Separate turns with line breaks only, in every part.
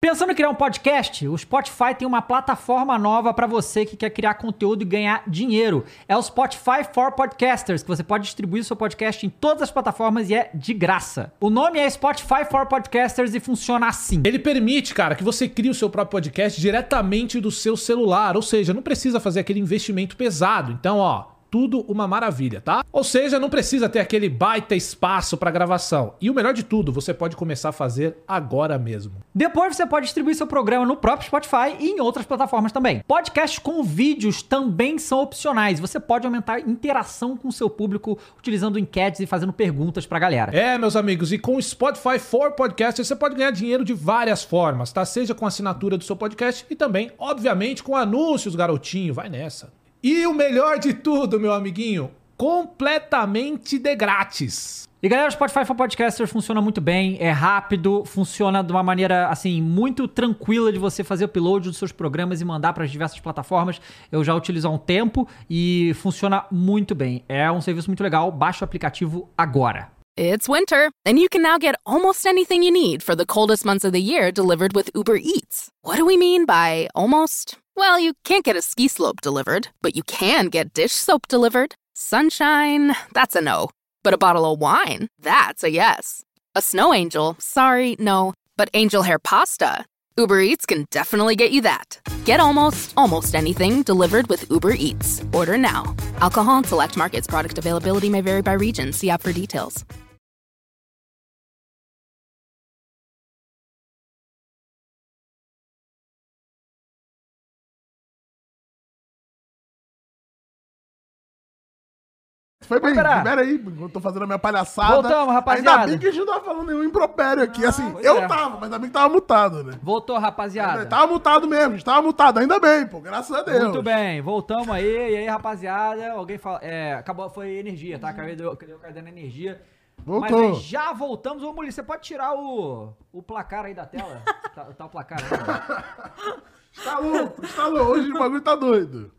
Pensando em criar um podcast? O Spotify tem uma plataforma nova para você que quer criar conteúdo e ganhar dinheiro. É o Spotify for Podcasters, que você pode distribuir seu podcast em todas as plataformas e é de graça. O nome é Spotify for Podcasters e funciona assim.
Ele permite, cara, que você crie o seu próprio podcast diretamente do seu celular, ou seja, não precisa fazer aquele investimento pesado. Então, ó, tudo uma maravilha, tá? Ou seja, não precisa ter aquele baita espaço para gravação. E o melhor de tudo, você pode começar a fazer agora mesmo.
Depois você pode distribuir seu programa no próprio Spotify e em outras plataformas também. Podcasts com vídeos também são opcionais. Você pode aumentar a interação com seu público utilizando enquetes e fazendo perguntas pra galera.
É, meus amigos, e com o Spotify for Podcasters você pode ganhar dinheiro de várias formas, tá? Seja com a assinatura do seu podcast e também, obviamente, com anúncios, garotinho, vai nessa. E o melhor de tudo, meu amiguinho, completamente de grátis.
E galera, o Spotify for Podcasters funciona muito bem, é rápido, funciona de uma maneira assim muito tranquila de você fazer upload dos seus programas e mandar para as diversas plataformas. Eu já utilizo há um tempo e funciona muito bem. É um serviço muito legal. Baixe o aplicativo agora.
It's winter, and you can now get almost anything you need for the coldest months of the year delivered with Uber Eats. What do we mean by almost? Well, you can't get a ski slope delivered, but you can get dish soap delivered. Sunshine, that's a no. But a bottle of wine, that's a yes. A snow angel, sorry, no. But angel hair pasta, Uber Eats can definitely get you that. Get almost, almost anything delivered with Uber Eats. Order now. Alcohol and select markets product availability may vary by region. See app for details.
Foi bem,
Pera.
pera aí, eu tô fazendo a minha palhaçada.
Voltamos, rapaziada.
Ainda bem que a gente não tava falando nenhum impropério aqui. assim,
pois
eu
é.
tava, mas ainda bem que tava mutado, né?
Voltou, rapaziada.
Tava mutado mesmo, a gente tava mutado, ainda bem, pô, graças a tá Deus.
Muito bem, voltamos aí. E aí, rapaziada, alguém fala. É, acabou, foi energia, tá? Acabei de eu cair na energia.
Voltou.
Mas aí, já voltamos. Ô, Mulher, você pode tirar o, o placar aí da tela? tá, tá o placar aí.
Está Tá louco, está louco. Hoje o bagulho tá doido.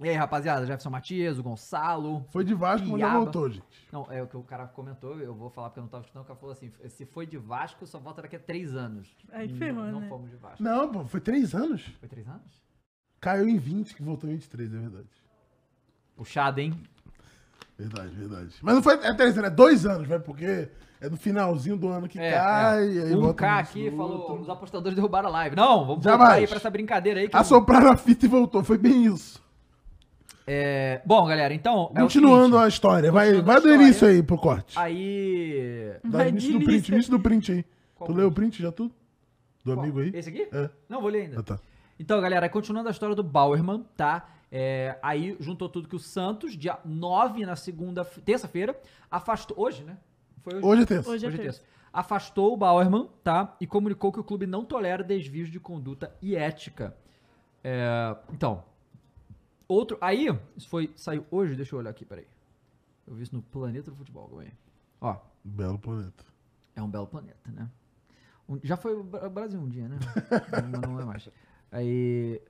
E aí, rapaziada, Jefferson Matias, o Gonçalo.
Foi de Vasco, mas não
Iaba.
voltou, gente.
Não, é o que o cara comentou, eu vou falar porque eu não tava escutando, o cara falou assim: se foi de Vasco, só volta daqui a três anos.
Aí
Não-
ferrou,
Não
né?
fomos de Vasco.
Não, pô, foi três anos.
Foi três anos?
Caiu em 20, que voltou em 23, é verdade.
Puxado, hein?
Verdade, verdade. Mas não foi, é três anos, é dois anos, vai, porque é no finalzinho do ano que
É,
cai.
é.
Aí
um
volta
K
no
aqui
outro.
falou, os apostadores derrubaram a live. Não, vamos voltar
Jamais. Ah,
aí pra essa brincadeira aí. que eu-
Assopraram a fita e voltou, foi bem isso.
É, bom, galera, então. é o
Continuando
seguinte,
a história, vai,
Continuando
vai
a
do
história.
início aí pro corte.
Aí.
Dá
Vai
início do
de
print,
início.
início do print aí.
Qual
tu
print?
leu o print já tudo? Do amigo aí?
Esse aqui?
É.
Não, vou ler ainda.
Ah, tá.
Então, galera, continuando a história do Bauerman, tá? É, aí juntou tudo que o Santos, dia 9, na segunda, terça-feira, afastou. Hoje, né? Foi
Hoje é terça.
Hoje é
Hoje é
terça.
terça. Afastou o Bauerman, tá? E comunicou que o clube não tolera desvios de conduta e ética. É, então, outro. Aí, isso foi. Saiu hoje, deixa eu olhar aqui, peraí. Eu vi isso no Planeta do Futebol, calma aí. Ó,
Belo planeta.
é um belo planeta, né? Um- já foi o Bra- Brasil um dia, né? Mas não é mais. Aí.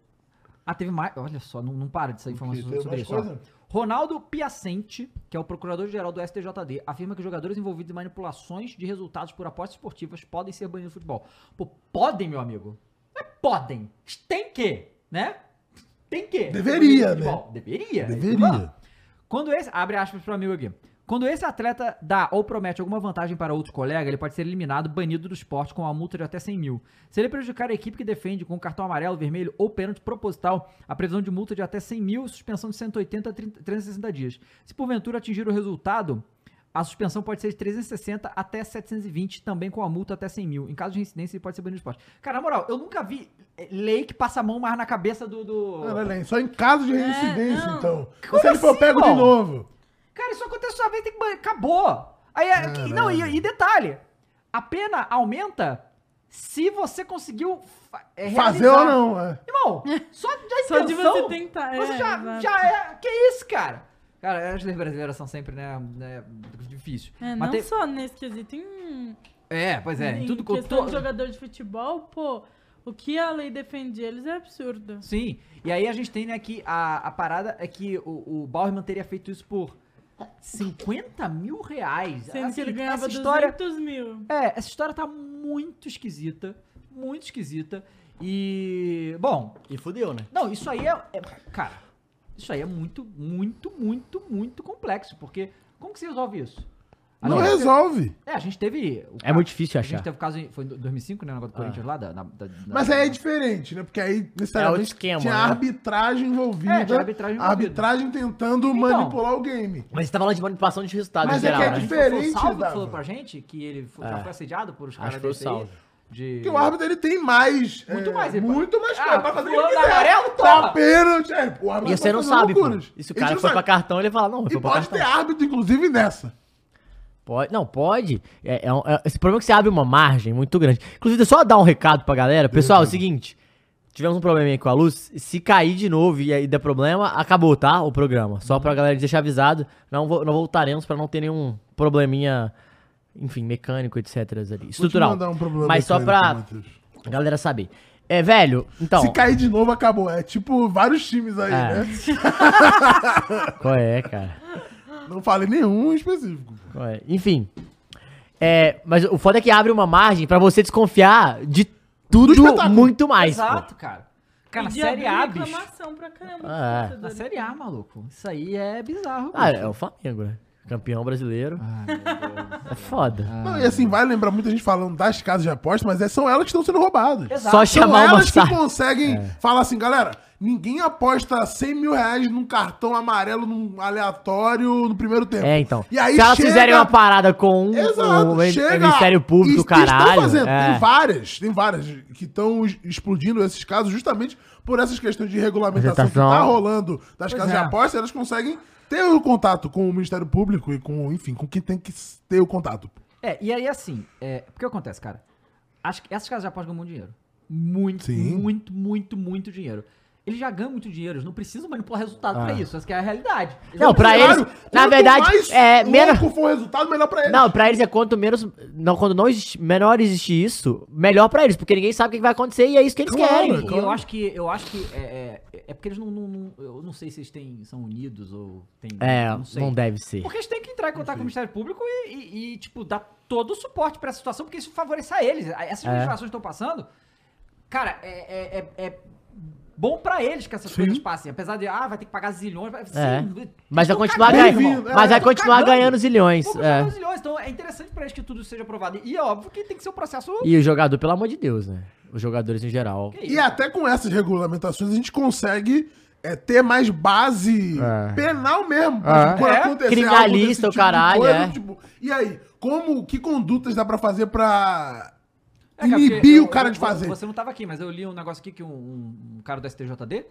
Ah, teve mais. Olha só, não, não para de sair informação
Teve
sobre
mais
isso. ó.
coisa?
Ronaldo Piacente, que é o procurador-geral do STJD, afirma que jogadores envolvidos em manipulações de resultados por apostas esportivas podem ser banidos do futebol. Pô, podem, meu amigo? Não é podem. Tem que, né? Tem que.
Deveria, né?
Do futebol. Deveria. né?
Deveria.
Quando esse. Abre aspas pro amigo aqui. Quando esse atleta dá ou promete alguma vantagem para outro colega, ele pode ser eliminado, banido do esporte com uma multa de até 100 mil. Se ele prejudicar a equipe que defende com cartão amarelo, vermelho ou pênalti proposital, a previsão de multa de até 100 mil e suspensão de 180 a 30 360 dias. Se porventura atingir o resultado, a suspensão pode ser de 360 até 720, também com a multa até 100 mil. Em caso de reincidência, ele pode ser banido do esporte. Cara, na moral, eu nunca vi eh, lei que passa a mão mais na cabeça do. do-
Caralho, Ah, hein? só em caso de reincidência,
não.
então.
É, Como
se ele for
assim,
pego de
irmão?
novo.
Cara, isso acontece só uma vez, tem que banir. Acabou. Aí, é-
Caralho.
não, e, e detalhe, a pena aumenta se você conseguiu fa- é,
Fazer
realizar.
ou não, é.
Irmão, só da intenção,
Só de você tentar.
você
é,
já,
vai.
já é... Que isso, cara? Cara, as leis brasileiras são sempre, né, né difícil.
É,
Mas
não
tem-
só nesse quesito. Em,
É, pois é, em
em
tudo
questão
quanto...
de jogador de futebol, pô, o que a lei defendia eles é absurdo.
Sim, e aí a gente tem, né, que a, a parada é que o, o Bauerman teria feito isso por 50 mil reais.
Sendo
Assim,
que ele ganhava
essa história...
200 mil.
É, essa história tá muito esquisita. muito esquisita. E. Bom,
E fudeu, né?
não, isso aí é, é- Cara, isso aí é muito, muito, muito, muito complexo. Porque como que você resolve isso? A
Não
gente-
resolve.
É, a gente teve. o
É
caso-
muito Ah. difícil
A gente
achar.
teve o caso. em- Foi em 2005, né? O negócio do Corinthians lá. Da, na- da- na-
Mas aí é diferente, né? Porque aí necessariamente
esquema,
tinha
né?
arbitragem envolvida.
É, tinha arbitragem envolvida. Então.
arbitragem tentando manipular o game.
Mas você tá falando de manipulação de resultado
Mas
em
é
geral,
que é
né?
Acho que Foi o
diferente,
Salvo que
Dava.
falou pra gente que ele foi- já foi assediado por os caras
É. Acho que foi o
desse aí,
Salvo.
De...
Porque o árbitro ele tem mais.
Muito
é,
mais, ele
Muito
pode-
mais
Ah,
coisa. Pra fazer o que
fulano
ele quiser.
amarelo,
Tá
toma.
pênalti. É, o árbitro
E você
pode fazer
não sabe, pô.
loucuras.
E se o
A gente
cara
não
foi pra
sabe.
cartão, ele fala, não,
E
foi pra
pode
cartão.
ter árbitro, inclusive, nessa.
Pode, não, pode. É, é um- é- esse problema é que você abre uma margem muito grande. Inclusive, só dar um recado pra galera. Pessoal, é o seguinte. Tivemos um probleminha com a luz. Se cair de novo e aí der problema, acabou, tá? O programa. Só pra galera deixar avisado. Não, vo- não voltaremos pra não ter nenhum probleminha, enfim, mecânico, etc. ali. Estrutural.
mandar um problema
Mas só
mecânico,
pra
Matheus.
galera saber. É, velho, então.
Se cair de novo, acabou. É tipo vários times aí,
É.
né?
Qual é, cara?
Não falei nenhum em específico.
Ué, Enfim. É, mas o foda é que abre uma margem pra você desconfiar de
é
tudo
espetáculo.
muito mais. pô.
Exato, cara. Cara, na
de
Série
abrir né?
A, bicho.
reclamação pra caramba.
Ah, é.
torcedores.
Na Série A, maluco. Isso aí é bizarro.
Ah,
bicho.
é o Flamengo, né? Campeão brasileiro. É foda.
Não, e assim, vai lembrar muita gente falando das casas de aposta, mas é- são elas que estão sendo roubadas.
Exato.
Só
São
chamar uma
elas é, que
sarda.
conseguem
É.
falar assim, galera, ninguém aposta 100 mil reais num cartão amarelo, num aleatório, no primeiro tempo.
É, então.
E aí
Se elas
chega-
fizerem uma parada com um,
Exato,
um mi-
chega...
Ministério Público,
E
do caralho.
Estão fazendo.
é.
Tem várias, tem várias que estão es- explodindo esses casos justamente por essas questões de regulamentação que tá
Regulamentação.
rolando das
Pois
casas
é.
de aposta, elas conseguem ter o contato com o Ministério Público e com, enfim, com quem tem que s- ter o contato.
É, e aí assim, é, o que acontece, cara? Acho que essas casas já apostam muito dinheiro. Muito,
Sim.
muito, muito, muito dinheiro. Eles já ganham muito dinheiro, eles não precisam manipular resultado pra isso. Essa que é a realidade. Eles
Não, pra
precisam-
eles- na verdade, é,
menos
menos-
louco for o resultado, melhor pra eles.
Não, pra eles é quanto menos. Não, quando não existe, menor existe isso, melhor pra eles, porque ninguém sabe o que que vai acontecer e é isso que eles
Claro,
querem.
E eu acho que, eu acho que é, é, é porque eles não, não- não- Eu não sei se eles têm, são unidos ou tem.
É,
sei.
não deve ser.
Porque eles têm que entrar em contato com o Ministério Público e, e- e, tipo, dar todo o suporte pra essa situação, porque isso favorece a eles.
É.
Essas legislações que estão passando, cara, é, é- é- é bom pra eles que essas coisas passem. Apesar de, ah, vai ter que pagar zilhões. Sim,
É.
eles
Mas vai
tão
continuar
cagando,
ganhando.
irmão.
Mas vai
Eles tão
continuar
cagando.
ganhando zilhões.
Vão continuar
É.
ganhando zilhões. Então é interessante pra eles que tudo seja aprovado. E é óbvio que tem que ser um processo.
E o jogador, pelo amor de Deus, né? Os jogadores em geral.
Que é
E até com essas regulamentações a gente consegue é, ter mais base
É.
penal mesmo.
É.
Quando
É.
acontecer
Criminalista,
algo desse
o
de
caralho,
coisa,
é.
tipo, e aí, como, que condutas dá pra fazer pra
É, cara, porque
inibir
eu-
o cara
eu-
de fazer?
Você não tava aqui, mas eu li um negócio aqui que um, um- um cara do STJD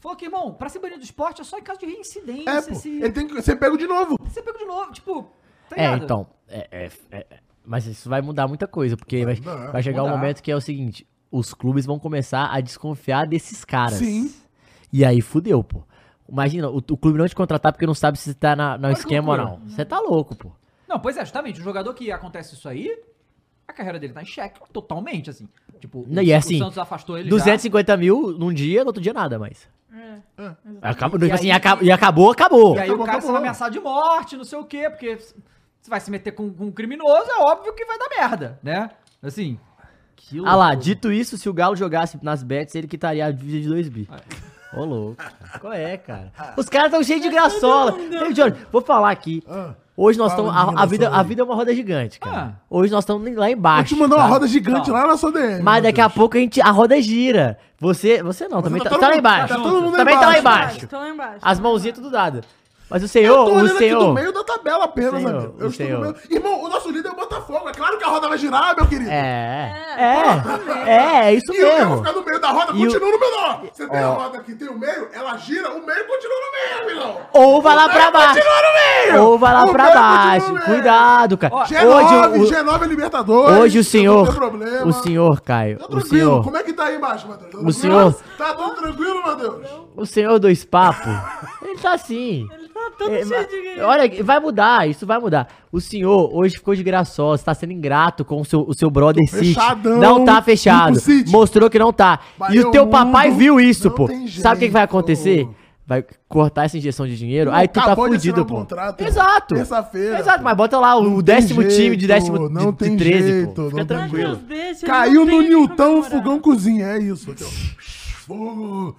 falou que, irmão, pra ser banido do esporte é só em caso de reincidência.
É, pô,
se-
ele tem que ser pego de novo.
Você pega de novo, tipo. Tá
É,
ligado?
então. é- é- é- é. mas isso vai mudar muita coisa, porque vai,
mudar,
vai chegar um
mudar.
momento que é o seguinte: os clubes vão começar a desconfiar desses caras.
Sim.
E aí fudeu, pô. Imagina, o, o clube não te contratar porque não sabe se tá na, no
Olha que
esquema ou
loucura.
não. Você tá louco, pô.
Não, pois é, justamente. O jogador que acontece isso aí, a carreira dele tá em xeque totalmente, assim. Tipo,
Não,
o,
e é
o
assim,
Santos afastou ele.
250 mil num dia, no outro dia nada mais.
É.
Acaba,
E
tipo assim,
aí-
acaba- e acabou, acabou.
já. E aí
Acabou,
o cara
acabou.
sendo ameaçado de morte, não sei o quê, porque você vai se meter com, com um criminoso, é óbvio que vai dar merda, né? Assim. Que
Ah lá,
loucura.
dito isso, se o Galo jogasse nas bets, ele quitaria a dívida de 2 bi.
É.
Ô, louco. Qual é, cara? Os caras estão cheios de graçola. Ei, Johnny, vou falar aqui.
Ah,
Hoje nós
fala
estamos.
de
A, a vida,
graçola
a
aí.
vida é uma roda gigante, cara.
Ah.
Hoje nós estamos lá
vou
embaixo.
te mandar uma
sabe?
roda gigante
Não.
lá na sua DM.
Mas daqui a
Matheus.
pouco a, gente, a roda gira. Você, você não, também
tá
tá,
todo
tá lá
mundo-
embaixo.
tá todo mundo lá
também tá lá
embaixo.
embaixo.
Estão lá então é embaixo.
As mãozinhas tudo dada. Mas o
Eu
senhor,
tô
o
olhando aqui do
senhor.
meio da tabela apenas,
Senhor,
amigo. Eu estou
o
no
senhor.
meio. Irmão, o nosso líder é o Botafogo. É claro que a roda vai girar, meu querido.
É. É. É, é isso
E eu quero
mesmo.
ficar no meio da roda,
E o-
continua no meio da roda. Você tem a roda aqui, tem o meio, ela gira, o meio continua no meio, Milão.
Ou vai
O
lá
meio
pra baixo.
Continua no meio.
Ou vai lá
O
pra
meio
baixo.
continua no meio.
Cuidado, cara.
G9,
Hoje, o,
G9 é Libertadores.
hoje o senhor.
Não tem problema.
O senhor, Caio.
Tá
O
tranquilo.
senhor.
Como é que tá aí embaixo, Matheus? Tá
O senhor-
tranquilo? Tá tudo tranquilo, Matheus?
O senhor dois papo. Ele tá assim.
Ele tá todo
É,
cheio
ma-
de...
Olha, vai mudar, isso vai mudar. O senhor hoje ficou de graçosa, está sendo ingrato com o seu, o seu brother
Tô
City.
fechadão
Não tá
com o
fechado.
City.
Mostrou que não tá.
Mas
e
eu
o teu papai
mudo,
viu isso,
não
pô.
tem
Sabe o que, que vai
jeito.
acontecer? vai cortar essa injeção de dinheiro, aí tu tá
Acabou de assinar
fudido,
um
pô.
contrato.
Exato.
Terça-feira.
Exato, mas bota lá o
Não tem
décimo
jeito,
time de décimo
não
de, de
tem
13,
jeito,
pô.
não
Fica
tem
tranquilo.
Mas Deus deixa, ele
Caiu
não
no
tem o que
Newton,
comemorar.
fogão cozinha. É isso. Aqui, ó. Fogo.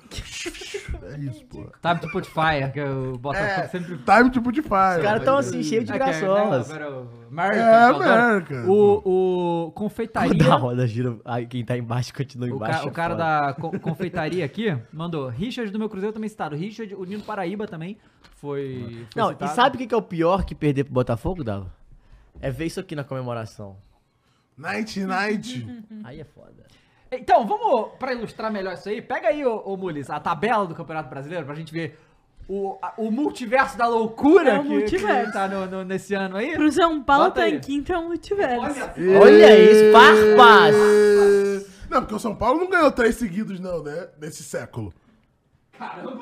É isso, pô.
Time to put tipo, fire, que o Botafogo sempre...
Time tipo de
Os
fire.
caras tão assim, cheios de
É que-
graçolas.
não, agora o American,
É,
que eu adoro.
American.
O, o
Roda a
confeitaria...
roda, gira. Aí quem tá embaixo
tá
continua
né? O,
embaixo.
ca- o
é
cara
foda.
da co- confeitaria aqui mandou. Richard do meu Cruzeiro também citado. Richard, o Nino Paraíba também foi. foi
Não, e
citado.
sabe o que que é o pior que perder pro Botafogo, Dava? É ver isso aqui na comemoração.
Night, night.
Aí é foda.
Então, vamos, pra ilustrar melhor isso aí, pega aí, ô, ô Mules, a tabela do Campeonato Brasileiro pra gente ver o, a- o multiverso da loucura
É o
que,
multiverso.
que tá no- no- nesse ano aí.
Pro São Paulo
Bota
tá
aí.
em quinto é um multiverso.
Olha,
Olha isso, farpas!
É. Não, porque o São Paulo não ganhou três seguidos, não, né? Nesse século.
caramba.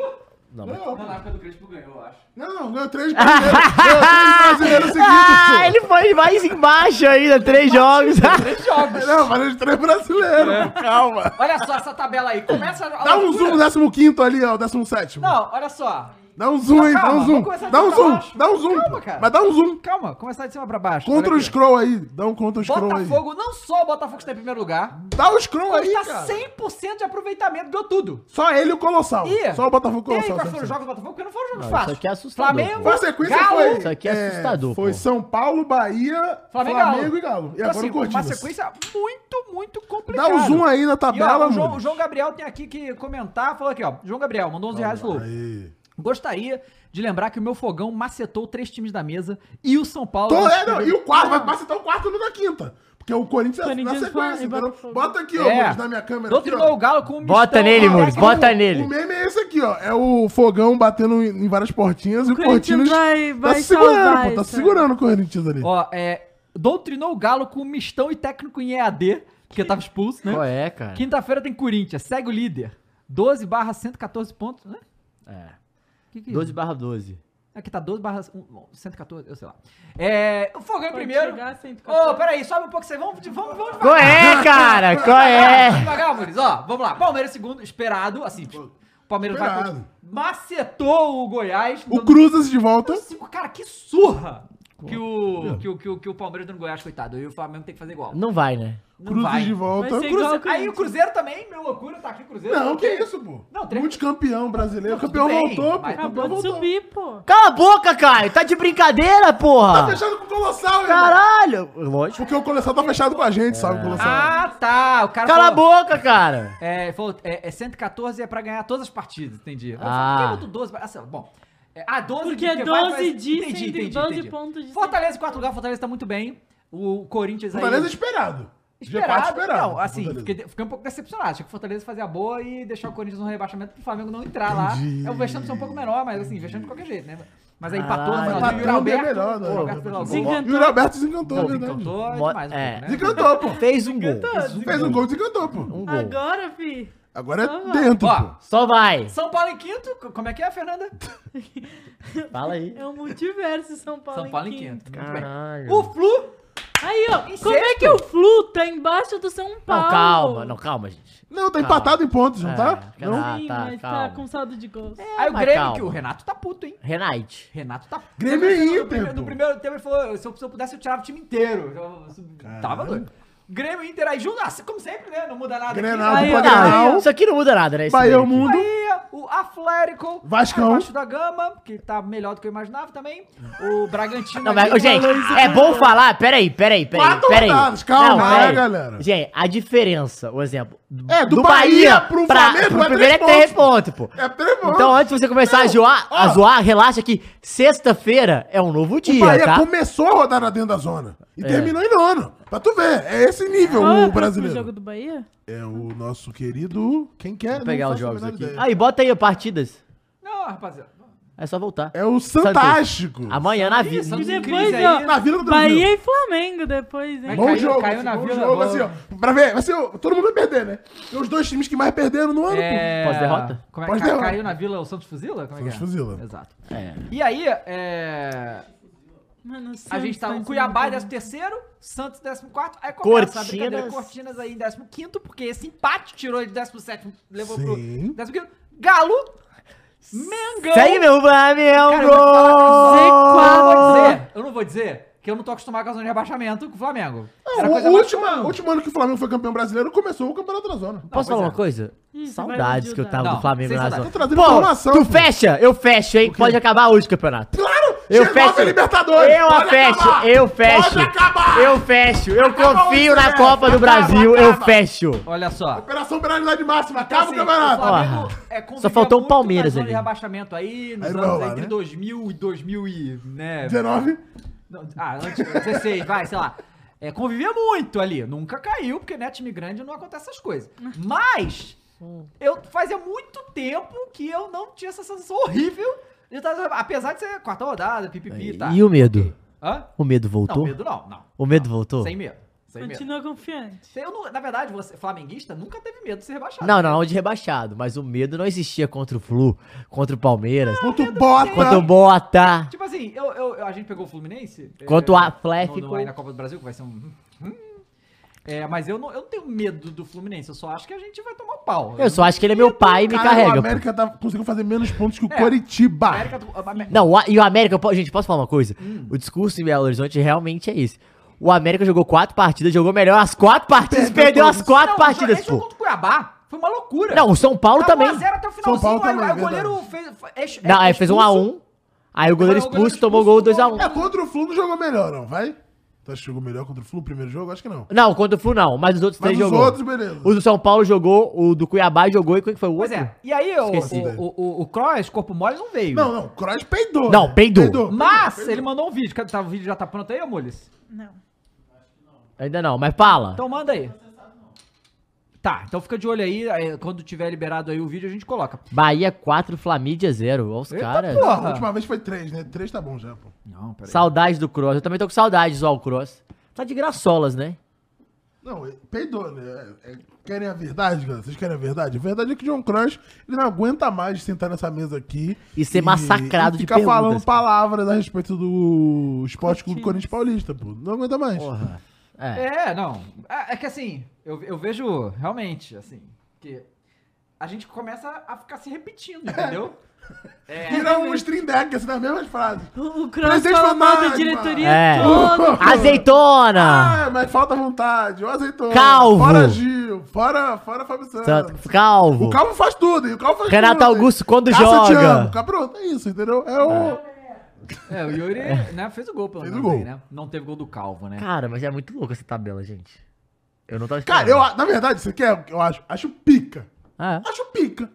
Não, mas...
Não,
Na época do Crespo ganhou, eu acho.
não, não ganhou três brasileiros. ganhou três brasileiros seguidos, pô.
Ah, ele foi mais embaixo ainda, é né? três jogos.
Três jogos.
É, Não, mas de três brasileiros,
É.
pô, calma.
Olha só essa tabela aí. Começa a
Dá um
loucura.
zoom no décimo quinto ali, ó, décimo sétimo.
Não, olha só.
Dá um zoom aí,
Calma,
dá um
vamos
zoom.
começar de
Dá um
pra baixo.
zoom, dá um zoom.
Calma, cara.
Mas dá um zoom.
Calma, começar de cima pra baixo. Olha
Contra o
aqui, ó.
scroll aí. Dá um contra o scroll aí.
Botafogo, não só o Botafogo está em primeiro lugar,
Dá o scroll
mas
aí,
tá
cara.
100% de aproveitamento, deu tudo.
Só ele e o Colossal.
E
Só o Botafogo
tem aí
Colossal.
quais
sabe?
foram os jogos do Botafogo, porque não foram jogos
Não, isso
fáceis.
aqui é assustador,
Flamengo,
Foi a sequência
Galo,
foi.
Isso aqui é assustador,
Foi
pô.
São Paulo, Bahia,
Flamengo,
Flamengo,
Galo.
e Galo. E
Então,
agora
assim, uma
o Cortinas.
sequência muito, muito complicada.
Dá o zoom aí na
E, ó,
tabela,
o, João, o
mano.
João Gabriel tem aqui que comentar, falou aqui, ó. João Gabriel mandou 11 reais e falou:
Aí.
Gostaria de lembrar que o meu fogão macetou três times da mesa e o São Paulo.
Tô,
nos
é, não, e
primeiros-
o quarto, vai passar até o quarto no da quinta. Porque o Corinthians é na
Corinthians
sequência,
vai-
entendeu?
vai-
Bota aqui, ó,
É.
Muniz, na minha câmera. aqui,
Doutrinou
ó.
o Galo com um
Bota
mistão,
nele,
ó,
Muniz,
que
bota
o-
O
nele.
meme é esse aqui, ó. É o fogão batendo em em várias portinhas e o
Corinthians
Cortinas
vai- vai
tá se segurando,
salvar
pô. Tá
isso. né?
se segurando o Corinthians ali.
Ó, é. Doutrinou o Galo com mistão e técnico em EAD, porque tava expulso, né?
Qual é, cara?
Quinta-feira tem Corinthians, segue o líder. 12 barra 114 pontos, né?
É.
Que que é?
12 barra 12.
Aqui tá 12 barra 114, eu sei lá. É, o Fogão em
Pode
primeiro.
chegar a
Ô,
114.
peraí, sobe um pouco, vocês vão, vamos, vamos devagar.
Qual é, cara? Qual é?
Devagar, Muniz, ó, vamos lá. Palmeiras segundo, esperado, assim, tipo, o Palmeiras vai...
Esperado.
Macetou o Goiás.
O Cruzas de volta.
Cinco, cara, que surra! Que o, que, o, que, o, que o Palmeiras deu no Goiás, coitado. E o Flamengo tem que fazer igual.
Não vai, né?
Não vai.
Cruzas de volta.
Vai ser
Cruze-
igual ao
Aí o
Corinthians.
Cruzeiro também, meu loucura, tá aqui o Cruzeiro.
Não, que isso, pô.
Não, três-
Multicampeão brasileiro.
Não, tudo
campeão
bem,
voltou, pô.
mas
Acabou
Campeão
de
voltou.
subir, pô.
Cala a boca, Caio! Tá de brincadeira,
Tá
porra!
fechado com o Colossal, irmão.
Caralho! Lógico.
Porque o Colossal tá fechado com a gente, sabe, o Colossal?
Ah, tá. O cara
Cala a
falou-
boca, cara!
É, falou, é, é 114 é pra ganhar todas as partidas, entendi. Eu
Ah.
falei, Por que botou 12? Assim, bom. É, ah, 12
Porque
porque vai,
12
faz-
dizem, tem 12 pontos de
Fortaleza em quarto lugar, Fortaleza tá muito bem. O Corinthians aí.
Fortaleza esperado.
é esperado.
G4 esperado. tá
Não, assim,
Fortaleza.
fiquei, fiquei um pouco decepcionado. Achei que o Fortaleza fazia boa e deixar o Corinthians no rebaixamento pro Flamengo não entrar lá. É um vexame ser um pouco menor, mas assim, vexame de qualquer jeito, né? Mas aí empatou,
Caralho.
finalzinho, o Yuri
Empatando é
Alberto.
melhor, né?
o Yuri Alberto fez lá o gol.
Desencantou.
E o Roberto desencantou, é verdade.
Desencantou
Mo-
demais, um
é.
pouco, né?
Desencantou, pô.
Fez um gol.
Fez um gol, desencantou, pô.
Um gol.
Agora, fi.
Agora
Tá
Ah.
bom.
é dentro,
Ó,
pô.
Só vai!
São Paulo em quinto, c- como é que é, Fernanda?
Fala aí.
É um multiverso São Paulo
São Paulo em
quinto.
quinto. muito bem.
Caralho.
O Flu
Aí, ó,
Em
como é
sexto?
que o Flu tá embaixo do São Paulo?
Não, calma, não, calma, gente.
Não, tá empatado em pontos, não tá?
É,
Não.
Ah,
Sim,
tá,
mas
calma.
tá com saldo de gols.
É
Aí o
Ah, mas
Grêmio,
calma. é
que o Renato tá puto, hein?
Renate.
Renato tá puto.
Grêmio e
No
Inter,
primeiro- No
pô.
primeiro tempo ele falou, se eu, se eu pudesse eu tirava o time inteiro. Eu- eu- tava doido. Grêmio e Inter aí junto, ah, como sempre, né? Não muda nada. aqui.
é
Grenal,
Aí,
Aí,
Copa
ó.
Grenal.
Isso aqui não muda nada, né? Esse
Bahia é
daí
o
aqui.
mundo.
Bahia, o Atlético,
Vascão.
abaixo da gama, que tá melhor do que eu imaginava também. O Bragantino.
Não, mas,
aqui,
ô, gente, é bom falar. Peraí, peraí, peraí.
Quatro
peraí.
rodadas, calma,
Não, peraí.
né, galera?
Gente, a diferença, o exemplo.
É, do Bahia pro Flamengo
pro
é
primeiro é
três
três pontos, pô.
É três pontos.
Então, antes de você começar a,
Não,
zoar, a
ó.
zoar, relaxa que sexta-feira é um novo
O
dia,
Bahia
tá? É.
começou a rodar lá dentro da zona. E terminou em nono. Pra tu ver. É esse nível
Ah,
Qual é
o
próximo jogo
brasileiro.
do Bahia?
É o nosso querido. Quem quer?
Vou pegar
É, Não faço
os
a
jogos
menor
aqui.
ideia.
Aí, bota aí partidas.
Não, rapaziada.
É só voltar.
É o Santástico.
Amanhã na
Ih,
vida.
Santos Tá em
depois,
crise aí.
ó,
Na Vila do Brasil.
Bahia e Flamengo depois, hein?
Mas
Bom
caiu-
jogo,
caiu
assim,
na
bom
Vila,
jogo,
boa.
assim, ó. Pra ver, vai ser, ó, todo mundo vai perder, né? Tem os dois times que mais perderam no ano,
É,
Pós-derrota?
Como é,
Pós-derrota.
ca- caiu na vila o Santos Fuzila? Como é que
Santos
é?
fuzila.
Exato.
É.
E aí, é,
Mano,
a gente tá
Santos um
com Cuiabá em
muito
13 Santos 14 aí começa a
Cortinas.
brincadeira. Cortinas aí em 15 porque esse empate tirou ele de 17 levou
Sim.
pro 15 Galo, Mengão!
Segue meu Flamengo!
Cara, eu vou te falar, eu não vou dizer, eu não vou dizer que eu não tô acostumado com a zona de rebaixamento com o Flamengo. Era a coisa
o
mais
último,
comum.
o último ano que o Flamengo foi campeão brasileiro começou o campeonato da zona.
Posso
Não, pois
falar uma coisa?
Ih, você vai me
Saudades que eu
ajudar.
tava
Não,
do Flamengo
sem
na
saudades.
zona.
Tô trazendo
Pô,
informação,
tu
pô.
fecha, eu fecho, hein? Pode acabar hoje o campeonato.
Claro!
Eu
chegou
fecho.
a Libertadores!
Eu
pode
fecho,
acabar.
eu fecho.
Pode acabar!
Eu fecho, eu
Acaba
confio
isso,
na
né?
Copa do
Acaba,
Brasil, eu
acaba.
fecho.
Olha só.
Operação Penalidade Máxima,
Então,
acaba
assim,
o campeonato!
Flamengo, é, conviveu
Só faltou o
muito
Palmeiras
na zona de
ali.
rebaixamento aí, nos
Aí não vai
anos
rolar,
entre
né?
2000 e 2000 e... Né,
Tá
19.
não, ah, antes, 16, vai, sei lá. É, convivia muito ali. Nunca caiu, porque né, time grande não acontece essas coisas. Mas, eu fazia muito tempo que eu não tinha essa sensação horrível de estar... Apesar de ser quarta rodada, pipipi e tal.
E o medo?
Hã?
tá. O medo
Não,
voltou?
medo não, não.
O medo
Não,
voltou?
Sem medo, sem medo.
Continua confiante.
Eu não- na verdade, você, flamenguista, nunca teve medo de ser rebaixado.
Não, não, não de rebaixado, mas o medo não existia contra o Flu, contra o Palmeiras,
Quanto bota!
contra o Bota.
Tipo assim, eu, eu- eu- a gente pegou o Fluminense.
Quanto
eh,
o Atlético.
no- no- Aí na Copa do Brasil, que vai ser um. É, mas eu não, eu não tenho medo do Fluminense, eu só acho que a gente vai tomar pau.
Eu só acho que ele é meu pai e me
Caralho, O
carrega. pô.
América tá, conseguiu fazer menos pontos que o
É.
Coritiba.
América do- a- a-
Não, o A- e o América, po- gente, posso falar uma coisa?
Hum.
O discurso em Belo Horizonte realmente é esse. O América jogou quatro partidas, jogou melhor as quatro partidas,
Perdeu
perdeu
todas.
as quatro
É, Não,
partidas,
esse é jogo
pô.
contra o Cuiabá foi uma loucura.
Não, o São Paulo
Tava 1
também.
Tá a 0 até o finalzinho,
Paulo
aí-
também,
aí o goleiro fez. fez- é-
Não, aí
é
fez
expulso.
1x1. Aí o goleiro
Aí o goleiro
expulso, tomou gol
tá
2x1.
É, contra o Flu não jogou melhor, não, vai? Tu acha que jogou melhor contra o Flu no primeiro jogo? Acho que não.
Não, contra o Flu não, mas os outros
Mas
três
os
jogou.
outros, beleza.
O do São Paulo jogou, o do Cuiabá jogou e qual que foi o
Pois
outro?
é. E aí o,
Esqueci.
o, o, o, o Kroos, corpo mole, não veio.
Não, não, o Kroos peidou.
Não,
né?
peidou.
Mas ele mandou um vídeo. Quer- tá- O vídeo já tá pronto aí, Amules?
Não.
Ainda não, mas fala.
Então manda aí. Tá, então fica de olho aí. aí, Quando tiver liberado aí o vídeo, a gente coloca.
Bahia 4, Flamídia 0. Olha os
Eita
caras.
porra.
A última vez foi três, né? Três tá bom já, pô.
Não, peraí.
Saudades do Cross. Eu também tô com saudades, ó, o Cross. Tá de graçolas, né?
Não, ele peidou, né? É- é- Querem a verdade, galera? Vocês querem a verdade? A verdade é que o John Crush, ele não aguenta mais sentar nessa mesa aqui
E ser
e
massacrado de
ficar
perguntas,
falando
pô.
palavras a respeito do Esporte Clube Corinthians Paulista, pô. Não aguenta mais.
Porra. É.
É, não. É, é que assim, eu, eu vejo realmente, assim, que a gente começa a ficar se repetindo, entendeu?
Vira um stream deck, assim, nas mesmas frases.
O, o Cross
Presidente
fala mal da
fantasma.
diretoria
É.
toda.
Azeitona!
Ah, mas falta vontade. O azeitona.
Calvo.
Fora Gil. Fora, fora Fábio Santos.
Santo- Calvo.
O Calvo é faz tudo, hein? O Calvo faz
Renato
tudo. hein?
Augusto, quando
Cássio, eu te
joga.
amo. Cá, Pronto, é isso, entendeu? É o...
É, o Yuri né, fez o gol pelo
Fez
menos
o
aí,
gol.
né? Não teve gol do Calvo, né?
Cara, mas é muito louca essa tabela, gente. Eu não tava
Cara, eu, na verdade, isso aqui é o que eu acho. Acho pica.
Ah,
Acho pica.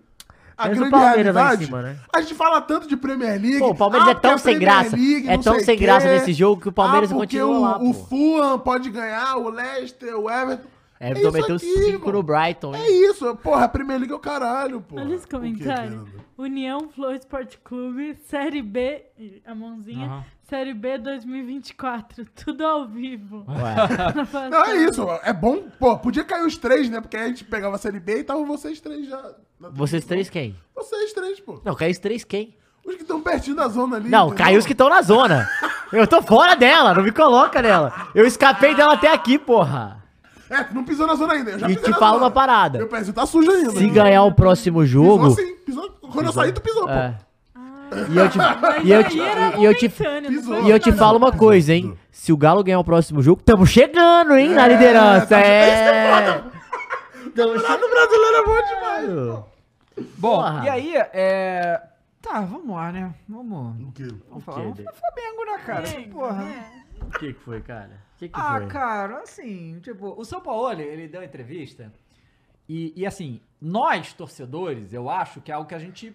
A
Menos
grande
o Palmeiras lá em
realidade,
cima, né?
a gente fala tanto de Premier League. ah,
Pô, o Palmeiras é
porque
tão
a
sem
Premier
graça.
League,
É
não
tão
sei
sem
quê. ah,
graça nesse jogo que o Palmeiras
porque
continua
o,
lá, pô.
O Fulham pode ganhar, o Leicester, o Everton.
é, Everton
isso
meteu
aqui,
5
mano.
no Brighton,
É
hein?
isso, porra, a Premier League é o caralho, pô.
Olha
O
esse
é, quê,
comentário.
Fernando?
União Flow Esporte Clube, Série B, Ih, a mãozinha,
Aham.
Série B 2024, tudo ao vivo.
Ué.
Não, é isso, é bom, pô, podia cair os três, né? Porque aí a gente pegava a Série B e estavam vocês três já.
Vocês três quem?
Vocês três, pô.
Não, caiu os três quem?
Os que estão pertinho da zona ali.
Não,
entendeu?
caiu os que estão na zona. Eu tô fora dela, não me coloca nela. Eu escapei dela até aqui, porra.
É, tu não pisou na zona ainda. Eu já
E
pisei
te
na
falo
zona.
uma parada.
Meu pezinho tá sujo ainda.
Se ganhar o próximo jogo.
Pisou sim, pisou. Quando eu saí, tu pisou,
É.
pô.
E eu te,
Mas
e eu
aí
te,
era
e eu te,
momentâneo, não
pisou.
foi
e eu te
nada.
falo uma coisa, hein? Se o Galo ganhar o próximo jogo, tamo chegando, hein, na liderança.
tá-
É.
O Campeonato brasileiro é bom demais.
Bom,
Porra.
e aí, é... Tá, vamos lá, né? Vamos...
O quê?
Vamos falar. Vamos
David?
falar Flamengo, né, cara? Porra.
O que que foi, cara? O que que
Ah,
foi?
cara, assim, tipo, o São Paulo, ele deu uma entrevista e, e, assim, nós, torcedores, eu acho que é algo que a gente.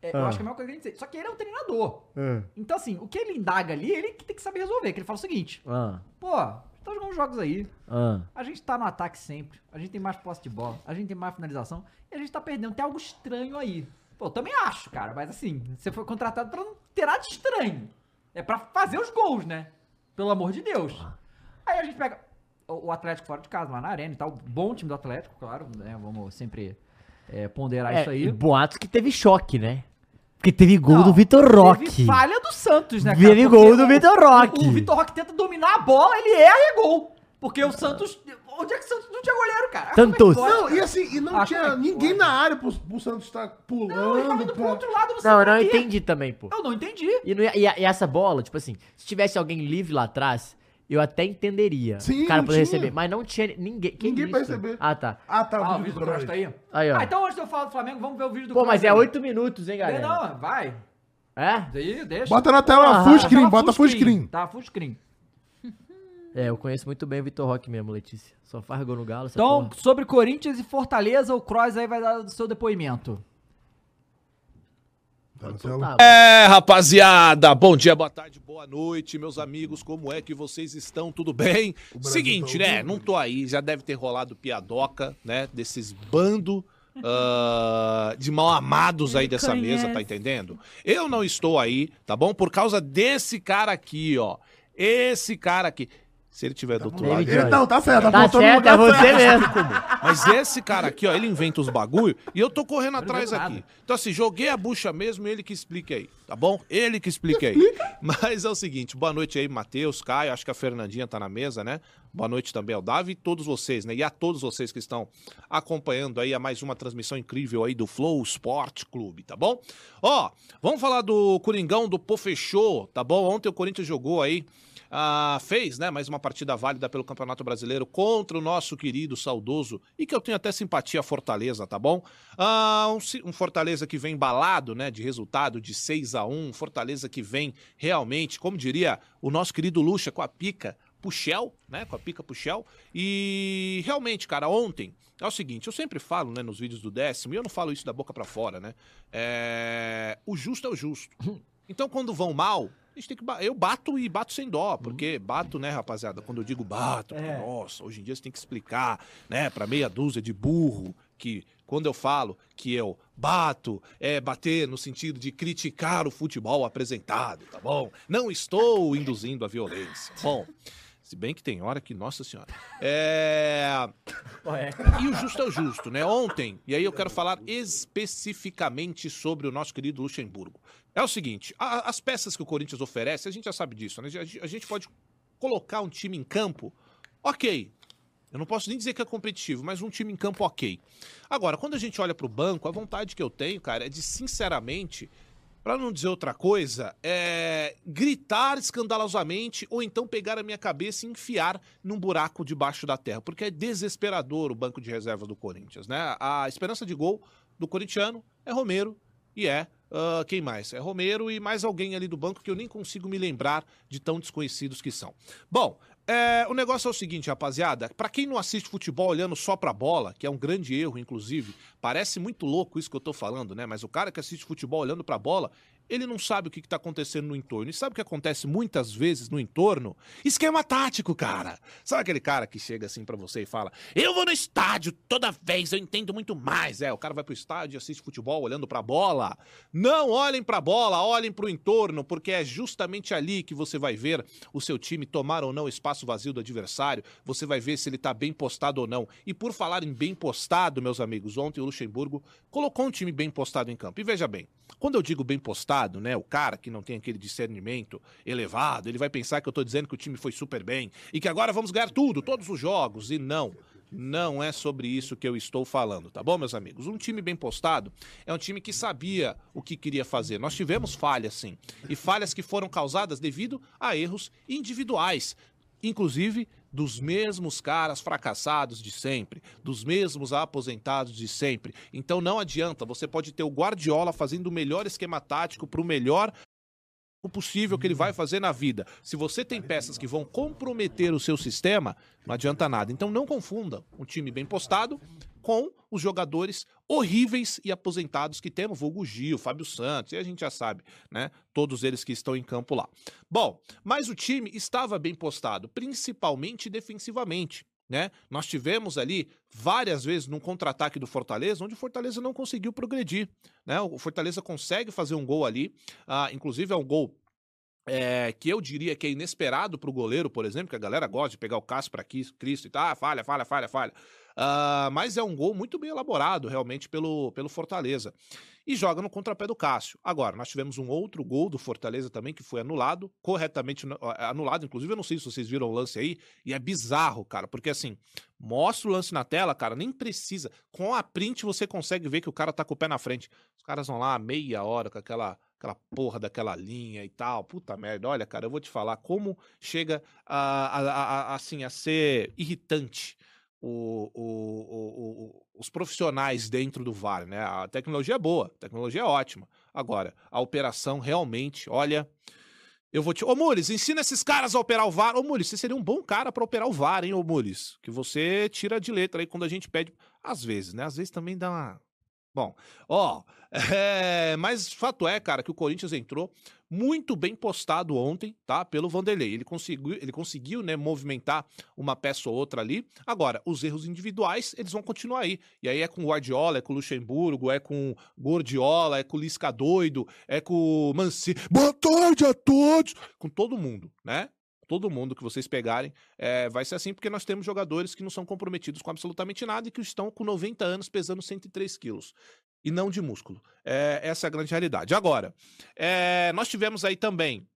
é, Eu
Ah.
acho que é a mesma coisa que a gente diz. Só que ele é um treinador.
É.
Ah.
Então, assim, o que ele indaga ali, ele que tem que saber resolver. Que ele fala o seguinte:
Ah,
pô, tá jogando jogos aí.
ah.
A gente tá no ataque sempre. A gente tem mais posse de bola. A gente tem mais finalização. E a gente tá perdendo. Tem algo estranho aí. Pô, eu também acho, cara. Mas assim, você foi contratado pra não ter nada de estranho. É pra fazer os gols, né? Pelo amor de Deus. Aí a gente pega o o Atlético fora de casa, lá na arena e tal. Bom time do Atlético, claro. Né? Vamos sempre é, ponderar
É,
isso
e
aí.
Boatos que teve choque, né? Porque teve gol do Vitor
Teve
Roque.
falha do Santos, né,
Teve
Porque
gol do
o-
Vitor Roque.
O, o Vitor Roque tenta dominar a bola, ele erra e é gol. Porque o Santos... Onde é que o Santos não tinha goleiro, cara.
Tantos.
Como é que
Não,
pode,
e assim, e não
Ah,
tinha
como é que
ninguém
pode?
na área pro, pro Santos estar
cara? Não, ele tava
pulando.
indo pro
pra-
outro lado, não sei
Não, eu
pra
não
quê.
entendi também, pô.
Eu não entendi.
E, não ia- e a- e essa bola, tipo assim, se tivesse alguém livre lá atrás, eu até entenderia.
Sim,
o cara
não
poder
tinha.
receber. Mas não tinha ninguém. Que
Ninguém
isso?
pra receber.
Ah, tá.
Ah, tá.
Ah, o
vídeo
vídeo do
Cross.
Cross tá aí.
Aí, ó.
Ah, então antes de eu falar do Flamengo, vamos ver o vídeo do
Pô, mas é
oito.
8 minutos, hein, galera?
Não, vai.
É?
Daí, deixa.
Bota na tela,
Ah,
full
Tá,
screen,
tava
bota full screen.
Tá, full screen.
É, eu conheço muito bem o Vitor Roque mesmo, Letícia. Só faz gol no Galo, essa
Então,
porra.
sobre Corinthians e Fortaleza, o Cross aí vai dar o seu depoimento.
Tá na
Tá,
tela.
mano.
É, rapaziada, bom dia, boa tarde, boa noite, meus amigos, como é que vocês estão? Tudo bem?
Brasil
Seguinte,
tá
né?
ouvindo.
Não tô aí, já deve ter rolado piadoca, né? Desses bando ah, de mal amados aí
Ele
dessa mesa,
conhece.
tá entendendo? Eu não estou aí, tá bom? Por causa desse cara aqui, ó. Esse cara aqui. Se ele tiver do outro lado,
David
Ele- Não, tá certo.
Tá
apontou no
certo,
lugar
é você mesmo.
Mas esse cara aqui, ó, ele inventa os bagulho e eu tô correndo atrás
invento
aqui.
nada.
Então, assim, joguei a bucha mesmo, ele que explique aí, tá bom? Ele que explique aí. Mas é o seguinte, boa noite aí, Matheus, Caio, acho que a Fernandinha tá na mesa, né? Boa noite também ao Davi e todos vocês, né? E a todos vocês que estão acompanhando aí a mais uma transmissão incrível aí do Flow Sport Clube, tá bom? Ó, vamos falar do Coringão, do Pô Fechou, tá bom? Ontem o Corinthians jogou aí ah, fez né, mais uma partida válida pelo Campeonato Brasileiro contra o nosso querido, saudoso, e que eu tenho até simpatia a Fortaleza, tá bom? Ah, um, si- um Fortaleza que vem embalado né, de resultado de 6 a 1 Fortaleza que vem realmente, como diria o nosso querido Lucha, com a pica Puxel, né? Com a pica Puxel. E realmente, cara, ontem é o seguinte, eu sempre falo, né, nos vídeos do décimo, e eu não falo isso da boca pra fora, né? É, O justo é o justo. Então, quando vão mal, a gente tem que. ba- Eu bato e bato sem dó, porque bato, né, rapaziada? Quando eu digo bato, nossa, hoje em dia você tem que explicar, né, pra meia dúzia de burro que quando eu falo que eu bato, é bater no sentido de criticar o futebol apresentado, tá bom? Não estou induzindo a violência. Bom. Se bem que tem hora que, nossa senhora. É. E o justo é o justo, né? Ontem, e aí eu quero falar especificamente sobre o nosso querido Luxemburgo. É o seguinte, a- as peças que o Corinthians oferece, a gente já sabe disso, né? A gente- a gente pode colocar um time em campo, ok. Eu não posso nem dizer que é competitivo, mas um time em campo, ok. Agora, quando a gente olha pro banco, a vontade que eu tenho, cara, é de, sinceramente, pra não dizer outra coisa, é gritar escandalosamente ou então pegar a minha cabeça e enfiar num buraco debaixo da terra, porque é desesperador o banco de reserva do Corinthians, né? A esperança de gol do corintiano é Romero e é ah, quem mais? É Romero e mais alguém ali do banco que eu nem consigo me lembrar de tão desconhecidos que são. Bom, é, o negócio é o seguinte, rapaziada. Pra quem não assiste futebol olhando só pra bola, que é um grande erro, inclusive, parece muito louco isso que eu tô falando, né? Mas o cara que assiste futebol olhando pra bola, ele não sabe o que, que tá acontecendo no entorno. E sabe o que acontece muitas vezes no entorno? Esquema tático, cara. Sabe aquele cara que chega assim pra você e fala: Eu vou no estádio toda vez, eu entendo muito mais. É, o cara vai pro estádio e assiste futebol olhando pra bola. Não olhem pra bola, olhem pro entorno, porque é justamente ali que você vai ver o seu time tomar ou não espaço vazio do adversário, você vai ver se ele tá bem postado ou não. E por falar em bem postado, meus amigos, ontem o Luxemburgo colocou um time bem postado em campo. E veja bem, quando eu digo bem postado, né, o cara que não tem aquele discernimento elevado, ele vai pensar que eu tô dizendo que o time foi super bem e que agora vamos ganhar tudo, todos os jogos, e não. Não é sobre isso que eu estou falando, tá bom, meus amigos? Um time bem postado é um time que sabia o que queria fazer. Nós tivemos falhas, sim. E falhas que foram causadas devido a erros individuais. Inclusive dos mesmos caras fracassados de sempre, dos mesmos aposentados de sempre. Então não adianta, você pode ter o Guardiola fazendo o melhor esquema tático para o melhor o possível que ele vai fazer na vida. Se você tem peças que vão comprometer o seu sistema, não adianta nada. Então não confunda um time bem postado com os jogadores horríveis e aposentados que temos, vulgo Gil, Fábio Santos, e a gente já sabe, né? Todos eles que estão em campo lá. Bom, mas o time estava bem postado, principalmente defensivamente. Né? Nós tivemos ali várias vezes num contra-ataque do Fortaleza, onde o Fortaleza não conseguiu progredir. Né? O Fortaleza consegue fazer um gol ali, ah, inclusive é um gol é, que eu diria que é inesperado para o goleiro, por exemplo, que a galera gosta de pegar o Cássio para Cristo e tal, ah, falha, falha, falha, falha. Ah, mas é um gol muito bem elaborado, realmente, pelo, pelo Fortaleza. E joga no contrapé do Cássio. Agora, nós tivemos um outro gol do Fortaleza também, que foi anulado, corretamente nu- ah, anulado. Inclusive, eu não sei se vocês viram o lance aí, e é bizarro, cara, porque assim, mostra o lance na tela, cara, nem precisa. Com a print você consegue ver que o cara tá com o pé na frente. Os caras vão lá meia hora com aquela aquela porra daquela linha e tal. Puta merda, olha, cara, eu vou te falar como chega a, a- a- a- assim, a ser irritante o- o- o- o- os profissionais dentro do VAR, né? A tecnologia é boa, a tecnologia é ótima. Agora, a operação realmente, olha. Eu vou te. Ô, Mules, ensina esses caras a operar o VAR. Ô, Mules, você seria um bom cara pra operar o VAR, hein, ô, Mules? Que você tira de letra aí quando a gente pede. Às vezes, né? Às vezes também dá uma. Bom, ó, é, mas fato é, cara, que o Corinthians entrou muito bem postado ontem, tá? Pelo Vanderlei. Ele conseguiu, ele conseguiu, né, movimentar uma peça ou outra ali. Agora, os erros individuais, eles vão continuar aí. E aí é com o Guardiola, é com o Luxemburgo, é com o Gordiola, é com o Lisca doido, é com o Manci. Boa tarde a todos! Com todo mundo, né? Todo mundo que vocês pegarem é, vai ser assim, porque nós temos jogadores que não são comprometidos com absolutamente nada e que estão com 90 anos pesando 103 quilos. E não de músculo. É, essa é a grande realidade. Agora, é, nós tivemos aí também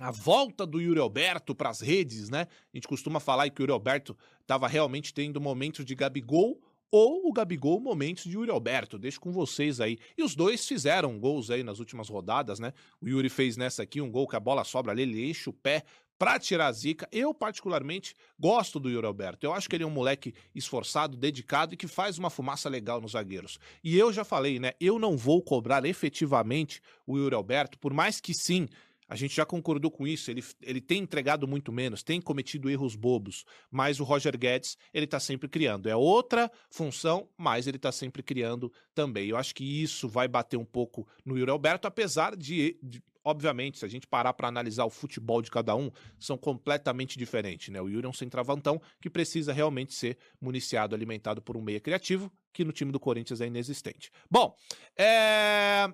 a volta do Yuri Alberto para as redes, né? A gente costuma falar aí que o Yuri Alberto estava realmente tendo momentos de Gabigol ou o Gabigol momentos de Yuri Alberto. Deixo com vocês aí. E os dois fizeram gols aí nas últimas rodadas, né? O Yuri fez nessa aqui um gol que a bola sobra ali, ele enche o pé pra tirar a zica. Eu, particularmente, gosto do Yuri Alberto. Eu acho que ele é um moleque esforçado, dedicado e que faz uma fumaça legal nos zagueiros. E eu já falei, né? Eu não vou cobrar efetivamente o Yuri Alberto, por mais que sim. A gente já concordou com isso, ele, ele tem entregado muito menos, tem cometido erros bobos, mas o Roger Guedes, ele tá sempre criando. É outra função, mas ele tá sempre criando também. Eu acho que isso vai bater um pouco no Yuri Alberto, apesar de, de- obviamente, se a gente parar para analisar o futebol de cada um, são completamente diferentes, né? O Yuri é um centravantão que precisa realmente ser municiado, alimentado por um meia criativo, que no time do Corinthians é inexistente. Bom, é...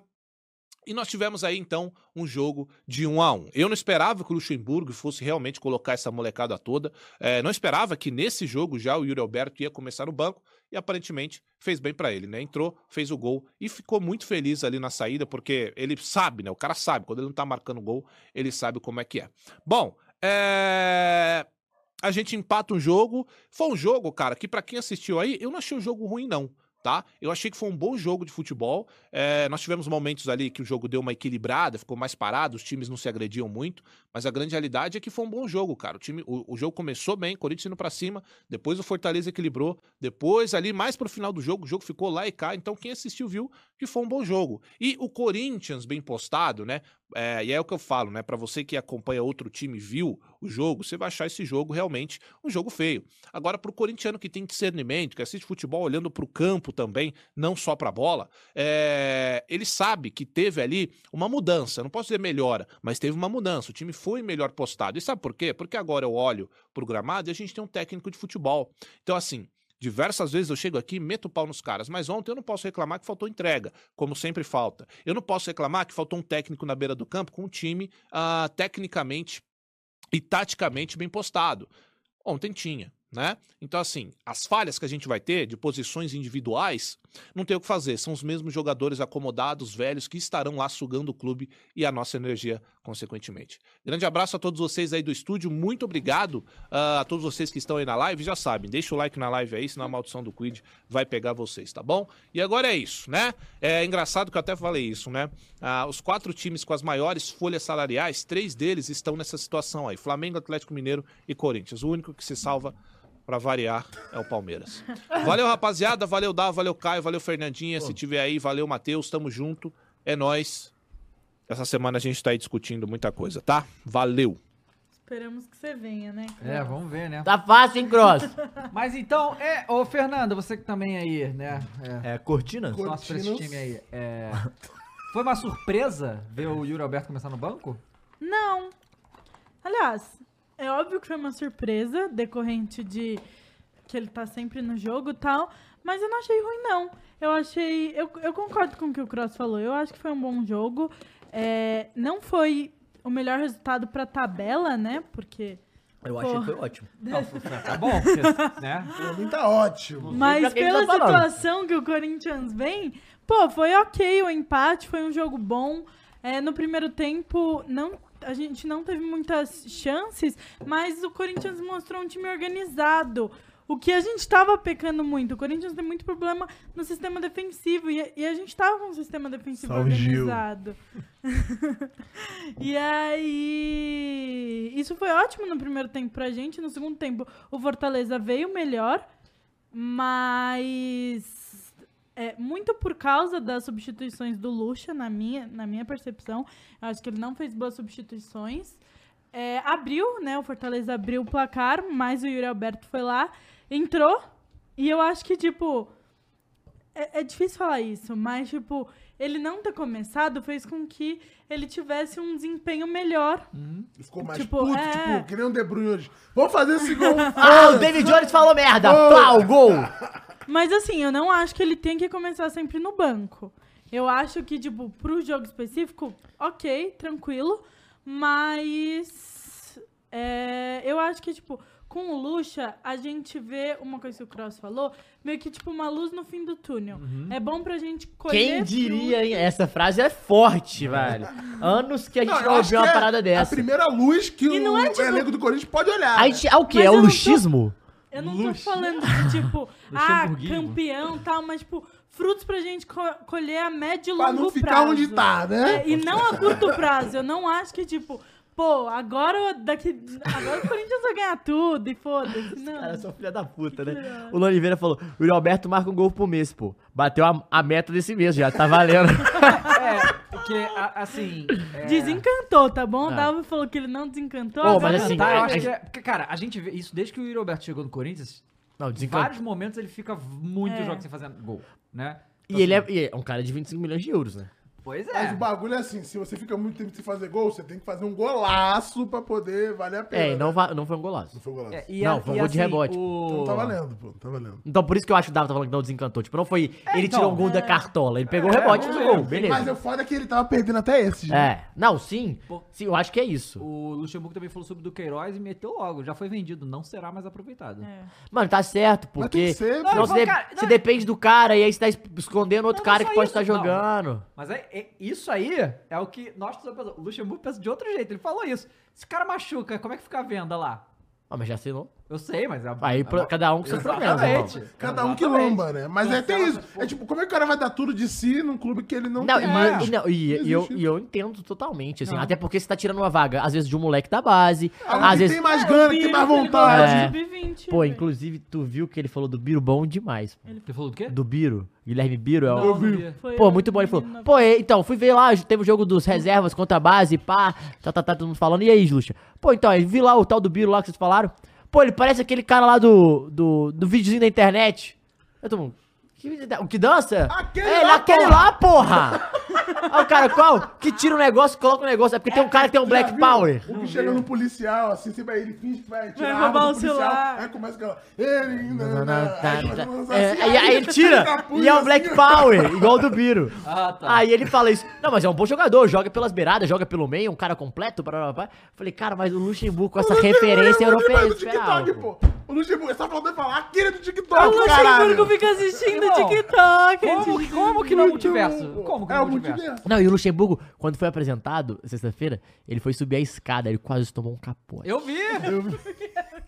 E nós tivemos aí, então, um jogo de 1 a 1 Eu não esperava que o Luxemburgo fosse realmente colocar essa molecada toda. Eh, não esperava que nesse jogo já o Yuri Alberto ia começar no banco. E aparentemente fez bem pra ele, né? Entrou, fez o gol e ficou muito feliz ali na saída, porque ele sabe, né? O cara sabe, quando ele não tá marcando gol, ele sabe como é que é. Bom, eh, a gente empata um jogo. Foi um jogo, cara, que pra quem assistiu aí, eu não achei o jogo ruim, não. Tá? Eu achei que foi um bom jogo de futebol. É, nós tivemos momentos ali que o jogo deu uma equilibrada, ficou mais parado, os times não se agrediam muito, mas a grande realidade é que foi um bom jogo, cara. O, time, o, o jogo começou bem, Corinthians indo pra cima, depois o Fortaleza equilibrou, depois ali mais pro final do jogo, o jogo ficou lá e cá, então quem assistiu viu que foi um bom jogo. E o Corinthians bem postado, né? É, e é o que eu falo, né? Pra você que acompanha outro time e viu o jogo, você vai achar esse jogo realmente um jogo feio. Agora, pro corintiano que tem discernimento, que assiste futebol olhando pro campo também, não só pra bola, é, ele sabe que teve ali uma mudança. Não posso dizer melhora, mas teve uma mudança. O time foi melhor postado. E sabe por quê? Porque agora eu olho pro gramado e a gente tem um técnico de futebol. Então, assim. Diversas vezes eu chego aqui e meto o pau nos caras, mas ontem eu não posso reclamar que faltou entrega, como sempre falta. Eu não posso reclamar que faltou um técnico na beira do campo com um time ah, tecnicamente e taticamente bem postado. Ontem tinha, né? Então, assim, as falhas que a gente vai ter de posições individuais não tem o que fazer. São os mesmos jogadores acomodados, velhos, que estarão lá sugando o clube e a nossa energia, consequentemente. Grande abraço a todos vocês aí do estúdio. Muito obrigado ah, a todos vocês que estão aí na live. Já sabem, deixa o like na live aí, senão a maldição do Quid vai pegar vocês, tá bom? E agora é isso, né? É engraçado que eu até falei isso, né? Ah, os quatro times com as maiores folhas salariais, três deles estão nessa situação aí: Flamengo, Atlético Mineiro e Corinthians. O único que se salva Pra variar, é o Palmeiras. Valeu, rapaziada. Valeu, Dá. Valeu, Caio. Valeu, Fernandinha. Se tiver aí, valeu, Matheus. Tamo junto. É nóis. Essa semana a gente tá aí discutindo muita coisa, tá? Valeu.
Esperamos que você venha, né?
É, vamos ver, né?
Tá fácil, hein, Cross?
Mas então, é, ô Fernando, você que também aí, né? É,
É, cortina?
sócio pra esse
Cortinas.
time aí. é, Foi uma surpresa ver o Yuri Alberto começar no banco?
Não. Aliás, é óbvio que foi uma surpresa decorrente de que ele tá sempre no jogo e tal, mas eu não achei ruim, não. Eu achei. Eu, eu concordo com o que o Cross falou. Eu acho que foi um bom jogo. É, não foi o melhor resultado pra tabela, né? Porque.
Eu achei que foi ótimo.
Não, tá bom, porque, né?
Pra mim tá ótimo.
Mas
pra quem
pela
tá falando.
situação que o Corinthians vem, pô, foi ok o empate, foi um jogo bom. É, no primeiro tempo, não, a gente não teve muitas chances, mas o Corinthians mostrou um time organizado. O que a gente estava pecando muito. O Corinthians tem muito problema no sistema defensivo. E, e a gente tava com um sistema defensivo
Salve, Gil.
organizado. E aí. Isso foi ótimo no primeiro tempo pra gente. No segundo tempo, o Fortaleza veio melhor, mas. É, muito por causa das substituições do Lucha, na minha, na minha percepção. Eu acho que ele não fez boas substituições. É, abriu, né? O Fortaleza abriu o placar, mas o Yuri Alberto foi lá, entrou. E eu acho que, tipo. É, é difícil falar isso, mas, tipo, ele não ter começado fez com que ele tivesse um desempenho melhor.
Ficou mais
Tipo,
puto,
é.
tipo, que nem um De Bruyne hoje. Vamos fazer esse gol.
Ah, o David Jones falou merda! Pau, gol!
Mas, assim, eu não acho que ele tem que começar sempre no banco. Eu acho que, tipo, pro jogo específico, ok, tranquilo. Mas. é, eu acho que, tipo, com o Lucha, a gente vê uma coisa que o Cross falou, meio que, tipo, uma luz no fim do túnel. É bom pra gente colher.
Quem diria, hein? Essa frase é forte, velho. Anos que a gente
Não,
não,
eu acho
ouviu uma
que é
parada
A
dessa.
primeira luz que
E não
o
é, tipo-
elenco do Corinthians pode olhar. né?
A gente, é o quê?
Mas
É
eu
o
não tô-
luxismo?
Eu não tô falando de, tipo, ah,
Luxemburguismo.
campeão e tal, mas, tipo, frutos pra gente co- colher a médio e
pra
longo
não
prazo.
ficar onde tá, né?
É, e não a curto prazo. Eu não acho que, tipo, pô, agora daqui. Agora o Corinthians vai ganhar tudo e foda-se. Não.
Cara, eu sou filha da puta,
Ah. Que
né?
legal.
O Luan Oliveira falou: o Yuri Alberto marca um gol por mês, pô. Bateu a, a meta desse mês já, tá valendo.
É, porque, a- assim. é,
Desencantou, tá bom? O
Ah.
Dalva falou que ele não desencantou.
Ô,
agora
mas assim,
não
Tá, eu
vai.
acho
é-
que é, porque, cara, a gente vê isso desde que o Yuri Alberto chegou no Corinthians.
não,
Em
desencanto.
vários momentos ele fica muitos
É.
jogos sem fazer gol, né?
E ele é, e é um cara de 25 milhões de euros, né?
Pois
Mas
é.
o bagulho é assim, se você fica muito tempo sem fazer gol, você tem que fazer um golaço pra poder valer a pena.
É, e não,
né?
va- não foi um golaço.
Não foi um golaço.
É, e
Não,
a-
foi
e
gol de rebote.
o-
Não tá valendo, pô. Não tá valendo.
Então por isso que eu acho que o Dava tá falando que não desencantou. Tipo, não foi. ele
então,
tirou um gol da cartola, ele pegou o rebote e fez o gol, beleza.
Mas o foda é que ele tava perdendo até né? esse. gente.
É, não, sim. Sim, eu acho que é isso.
O Luxemburgo também falou sobre o do Queiroz e meteu logo. Já foi vendido, não será mais aproveitado. né?
É.
Mano, tá certo,
Mas tem
porque
que ser,
senão
pô.
você,
Não, cara,
você
não.
depende do cara e aí você tá es- escondendo outro
Não,
cara
mas
que
só
pode
isso,
estar
não.
jogando.
Mas é, é- isso aí é o que nós precisamos pensar. O Luxemburgo pensa de outro jeito. Ele falou isso. Esse cara machuca, como é que fica a venda lá?
Ah, mas já assinou.
Eu sei, mas é
Aí pra- cada um com seus problemas, irmão.
Exatamente.
Cada um que
Exatamente.
lomba, né? Mas é até isso. É tipo, como é que o cara vai dar tudo de si num clube que ele não,
Não,
tem?
e, e
É.
não, e-
Não
e eu,
existe.
e eu entendo totalmente, assim.
Não.
Às Até porque você tá tirando uma vaga, às vezes, de um moleque da base.
Ah,
às
que
vezes.
tem mais gana, que tem mais vontade.
É.
Sub-20,
Pô,
velho.
inclusive, tu viu que ele falou do Biro bom demais. pô.
Ele falou do quê?
Do Biro. Guilherme Biro é o.
Não, não vi.
Foi
Pô,
o
muito bom. Ele
menino
falou,
na-
pô, e- então, fui ver lá, teve o jogo dos reservas contra a base, pá, tá, tá, tá, todo mundo falando. E aí, Luxa? Pô, então, aí vi lá o tal do Biro lá que vocês falaram. Pô, ele parece aquele cara lá do, do, do videozinho da internet. Eu todo mundo, que vídeo da- O que dança?
Aquele
é, ele,
lá,
aquele
porra.
lá, porra! Aí o cara, qual? Que tira um negócio, coloca um negócio. É porque tem um cara que tem um
Já
Black
viu?
Power.
O que chega no policial, assim, sempre aí ele finge que vai tirar
Vai
a arma
roubar
do
o
policial,
celular.
Aí começa aquela... Ele... assim,
Não, não, tá, tá.
não,
É, aí, aí ele tira e
assim.
é um Black Power, igual o do Biro.
Ah, tá.
Aí ele fala isso. Não, mas é um bom jogador, joga pelas beiradas, joga pelo meio, um cara completo. Blá, blá, blá. Falei, cara, mas o Luxemburgo com essa referência europeia.
do
espera
é TikTok,
algo.
pô. O Luxemburgo, essa falta de falar aquele do
O
TikTok,
Luxemburgo
caralho.
fica assistindo
Irmão,
TikTok.
Como,
gente.
como que não é
Muito
multiverso?
bom, pô.
Como que
É
não
o multiverso.
Não, e o Luxemburgo, quando foi apresentado, sexta-feira, ele foi subir a escada, ele quase tomou um capote.
Eu vi!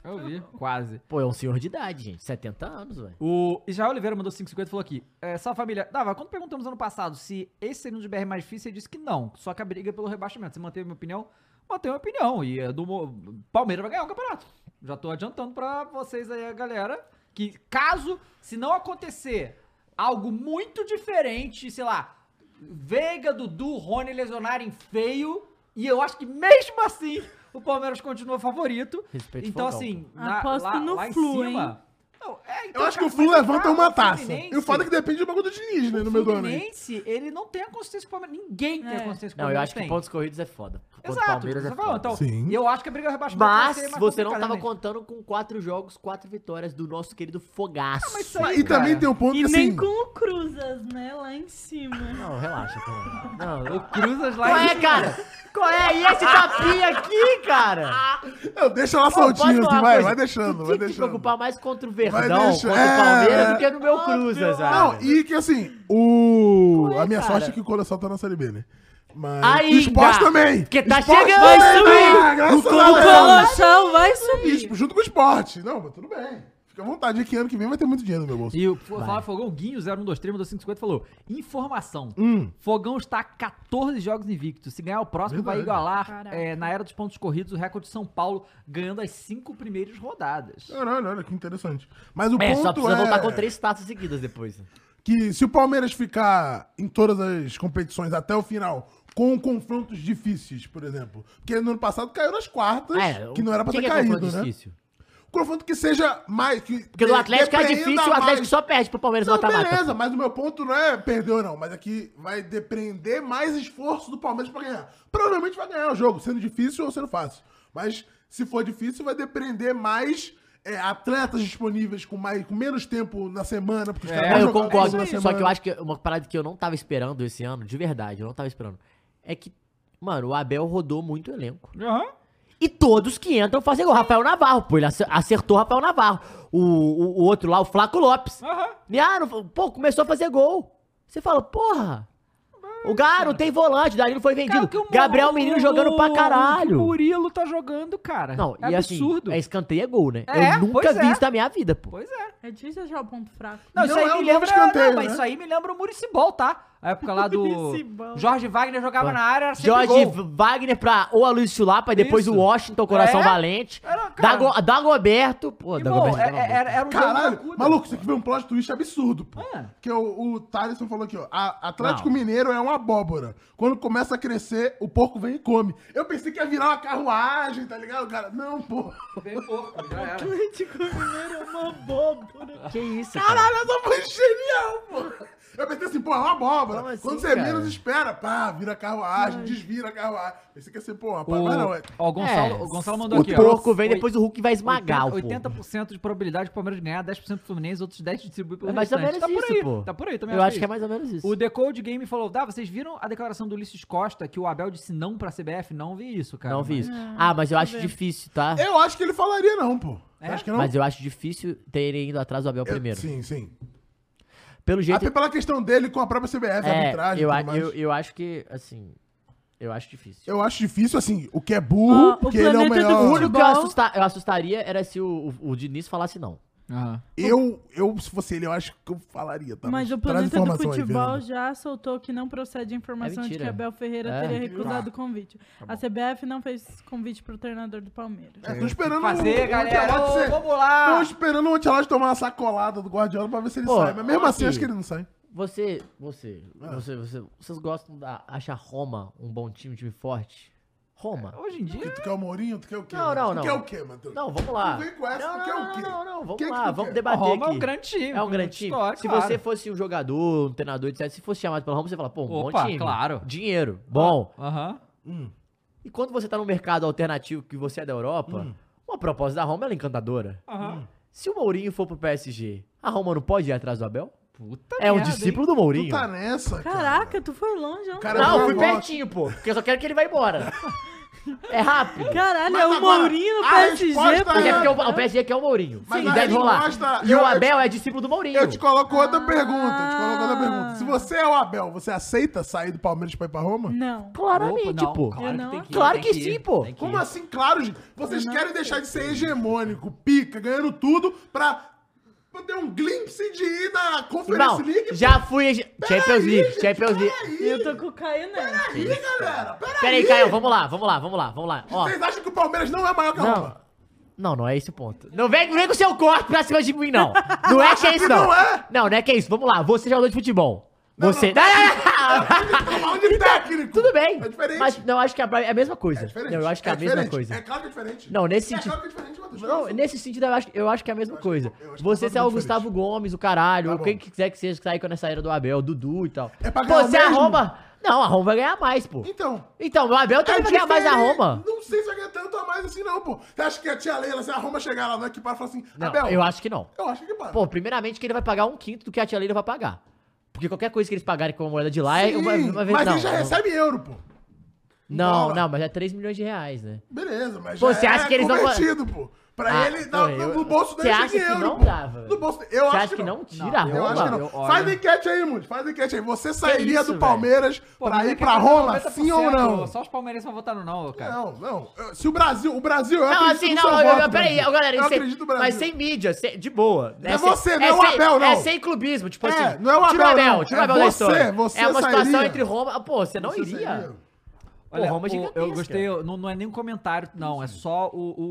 Eu vi, quase.
Pô, é um senhor de idade, gente, 70 anos, velho.
O Israel Oliveira mandou 550 e falou aqui: é, Salve família. Dava, quando perguntamos ano passado se esse seria um dos BR mais difíceis, ele disse que não. Só que a briga é pelo rebaixamento. Você manteve a minha opinião? Manteve a minha opinião. E é do Mo- Palmeiras vai ganhar o campeonato. Já tô adiantando pra vocês aí, a galera, que caso, se não acontecer algo muito diferente, sei lá, Veiga, Dudu, Rony lesionarem feio, e eu acho que mesmo assim o Palmeiras continua favorito.
Respeito
então,
Ah,
Fogão,
assim,
Aposto no
em
Flu,
cima, Não, é, então,
Eu acho que
cara,
o Flu
mas
levanta
cara,
uma taça.
Fluminense-
E o foda é que depende do bagulho do Diniz, né, no meu
O
do ano. aí.
Fluminense, ele não tem a consciência que o Palmeiras. Ninguém tem a
É.
consciência que o
Não, eu
Palmeiras
acho que
tem.
pontos corridos é foda. Contra o
Exato,
Palmeiras
você
é
falou,
foda.
então,
Sim.
E eu acho que a briga ao rebaixamento vai
Mas
ser mais
você não
complicada,
tava
né?
contando com quatro jogos, quatro vitórias do nosso querido Fogaço.
Mas isso
Mas-
aí,
E também
cara.
tem o ponto
E
que,
nem
assim...
com o Cruzas, né? Lá em
é-
cima.
Não, relaxa, cara. Não, eu...
Cruzas lá
Qual
em
é, cara? Qual é? E esse tapinha aqui, cara?
Não, deixa lá
Ah, Pô,
soltinho,
pode falar
assim,
uma
vai,
coisa.
vai deixando, vai
Tem que se
deixando.
preocupar mais contra o
Vai
Verdão,
deixar-
contra o
é.
Palmeiras, do que no meu Cruzas,
Não,
cara.
e que assim, o.
Qual é,
a minha
cara?
sorte é que o Colossal tá na série B, né? Mas.
Ainda.
o esporte também!
Porque tá
Esporte
chegando,
também,
vai subir.
tá? Graças
O
a
Colo-
Deus.
Colossal vai subir.
Isso, junto com o esporte. Não, mas tudo bem. Fica à vontade, é que ano que vem vai ter muito dinheiro no meu bolso.
E o Flávio Fogão, o Guinho, 0123, mandou 550 falou: Informação.
Hum.
Fogão está a 14 jogos invictos. Se ganhar o próximo, vai
Verdade.
igualar
Caraca.
eh, na era dos pontos corridos o recorde de São Paulo, ganhando as cinco primeiras rodadas.
Caralho, olha que interessante. Mas o
É,
ponto
só precisa
é
voltar com três taças seguidas depois.
que se o Palmeiras ficar em todas as competições até o final com confrontos difíceis, por exemplo. Porque no ano passado caiu nas quartas,
É,
que não era pra
quem
ter
que é
caído,
confronto
né?
difícil?
Confronto que seja mais... Que
Porque do Atlético é
depreenda
difícil, o Atlético
mais.
só perde pro Palmeiras
Não,
matar-mata.
beleza, mas o meu ponto não é perder ou não, mas é que vai depender mais esforço do Palmeiras pra ganhar. Provavelmente vai ganhar o jogo, sendo difícil ou sendo fácil. Mas se for difícil, vai depender mais é, atletas disponíveis com, mais, com menos tempo na semana, porque os
É,
vão
eu
jogar
concordo.
mais na
só
semana.
que eu acho que uma parada que eu não tava esperando esse ano, de verdade, eu não tava esperando, é que, mano, o Abel rodou muito o elenco. E todos que entram fazem gol. Rafael Navarro, pô, ele ace- acertou o Rafael Navarro. O, o, o outro lá, o Flaco Lopes. E, ah, não- pô, começou a fazer gol. Você fala, porra. O Garo não tem volante, o Danilo foi
Cara,
vendido.
que o
Gabriel
Mu-
Menino jogando pra
o-
caralho.
O Murilo tá jogando, cara.
Não,
é
e
absurdo.
assim, é escanteio é gol, né?
É,
eu nunca
pois
vi
é.
isso na minha vida, pô.
Pois é.
É difícil achar o ponto fraco.
Não, isso
Não
aí
é
me
um novo
lembra.
escanteio,
não, mas
né?
isso aí me lembra o Muricibol, tá? A época lá do.
Muricibol.
Jorge Wagner jogava na área, era sempre
Jorge
gol.
Wagner pra ou a Luiz Chulapa, depois
Ah, Isso.
o Washington, Coração
É?
Valente.
Era, cara.
Dago- Dagoberto. Pô,
Irmão,
Dagoberto.
é-
Dagoberto.
era, era um jogo
Caralho,
cracudo.
maluco, isso aqui foi um plot twist absurdo, pô.
Ah.
Que é o, o Thaleson falou aqui, ó. "A- Atlético
É. Não.
Mineiro é uma abóbora. Quando começa a crescer, o porco vem e come. Eu pensei que ia virar uma carruagem, tá ligado, cara? Não, pô.
Bem pouco, já era.
Atlético Mineiro é uma abóbora.
Que isso, cara.
Caralho, essa foi genial, pô! Eu pensei assim, pô, é uma abóbora.
Como assim,
Quando você
cara?
menos espera, pá, vira carruagem, desvira a carruagem. Pensei que ia ser, pô, uma pá,
O,
mas não, é.
ó, o Gonçalo,
É,
o Gonçalo mandou
O
aqui,
porco
ó.
vem,
Oi-
depois o Hulk vai esmagar o
80%,
porco.
80% de probabilidade do Palmeiras ganhar, 10% do Fluminense, outros 10% distribui pelo
É mais ou
restante.
menos
tá
isso,
por aí,
pô.
Tá por aí também.
Eu acho que é mais ou menos isso.
O The Code Game falou, Dá, vocês viram a declaração do Ulisses Costa que o Abel disse não pra CBF? Não vi isso, cara.
Não vi
mas-
isso. Ah, mas eu acho difícil, tá?
Eu acho que ele falaria não, pô.
É?
Acho que não.
Mas eu acho difícil terem ido atrás do Abel
Eu-
primeiro.
Sim, sim.
Pelo jeito...
Até pela questão dele com a própria CBF,
É,
arbitragem
eu,
e
a-
tudo mais.
eu, eu acho que, assim... Eu acho difícil.
Eu acho difícil, assim, o que é burro,
Ah, o
porque ele é o
planeta do
O
melhor.
único
Futebol.
que eu, assusta- eu assustaria era se o, o, o Diniz falasse não.
Aham.
Eu, eu, se fosse ele, eu acho que eu falaria, tá?
Mas o
traz
Planeta do
informação aí,
Futebol
Fernando.
já soltou que não procede a informação
É
de que
mentira.
Abel Ferreira
É.
teria
Tá.
recusado o convite. a CBF não fez convite pro treinador do Palmeiras.
É, tô esperando
Fazer, galera.
Ancelotti
Ô,
ser-
vamos lá.
Tô esperando o Antelote tomar uma sacolada do Guardiola pra ver se ele
Pô,
sai. Mas mesmo assim,
aqui.
acho que ele não sai.
Você, você,
Ah.
você, você, vocês gostam da achar Roma um bom time, um time forte? Roma?
Hoje em
Que
dia...
Tu quer o Mourinho? Tu quer o quê?
Não, não,
Matheus?
não.
Tu quer o quê, Matheus?
Não, vamos lá.
Não vem com essa,
não,
tu quer
não,
o quê?
não, não, não, vamos
Que que
lá,
tu
vamos
quer?
A
debater
Roma
aqui.
é um grande time.
É um grande time.
história,
se
claro.
você fosse um jogador, um treinador, etc., se fosse chamado pela Roma, você fala, pô, um bom
Opa,
time.
claro.
Dinheiro, bom.
Aham.
E quando você tá no mercado alternativo que você é da Europa,
Hum.
uma proposta da Roma ela é encantadora.
Aham.
Se o Mourinho for pro PSG, a Roma não pode ir atrás do Abel?
Puta
É um
merda, hein?
discípulo do
Tu
Mourinho.
tá nessa, cara.
Caraca, tu foi longe, não?
Cara,
Não, eu fui
Eu gosto.
pertinho, pô. Porque eu só quero que ele vá embora. É rápido.
Caralho,
Mas
é o
agora,
Mourinho no
a
PSG,
resposta
pô.
Porque é
é-
porque o, o PSG quer o Mourinho.
Mas
Sim,
a
deve rolar.
resposta-
E
eu-
o
eu
Abel é discípulo do Mourinho.
Eu te coloco outra
Ah.
pergunta. Eu te coloco outra pergunta. Se você é o Abel, você aceita sair do Palmeiras pra ir pra Roma?
Não.
Opa,
Claramente,
não,
pô.
Claro que,
Eu
tem
não.
que ir,
Claro
tem
que
ir,
sim, pô.
tem que
Como
ir.
assim? Claro, gente. Vocês querem deixar de ser hegemônico, pica, ganhando tudo, pra pra ter um glimpse de ir na Conference
Não,
League.
já fui. a- Champions League, Champions League.
Peraí,
E eu tô com o Caio Neto.
peraí, galera. Peraí.
Pera aí, Caio, vamos lá, vamos lá, vamos lá, vamos lá. Ó,
Vocês acham que o Palmeiras não é maior que a
não.
Roma?
Não, não é esse o ponto. Não vem, não vem com o seu corte pra cima de mim, não. Não é que é
que
isso, não.
não é?
Não, não é que é isso. Vamos lá, você é jogador de futebol. Você.
Mal é de técnico.
Tudo bem.
É diferente.
Mas não, acho que é pra- é a mesma coisa.
É diferente.
não, eu acho que é, a mesma
diferente.
coisa.
É claro que é diferente.
Não, nesse
É
sentido-
claro que é diferente, Matheus.
Não,
Não,
nesse sentido, eu acho, eu acho que é a mesma
acho
coisa.
que- eu acho que
Você
é
se é o
totalmente
Gustavo Gomes, o caralho,
Tá
ou
bom.
quem que quiser que seja que tá aí com essa era do Abel, o Dudu e tal.
É pra
pô,
ganhar
você
mesmo?
arromba. Não, a Roma vai ganhar mais, pô.
Então.
Então, o Abel também vai ganhar mais a
diferente.
Roma.
Não sei se vai ganhar tanto a mais assim, não, pô. Você acha que a tia Leila, se a Roma chegar lá no equipar e falar assim,
Não,
Abel,
eu acho que não.
eu acho que para.
Pô, primeiramente que ele vai pagar um quinto do que a Tia Leila vai pagar. Porque qualquer coisa que eles pagarem com a moeda de lá é uma,
Sim,
uma vez.
mas
não,
ele já
não,
recebe euro, pô.
Não,
dólar.
não, mas é 3 milhões de reais, né?
Beleza, mas
Pô,
já é
você acha que eles não-
convertido, pô. Pra
Ah,
ele, não,
pô,
no,
eu-
no bolso dele
você
tinha
acha que
dinheiro,
não
pô.
dá, velho?
No bolso Eu
Você
acho
acha que não tira a
Eu acho que
Roma?
não.
olha-
Faz a enquete aí, Mude. Faz a enquete aí. Você sairia
isso,
do
velho?
Palmeiras
Pô,
pra
mas é
ir
que
pra
é
Roma,
90%,
sim ou não?
Só os palmeirenses vão votar no não, cara.
Não, não. Eu- Se o Brasil. O Brasil. eu
Não,
acredito
assim,
no
não,
seu
eu, eu,
voto,
peraí,
Brasil.
galera,
eu
sem-
acredito no Brasil.
mas sem mídia, sem- de boa. né?
É
sem-
você, não é o
sem-
Abel, não.
É sem clubismo, tipo
É,
assim.
não é o
tira
Abel, não.
tira o
É
Abel da
você,
história.
você
é uma situação
sairia.
entre Roma. Pô, você não
Você
iria.
sairia?
Pô, Roma é
o-
gigantesca.
eu gostei, eu- não, não é nem um comentário, não, é só o, o,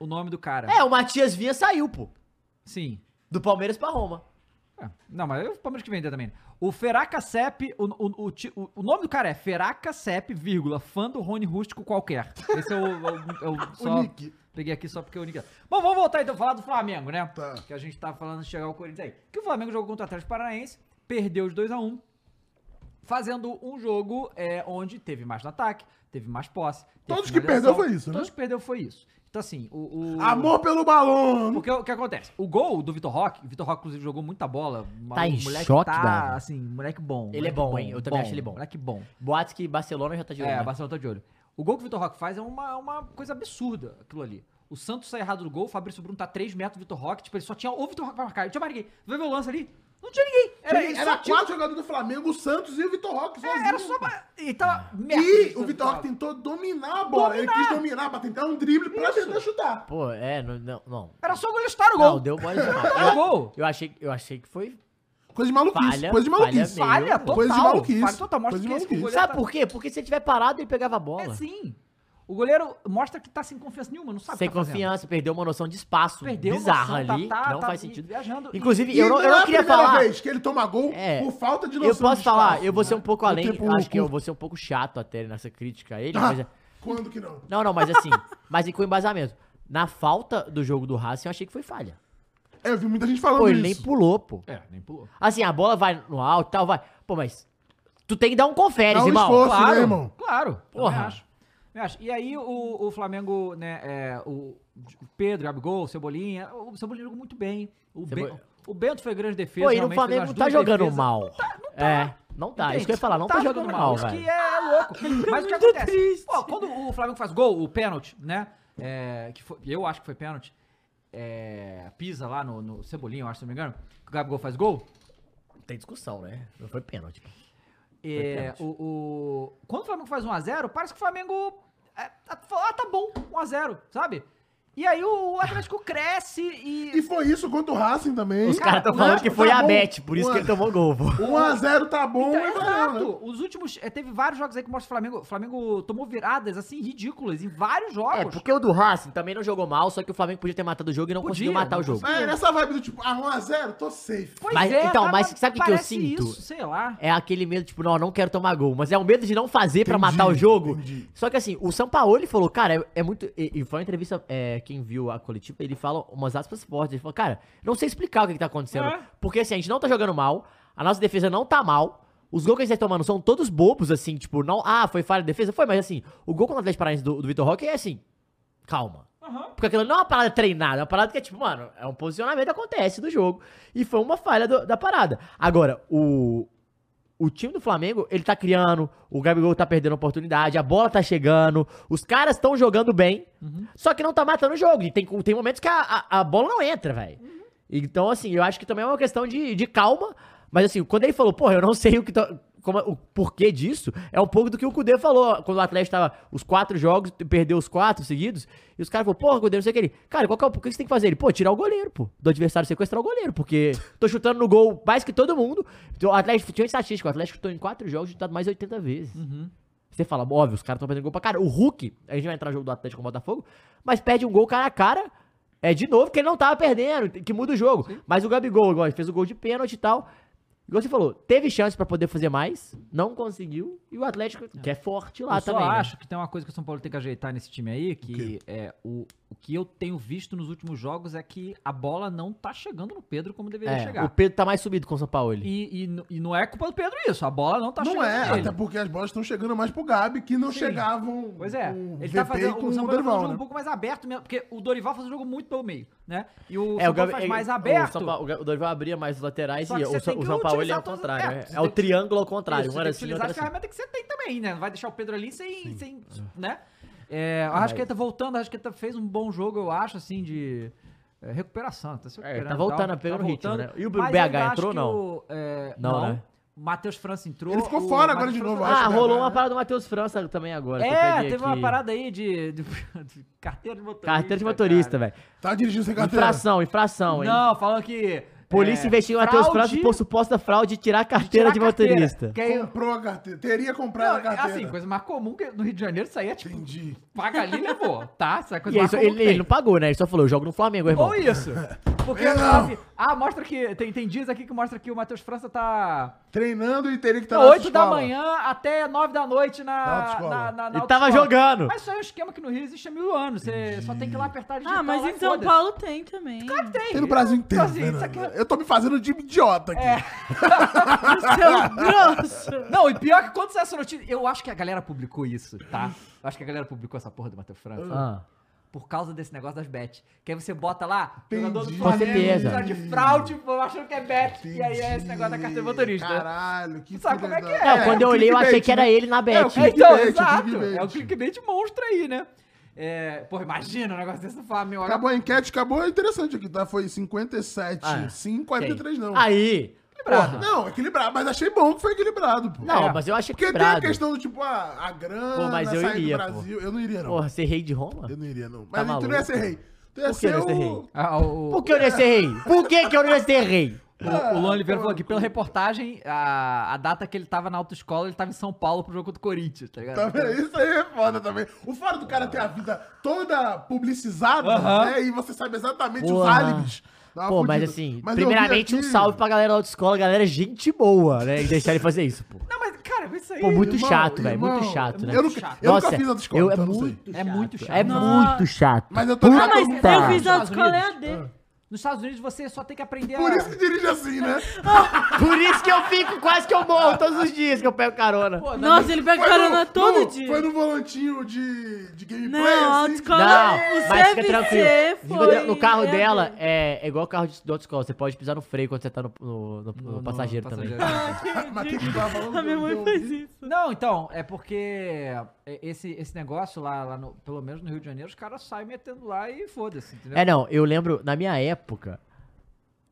o, o nome do cara.
É, o Matias Vinha saiu, pô.
Sim.
Do Palmeiras pra Roma.
É, Não, mas eu Palmeiras que vender também. O Feraca Cep, o, o, o ti- o- o nome do cara é Feraca Cep, vírgula, fã do Rony Rústico qualquer. Esse é o. Eu, só
nick.
peguei aqui só porque é o Nick. Bom, vamos voltar então a falar do Flamengo, né?
Tá.
Que a gente tá falando de chegar ao Corinthians aí. Que o Flamengo jogou contra o Atlético Paranaense, perdeu os 2 a 1 fazendo um jogo é, onde teve mais no ataque, teve mais posse. teve
Todos que
finalização,
perdeu foi isso, né?
Todos que perdeu foi isso. Então, assim, o. o-
Amor pelo balão.
porque o que acontece? O gol do Vitor Roque, o Vitor Roque, inclusive, jogou muita bola.
Tá
o
em choque,
tá,
Dava.
assim, moleque bom.
Ele é
moleque
bom, hein? Eu também acho ele bom.
Moleque bom.
Boatos que Barcelona já tá de olho.
é,
né?
a Barcelona tá de olho. O gol que o Vitor Roque faz é uma, uma coisa absurda, aquilo ali. O Santos sai errado do gol, o Fabrício Bruno tá 3 metros do Vitor Roque, tipo, ele só tinha o Vitor Roque pra marcar. Eu tinha marquei. Vê meu lance ali? Não tinha ninguém. Era, ele
Era,
só tinha-
quatro jogadores do Flamengo, o Santos e o Vitor Roque sozinho.
é, era só. uma- Ele
Ah.
tava.
E o Vitor Roque tentou dominar a bola. Ele quis dominar pra tentar um drible pra tentar chutar.
Pô, é, não. Não, não.
Era só golear o gol.
não deu mole demais.
Era
Eu-
gol.
Eu achei, eu achei que foi.
Coisa de maluquice.
Falha,
coisa de maluquice.
Falha
falha Coisa
total.
de maluquice.
Falha total. Mostra
Coisa de
que esse
maluquice.
goleiro
Sabe
tá-
por quê? Porque se ele tiver parado, ele pegava a bola.
É sim. O goleiro mostra que tá sem confiança nenhuma, não sabe o
Sem
que tá fazendo.
confiança, perdeu uma noção de espaço
Perdeu
bizarra
noção, tá-
ali,
tá-
que não
tá
faz
vi-
sentido.
viajando.
Inclusive,
E
eu não, eu
é
não
a
queria
primeira
falar.
vez que ele toma gol
É.
por falta de noção
Eu posso
de
falar,
espaço,
eu vou
né?
ser um pouco
No
além,
tempo
acho que eu
curto.
vou ser um pouco chato até nessa crítica a ele,
Ah,
mas é-
Quando que não?
Não, não, mas assim, mas e com embasamento. Na falta do jogo do Racing, eu achei que foi falha.
É, eu vi muita gente falando
Pô, ele nem
isso.
pulou, pô.
É, nem pulou.
Assim, a bola vai no alto e tal, vai. Pô, mas tu tem que dar um confere,
Dá um
irmão.
esforço,
Claro,
né, irmão?
claro.
Porra.
Eu acho. Eu acho. E aí o, o Flamengo, né, é, o Pedro, Gabigol, Cebolinha, o Cebolinha jogou muito bem. O,
Cebo-
Ben- o Bento foi grande defesa.
Pô, e o
realmente, fez
Flamengo
umas
não tá
duas
jogando
defesas. tá,
mal. É, não tá. Isso que eu ia falar, não tá, jogando, mal,
Isso
velho.
que é louco. Mas o que acontece? Pô, quando o Flamengo faz gol, o pênalti, né? é, que foi- eu acho que foi pênalti. é, pisa lá no, no Cebolinha, eu acho, se não me engano. Que o Gabigol faz gol.
Tem discussão, né? Não foi pênalti.
É,
pênalti.
o, o- Quando o Flamengo faz 1x0, parece que o Flamengo. é, tá- fala, ah, tá bom, 1x0, sabe? E aí o, o Atlético cresce e.
E foi isso contra o Racing também.
Os caras tão
o
falando
Nacho
que foi
tá
a
bom.
Bet, por isso que ele tomou gol, pô.
1x0 tá
um
bom,
Então,
mas valeu, né?
exato! Os últimos. é, teve vários jogos aí que mostra o Flamengo. O Flamengo tomou viradas assim ridículas em vários
Tá
É,
jogos.
porque o do Racing também não jogou mal, só que o Flamengo podia ter matado o jogo e não
Podia,
conseguiu matar
não
o jogo.
Mas nessa vibe do tipo, ah, 1x0, tô safe.
Pois é, tá,
Mas, então, mas sabe o que eu
parece
sinto?
Isso, sei lá.
É aquele medo, tipo, não, eu não quero tomar gol. Mas é o medo de não fazer pra matar o jogo. Só que assim, o Sampaoli falou, cara, é- é muito. E, e foi uma entrevista, é, quem viu a coletiva, ele fala umas aspas fortes. Ele falou, cara, não sei explicar o que, que tá acontecendo.
É.
Porque assim, a gente não tá jogando mal, a nossa defesa não tá mal. Os gols que a gente tá tomando são todos bobos, assim, tipo, não. Ah, foi falha de defesa? Foi, mas assim, o gol contra o Atlético Paranaense do, do Vitor Roque é assim, calma. Porque aquilo não é uma parada treinada, é uma parada que é tipo, mano, é um posicionamento que acontece do jogo. E foi uma falha do- da parada. Agora, o, o time do Flamengo, ele tá criando, o Gabigol tá perdendo oportunidade, a bola tá chegando, os caras estão jogando bem, só que não tá matando o jogo. E tem, tem momentos que a, a, a bola não entra, velho. Então, assim, eu acho que também é uma questão de, de calma. Mas, assim, quando ele falou, porra, eu não sei o que tá- como é- o porquê disso, é um pouco do que o Cudê falou quando o Atlético tava os quatro jogos, perdeu os quatro seguidos, e os caras falaram, porra, Cudê, não sei o que ele. Cara, qual que é o, o que você tem que fazer? Ele, pô, tirar o goleiro, pô, do adversário sequestrar o goleiro, porque tô chutando no gol mais que todo mundo. Então, O Atlético tinha uma estatística, o Atlético chutou em quatro jogos, chutado mais 80 vezes.
Uhum.
Você fala, óbvio, os caras estão perdendo gol pra cara. O Hulk, a gente vai entrar no jogo do Atlético com o Botafogo, mas perde um gol cara a cara. É de novo que ele não tava perdendo, que muda o jogo. Mas o Gabigol, igual, ele fez o gol de pênalti e tal. Igual você falou, teve chance pra poder fazer mais, não conseguiu, e o Atlético, que é forte lá
eu
também.
só
né?
acho que tem uma coisa que o São Paulo tem que ajeitar nesse time aí, que é o, o que eu tenho visto nos últimos jogos é que a bola não tá chegando no Pedro como deveria
É,
chegar.
o Pedro tá mais subido com o São Paulo.
E, e n- e não é culpa do Pedro isso, a bola não tá
não
chegando
é,
nele.
até porque as bolas estão chegando mais pro Gabi, que não chegavam.
Pois é,
com o
ele tá
VP
fazendo
com
o São Paulo tá fazendo um
o Dorival,
jogo
né?
um pouco mais aberto mesmo, porque o Dorival faz um jogo muito pelo meio, né? E o
É,
São Paulo
o, Gabi,
faz
é,
mais
O,
aberto.
São Paulo- o Ga- o Dorival abria mais os laterais
Só
e
que
o,
você
Sa-
tem
o
que
São Paulo ele é
utilizar
o
todos os-
contrário.
é,
É,
você
é o
tem que-
triângulo ao contrário.
Isso,
um era
tem que
assim, o
utilizar
outro era
as
assim.
ferramentas que você tem também, né? Não vai deixar o Pedro ali sem. sem né? É, a Rasqueta voltando, a Rasqueta fez um bom jogo, eu acho, assim, de. é, recuperação, tá se
É, tá
recuperando e
voltando
tal,
a pegar
tá
o ritmo,
voltando.
né? E o
Mas
BH
eu acho
entrou,
que
não?
o, é,
Não,
não,
né?
O Matheus França entrou.
Ele ficou
o
fora agora
Matheus
de
França-
novo, eu acho.
Ah,
que
rolou
agora-
uma parada do Matheus França também agora. que eu
né? É,
peguei
teve uma
aqui.
parada aí de, de- de carteira de motorista.
Carteira de motorista,
cara.
velho.
Tá dirigindo sem carteira.
Infração, infração, hein?
Não, falando que. é,
é,
Polícia investiu em Matheus França por suposta fraude de tirar a carteira de, motorista.
Que aí,
Comprou a carteira. Teria comprado
não,
a carteira.
assim, coisa mais comum que no Rio de Janeiro saía, tipo,
Entendi.
paga ali e levou, tá? Isso é a coisa
E aí,
mais
só-
comum
ele,
que tem.
ele não pagou, né? Ele só falou, eu jogo no Flamengo, irmão.
Ou isso. Porque
Não.
sabe, Ah, mostra que. Tem, tem dias aqui que mostra que o Matheus França tá.
Treinando e teria que estar
tá 8 da manhã até 9 da noite
Na
na.
autoescola.
na, na, na
Ele tava
autoescola.
jogando.
Mas isso aí é um esquema que no Rio existe há mil anos. Você só tem que ir lá apertar digital.
Ah, mas
lá e
em São
foda-se.
Paulo tem também.
Claro que tem.
Tem no Brasil inteiro. né?
Assim, isso
Fernando.
aqui é-
Eu tô me fazendo de idiota aqui.
Seu grosso.
Não, e pior que quando saiu essa notícia. Eu acho que a galera publicou isso, tá? Eu acho que a galera publicou essa porra do Matheus França.
Ah.
Por causa desse negócio das bets. Que aí você bota lá,
Entendi.
jogador do
Com
Flamengo,
certeza.
tá de fraude, pô, achando que é bet. E aí é esse
Entendi.
negócio da carteira de motorista. né?
Caralho, que
Sabe
filha
como é
da-
que é?
Não, quando eu
o
olhei, eu achei
clickbait,
que era
né?
ele na
É, o
bet.
É,
clickbait,
então,
é o
exato.
clickbait.
É o clickbait monstro aí, né? É, porra, imagina um negócio desse no Flamengo. Olha,
Acabou a enquete, acabou. É interessante aqui, tá? Foi 57,
Ah,
5, 43 não.
Aí.
equilibrado.
Não, equilibrado. Mas achei bom que foi equilibrado, pô.
É.
Não, mas eu achei
É. Porque tem a
quebrado.
questão do tipo, ah, a grana,
Pô, mas eu
sair
iria,
do Brasil. Eu não iria, não.
Porra, ser rei de Roma?
Eu não iria, não. Mas tu não
maluco?
ia ser rei. Tu ia
Por que
ser
não ia ser
o...
rei?
Ah, o,
Por
o,
que eu não ia ser rei? Por que, que eu não ia ser rei?
o Luan Oliveira falou aqui, pela reportagem, a, a data que ele tava na autoescola, ele tava em São Paulo pro jogo do Corinthians, tá ligado?
Tá vendo? Isso aí é foda também. O fora do cara é ter a vida toda publicizada, né? E você sabe exatamente os
Porra.
álibis. Dá uma
Pô, mas
fudida.
assim,
Mas eu vi
primeiramente um
aqui-
salve pra galera da autoescola, galera é gente boa, né? E deixar ele fazer isso, pô.
Não, mas, cara, isso aí...
Pô, muito
irmão,
chato, velho, muito
irmão,
chato, né?
Eu nunca, eu nunca
Nossa,
fiz autoescola,
eu-
então
é
não sei.
muito
É muito chato.
É muito chato.
Mas eu tô
Ah, mas
Puta.
eu fiz a
Estados
escola
Unidos.
EAD.
Nos Estados Unidos você só tem que aprender
Por
a...
isso que dirige assim, né?
Por isso que eu fico, quase que eu morro todos os dias que eu pego carona.
Pô, na
Nossa, ele pega
é
carona todo
Ah. no,
dia.
Foi no volantinho de, de gameplay,
Não, a
assim.
autoescola, o
mas fica
CFC foi...
tranquilo. No carro
EAD.
dela, é, é igual o carro de, da autoescola, você pode pisar no freio quando você tá no, no- no- no
no- no
passageiro, também.
né?
Mas o que que tu tava falando?
A minha mãe
Eu-
fez isso.
Não, então, é porque é, esse, esse negócio lá, lá no- pelo menos no Rio de Janeiro, os caras saem metendo lá e foda-se, entendeu?
É, não, eu lembro, na minha época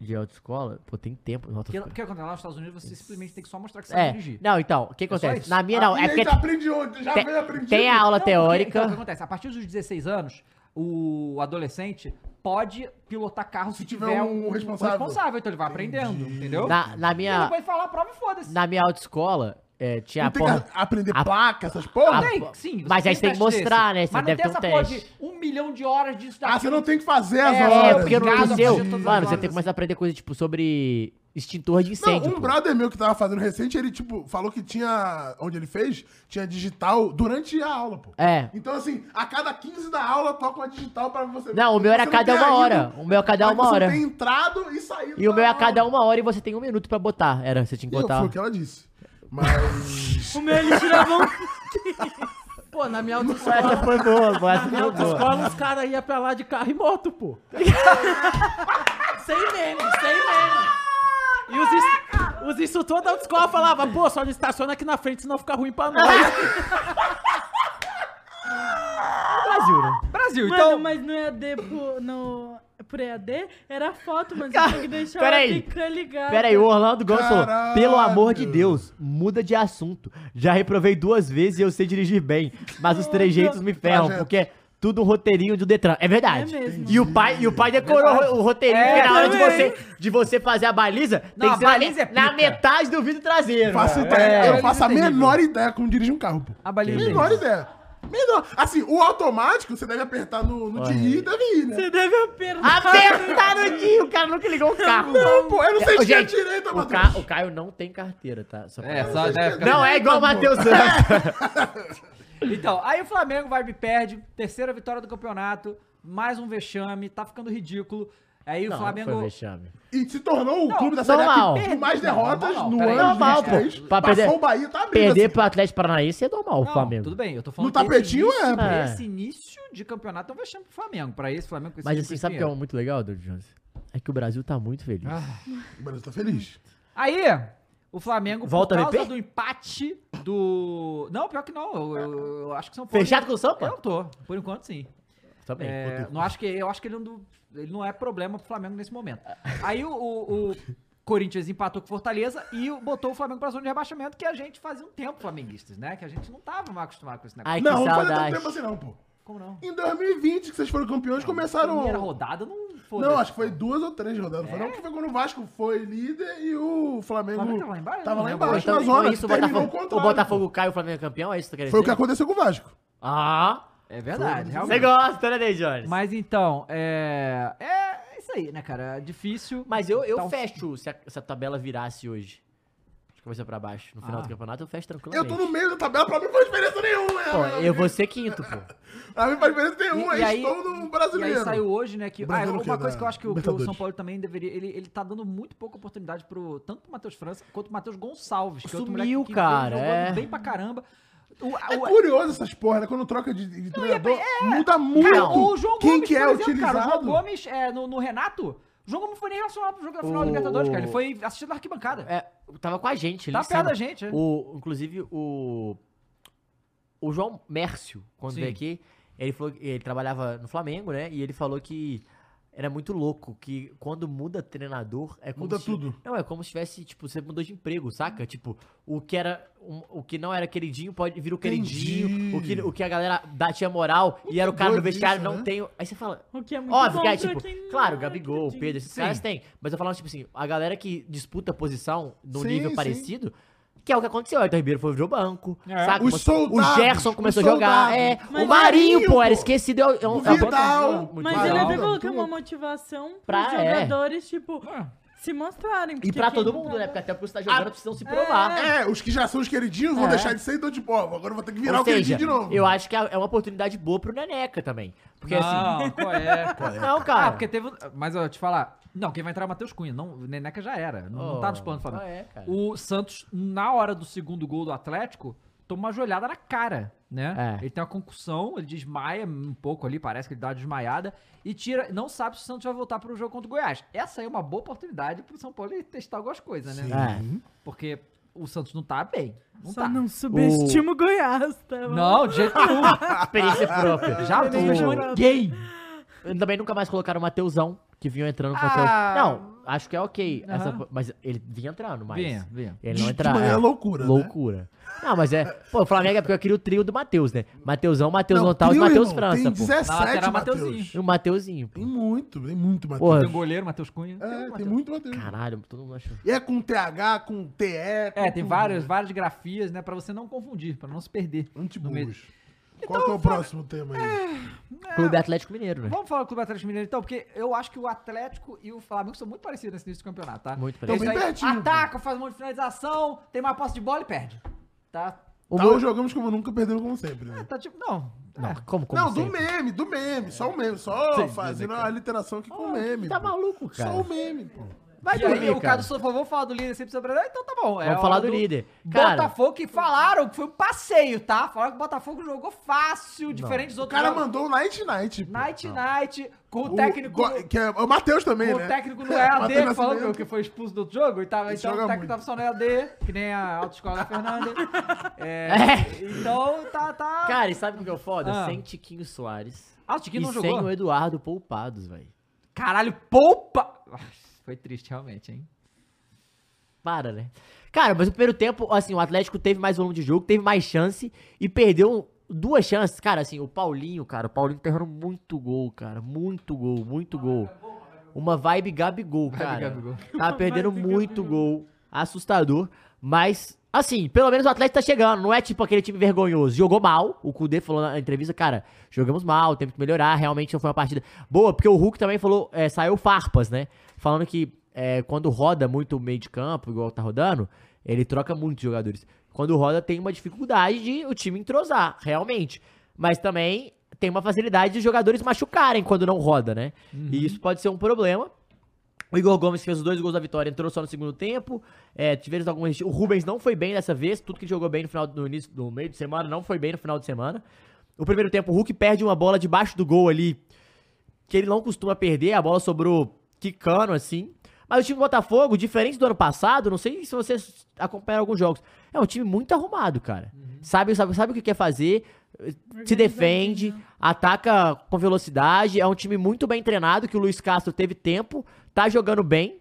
de autoescola, pô, tem tempo. Nossa,
Porque, porque quando é lá nos Estados Unidos, você simplesmente tem que só mostrar que sabe
é,
dirigir.
não, então, o que
só
acontece?
isso.
Na minha, não,
E
é
aí
porque
tu aprende onde? Já
tem-
veio aprendido.
tem a aula
Não, porque- então, o que
teórica.
acontece? A partir dos 16 anos, o adolescente pode pilotar carro se,
Se tiver
tiver,
um responsável.
então ele vai aprendendo, entendeu?
Na, na
Ele
minha,
vai falar a prova e foda-se.
na minha autoescola, é, tinha
Não
a
tem
porra.
que a- aprender
a-
placa, essas porra?
a-
Tem, sim.
Mas aí você tem
teste
que mostrar, né? Você
Mas não
deve
tem
ter
essa
um
porra
teste.
de um milhão de horas disso
Ah, você
daquilo.
não tem que fazer as
É,
horas.
É, porque no
Obrigado,
liceu,
aprendi todas as
mano, você
horas,
tem que começar
assim.
a aprender coisa, tipo, sobre extintor de
Não,
incêndio.
um
pô.
brother meu que tava fazendo recente, ele, tipo, falou que tinha. Onde ele fez, tinha digital durante a aula, pô.
É.
Então, assim, a cada 15 da aula toca uma digital pra você.
Não, o meu era
você
cada
tem
uma
ainda,
hora. O meu é cada
mas
uma
você
hora.
tem entrado e saído.
E o
da
meu é a
aula.
cada uma hora e você tem um minuto pra botar. Era, você tinha
E
que
eu-
botar.
Foi o que ela disse. Mas.
O meu, ele tirava um...
Pô, na minha
Essa
autoescola,
foi boa, pô, essa
na minha
foi boa.
autoescola os caras iam pra lá de carro e moto, pô. sem meme, sem meme. E os, inst- os instrutores da autoescola falavam, pô, só não estaciona aqui na frente, senão fica ruim pra nós.
Brasil, né?
Brasil,
Mano,
então...
mas no EAD, por, no, por EAD, era foto, mas eu tinha que deixar
Pera
a
aí.
bica ligada.
Pera aí, o Orlando Gomes falou,
Caralho.
pelo amor de Deus, muda de assunto. Já reprovei duas vezes e eu sei dirigir bem, mas os trejeitos me ferram,
Trajeto.
porque é tudo um roteirinho do Detran. É verdade.
É mesmo.
E o pai, e o pai decorou o roteirinho,
É,
porque na hora de
também.
você, de você fazer a baliza,
Não,
tem
a
que ser na,
baliza é
na
pica.
metade do vidro traseiro. É.
Faço
cara.
ideia, eu não faço a
Terrível.
menor ideia como dirige um carro, pô.
A baliza é
Menor
terrível.
ideia. Melhor. Assim, o automático, você deve apertar no, no de ir e deve ir, né?
Você deve apertar.
Ah, Apertar no dia, o cara nunca ligou o carro.
Não, pô, eu não sei se tinha
Gente,
direito,
o,
Matheus.
Ca... o Caio não tem carteira, tá? Só pra-
É, só né, fica-
Não é igual o Matheus Santos.
Então, aí o Flamengo vai e perde, terceira vitória do campeonato, mais um vexame, tá ficando ridículo. Aí o
Não,
Flamengo.
foi um vexame.
E se tornou o
Não,
clube da Série A
normal.
que tem mais
Não,
derrotas
normal,
no
peraí,
ano de
normal, pô.
23.
Pra
Passou
perder-
o Bahia, tá abrindo.
Perder
assim.
pro Atlético Paranaense é normal o
Não,
Flamengo.
tudo bem, eu tô falando
No
que esse
tapetinho
início-
é,
pô.
Esse início de campeonato é um vexame pro Flamengo. Pra esse Flamengo com esse
Mas
time
assim, sabe o que é
espinheiro.
um muito legal, Dudu Jones? É que o Brasil tá muito
Ah,
feliz.
O Brasil tá feliz.
Aí, o Flamengo,
um- Volta
por
a
causa
VP?
do empate do. Não, pior que não. Eu, eu- eu acho que São Paulo.
Fechado com o Sampa?
Eu tô, por enquanto sim.
Tá bem.
É, não acho que, eu acho que ele não, ele não é problema pro Flamengo nesse momento. Aí o, o- o Corinthians empatou com o Fortaleza e o- botou o Flamengo pra zona de rebaixamento, que a gente fazia um tempo, flamenguistas, né? Que a gente não tava mais acostumado com esse negócio.
Ai, É que
não, não faz tanto
saudade.
tempo assim, não, pô.
Como não?
Em 2020, que vocês foram campeões, começaram.
Primeira rodada não foi.
Não, acho que foi duas ou três rodadas.
É.
Não foi não, que foi quando o Vasco foi líder e o Flamengo.
O Flamengo tava lá embaixo,
Tava
né?
lá
Então,
embaixo,
Então,
na
então
zona.
isso, o
terminou o
Botafogo,
contrato.
o Botafogo cai e o Flamengo é campeão? É isso que tu quer dizer?
Foi o que aconteceu com o Vasco.
Ah,
É verdade,
você
realmente.
gosta, né, Day Jones? Mas,
Mas então, é. É isso aí, né, cara? É Difícil. tá um
eu, eu
Tal-
fecho se a, se a tabela virasse hoje. De cabeça pra baixo. No final
Ah.
do campeonato, eu fecho
Eu
tranquilamente.
tô no meio da tabela, pra mim não faz diferença nenhuma. né?
Pô, eu vou ser quinto, pô.
Pra mim não faz diferença nenhuma,
E- e aí-
um aí estou no
E aí
brasileiro.
saiu hoje, né, que... Ah,
Brasileiro
uma
o quê?
coisa
Da
que eu acho que o, que o
Libertadores.
São Paulo também deveria... Ele, ele tá dando muito pouca oportunidade pro... Tanto pro Matheus França, quanto pro Matheus Gonçalves. Que é outro
Sumiu,
moleque que
cara,
veio jogando
é.
bem pra caramba. O, a-
É
o-
curioso essas porra, né? Quando troca de, de treinador, muda muito
cara, o João
quem
Gomes,
que é
por exemplo,
utilizado.
cara. O João Gomes, é, no, no Renato, o João Gomes não foi nem relacionado pro jogo da final da
O-
Libertadores, cara. Ele foi assistindo na arquibancada.
É, tava com a gente. ele
Tá
em
perto
cima.
da gente, é.
O, inclusive, o. O João Mércio, quando
Sim.
veio aqui, ele falou que ele trabalhava no Flamengo, né? E ele falou que era muito louco, que quando muda treinador é como
Muda
se-
tudo.
Não, é como se tivesse, tipo, você mudou de emprego, saca? Tipo, o que era um- o que não era queridinho pode vir o queridinho,
Entendi.
o que, o que a galera dá, tinha moral e era o cara no
doido
vestiário,
isso,
não
né?
tem. Aí você fala,
O que é muito
Óbvio
bom
que é,
pra
tipo,
quem não
claro,
é
Gabigol,
queridinho.
Pedro, esses caras têm. Mas eu falava, tipo assim, a galera que disputa posição num
Sim,
nível
sim.
parecido, que é o que aconteceu. O Everton Ribeiro foi pro banco,
É.
saca?
Os
Mas
soldados,
o Gerson
os
começou a
soldados.
jogar. É,
Mas
o Marinho,
Marinho,
pô, era
pô.
esquecido. É, é um, é um
Vidal.
bom- muito
Mas
Mas
ele
não,
até
não,
colocar
tudo.
uma motivação
Pra-
pros
é.
jogadores, tipo,
Ah.
se mostrarem.
E
porque
pra
quem
todo
não
mundo,
tá
né? Porque até porque você tá jogando, precisam se provar.
É, os que já são os queridinhos vão
É.
deixar de ser, então, tipo, ó, agora eu vou ter que virar
Ou
o queridinho
seja,
de novo.
eu acho que é uma oportunidade boa pro Neneca também. Porque assim...
Não, qual é, cara?
Não, cara.
Ah, porque teve... Mas eu te falar... Não, quem vai entrar é o Matheus Cunha. Não, o Neneca já era. Não, não tá nos planos do Flamengo.
Ah, é, cara.
O Santos, na hora do segundo gol do Atlético, toma uma joelhada na cara, né?
É.
Ele tem uma concussão, ele desmaia um pouco ali, parece que ele dá uma desmaiada, e tira. Não sabe se o Santos vai voltar pro jogo contra o Goiás. Essa aí é uma boa oportunidade pro São Paulo ele testar algumas coisas, né?
É.
Porque o Santos não tá bem. Não
Só
tá.
não subestimo o Goiás, tá bom?
Não, de jeito nenhum.
Experiência
Ah,
própria.
Já
não
fechou
ninguém. Também nunca mais colocaram o Mateusão, que vinha entrando com o Mateus.
Ah.
Não, acho que é ok. essa-
Aham.
mas ele vinha entrando, mas.
Vinha, vinha.
Ele
De-
não
de
entrava.
manhã é
é
loucura, né?
Loucura. Não, mas é. Pô, o Flamengo é porque eu queria o trio do Matheus, né? Mateusão, Mateusão Tal e
trio,
Matheus
irmão,
França,
Tem
pô.
17,
lateral,
Matheus.
Mateuzinho.
E o Mateuzinho, pô.
Tem muito, tem muito, Matheus.
Porra,
Tem um goleiro, Matheus Cunha.
É,
um
tem
Matheus.
muito, Matheus.
caralho, todo mundo achou.
E é com TH, com TE.
É, tem várias, várias grafias, né? Pra você não confundir, pra não se perder. no
um
meio.
Antiburros. Qual que é o próximo tema aí? É.
Clube Atlético Mineiro, né?
Vamos falar do Clube Atlético Mineiro então, porque eu acho que o Atlético e o Flamengo são muito parecidos nesse início do campeonato, tá?
Muito
Então,
parecido.
isso aí,
Bem pertinho, pô.
Ataca, faz um monte de finalização, tem mais posse de bola e perde. Tá?
O
Tal
meu-
jogamos como nunca, perdemos como sempre. né?
Tá tipo, não.
Não,
é.
como, como
Não, do
sempre?
meme, do meme. Só o meme. Só
Sem
fazendo
dúvida,
a literação aqui com o meme.
Tá
pô.
maluco, cara.
Só o meme, pô.
Vai
E
dormir,
aí,
o
cara?
cara do Sofá, vamos falar do líder sempre sobre Então tá bom.
Vamos
a
falar
hora
do líder. Cara-
Botafogo que falaram que foi um passeio, tá? Falaram que o Botafogo jogou fácil, diferente dos
O
outros.
cara
jogos.
mandou o Night Night. pô.
Night Night, com o técnico.
Go- Que é o Matheus também,
com
né?
o técnico no
Matheus
EAD,
Nascimento.
falando que foi expulso do outro jogo, e tava,
Ele
então o
joga
técnico
muito.
tava só no EAD, que nem a autoescola da Fernanda. É,
É.
Então tá, tá.
Cara, e sabe o que é o foda?
Ah.
Sem Tiquinho Soares.
ah, o Tiquinho
e
não
sem
jogou.
o Eduardo poupados, velho.
Caralho, poupa! Foi triste, realmente, hein?
Para, né? Cara, mas o primeiro tempo, assim, o Atlético teve mais volume de jogo, teve mais chance e perdeu duas chances. Cara, assim, o Paulinho, cara, o Paulinho tá errando muito gol, cara. Muito gol, muito gol. Uma vibe Gabigol, cara.
Gabigol.
Tá perdendo
Vibe
muito gol. Assustador. Mas Assim, pelo menos o Atlético tá chegando. Não é tipo aquele time vergonhoso. Jogou mal. O Kudê falou na entrevista, cara, jogamos mal, temos que melhorar. Realmente não foi uma partida boa, porque o Hulk também falou, é, saiu farpas, né? Falando que é, quando roda muito o meio de campo, igual tá rodando, ele troca muitos jogadores. Quando roda, tem uma dificuldade de o time entrosar, realmente. Mas também tem uma facilidade de jogadores machucarem quando não roda, né? E isso pode ser um problema. O Igor Gomes fez os dois gols da vitória, entrou só no segundo tempo. É, tiveram algumas. O Rubens não foi bem dessa vez. Tudo que ele jogou bem no final no início do meio de semana não foi bem no final de semana. O primeiro tempo, o Hulk perde uma bola debaixo do gol ali, que ele não costuma perder. A bola sobrou quicando assim. Mas o time do Botafogo, diferente do ano passado, não sei se vocês acompanharam alguns jogos, é um time muito arrumado, cara. Sabe, sabe, sabe o que quer fazer, se defende, ataca com velocidade. É um time muito bem treinado, que o Luiz Castro teve tempo, tá jogando bem.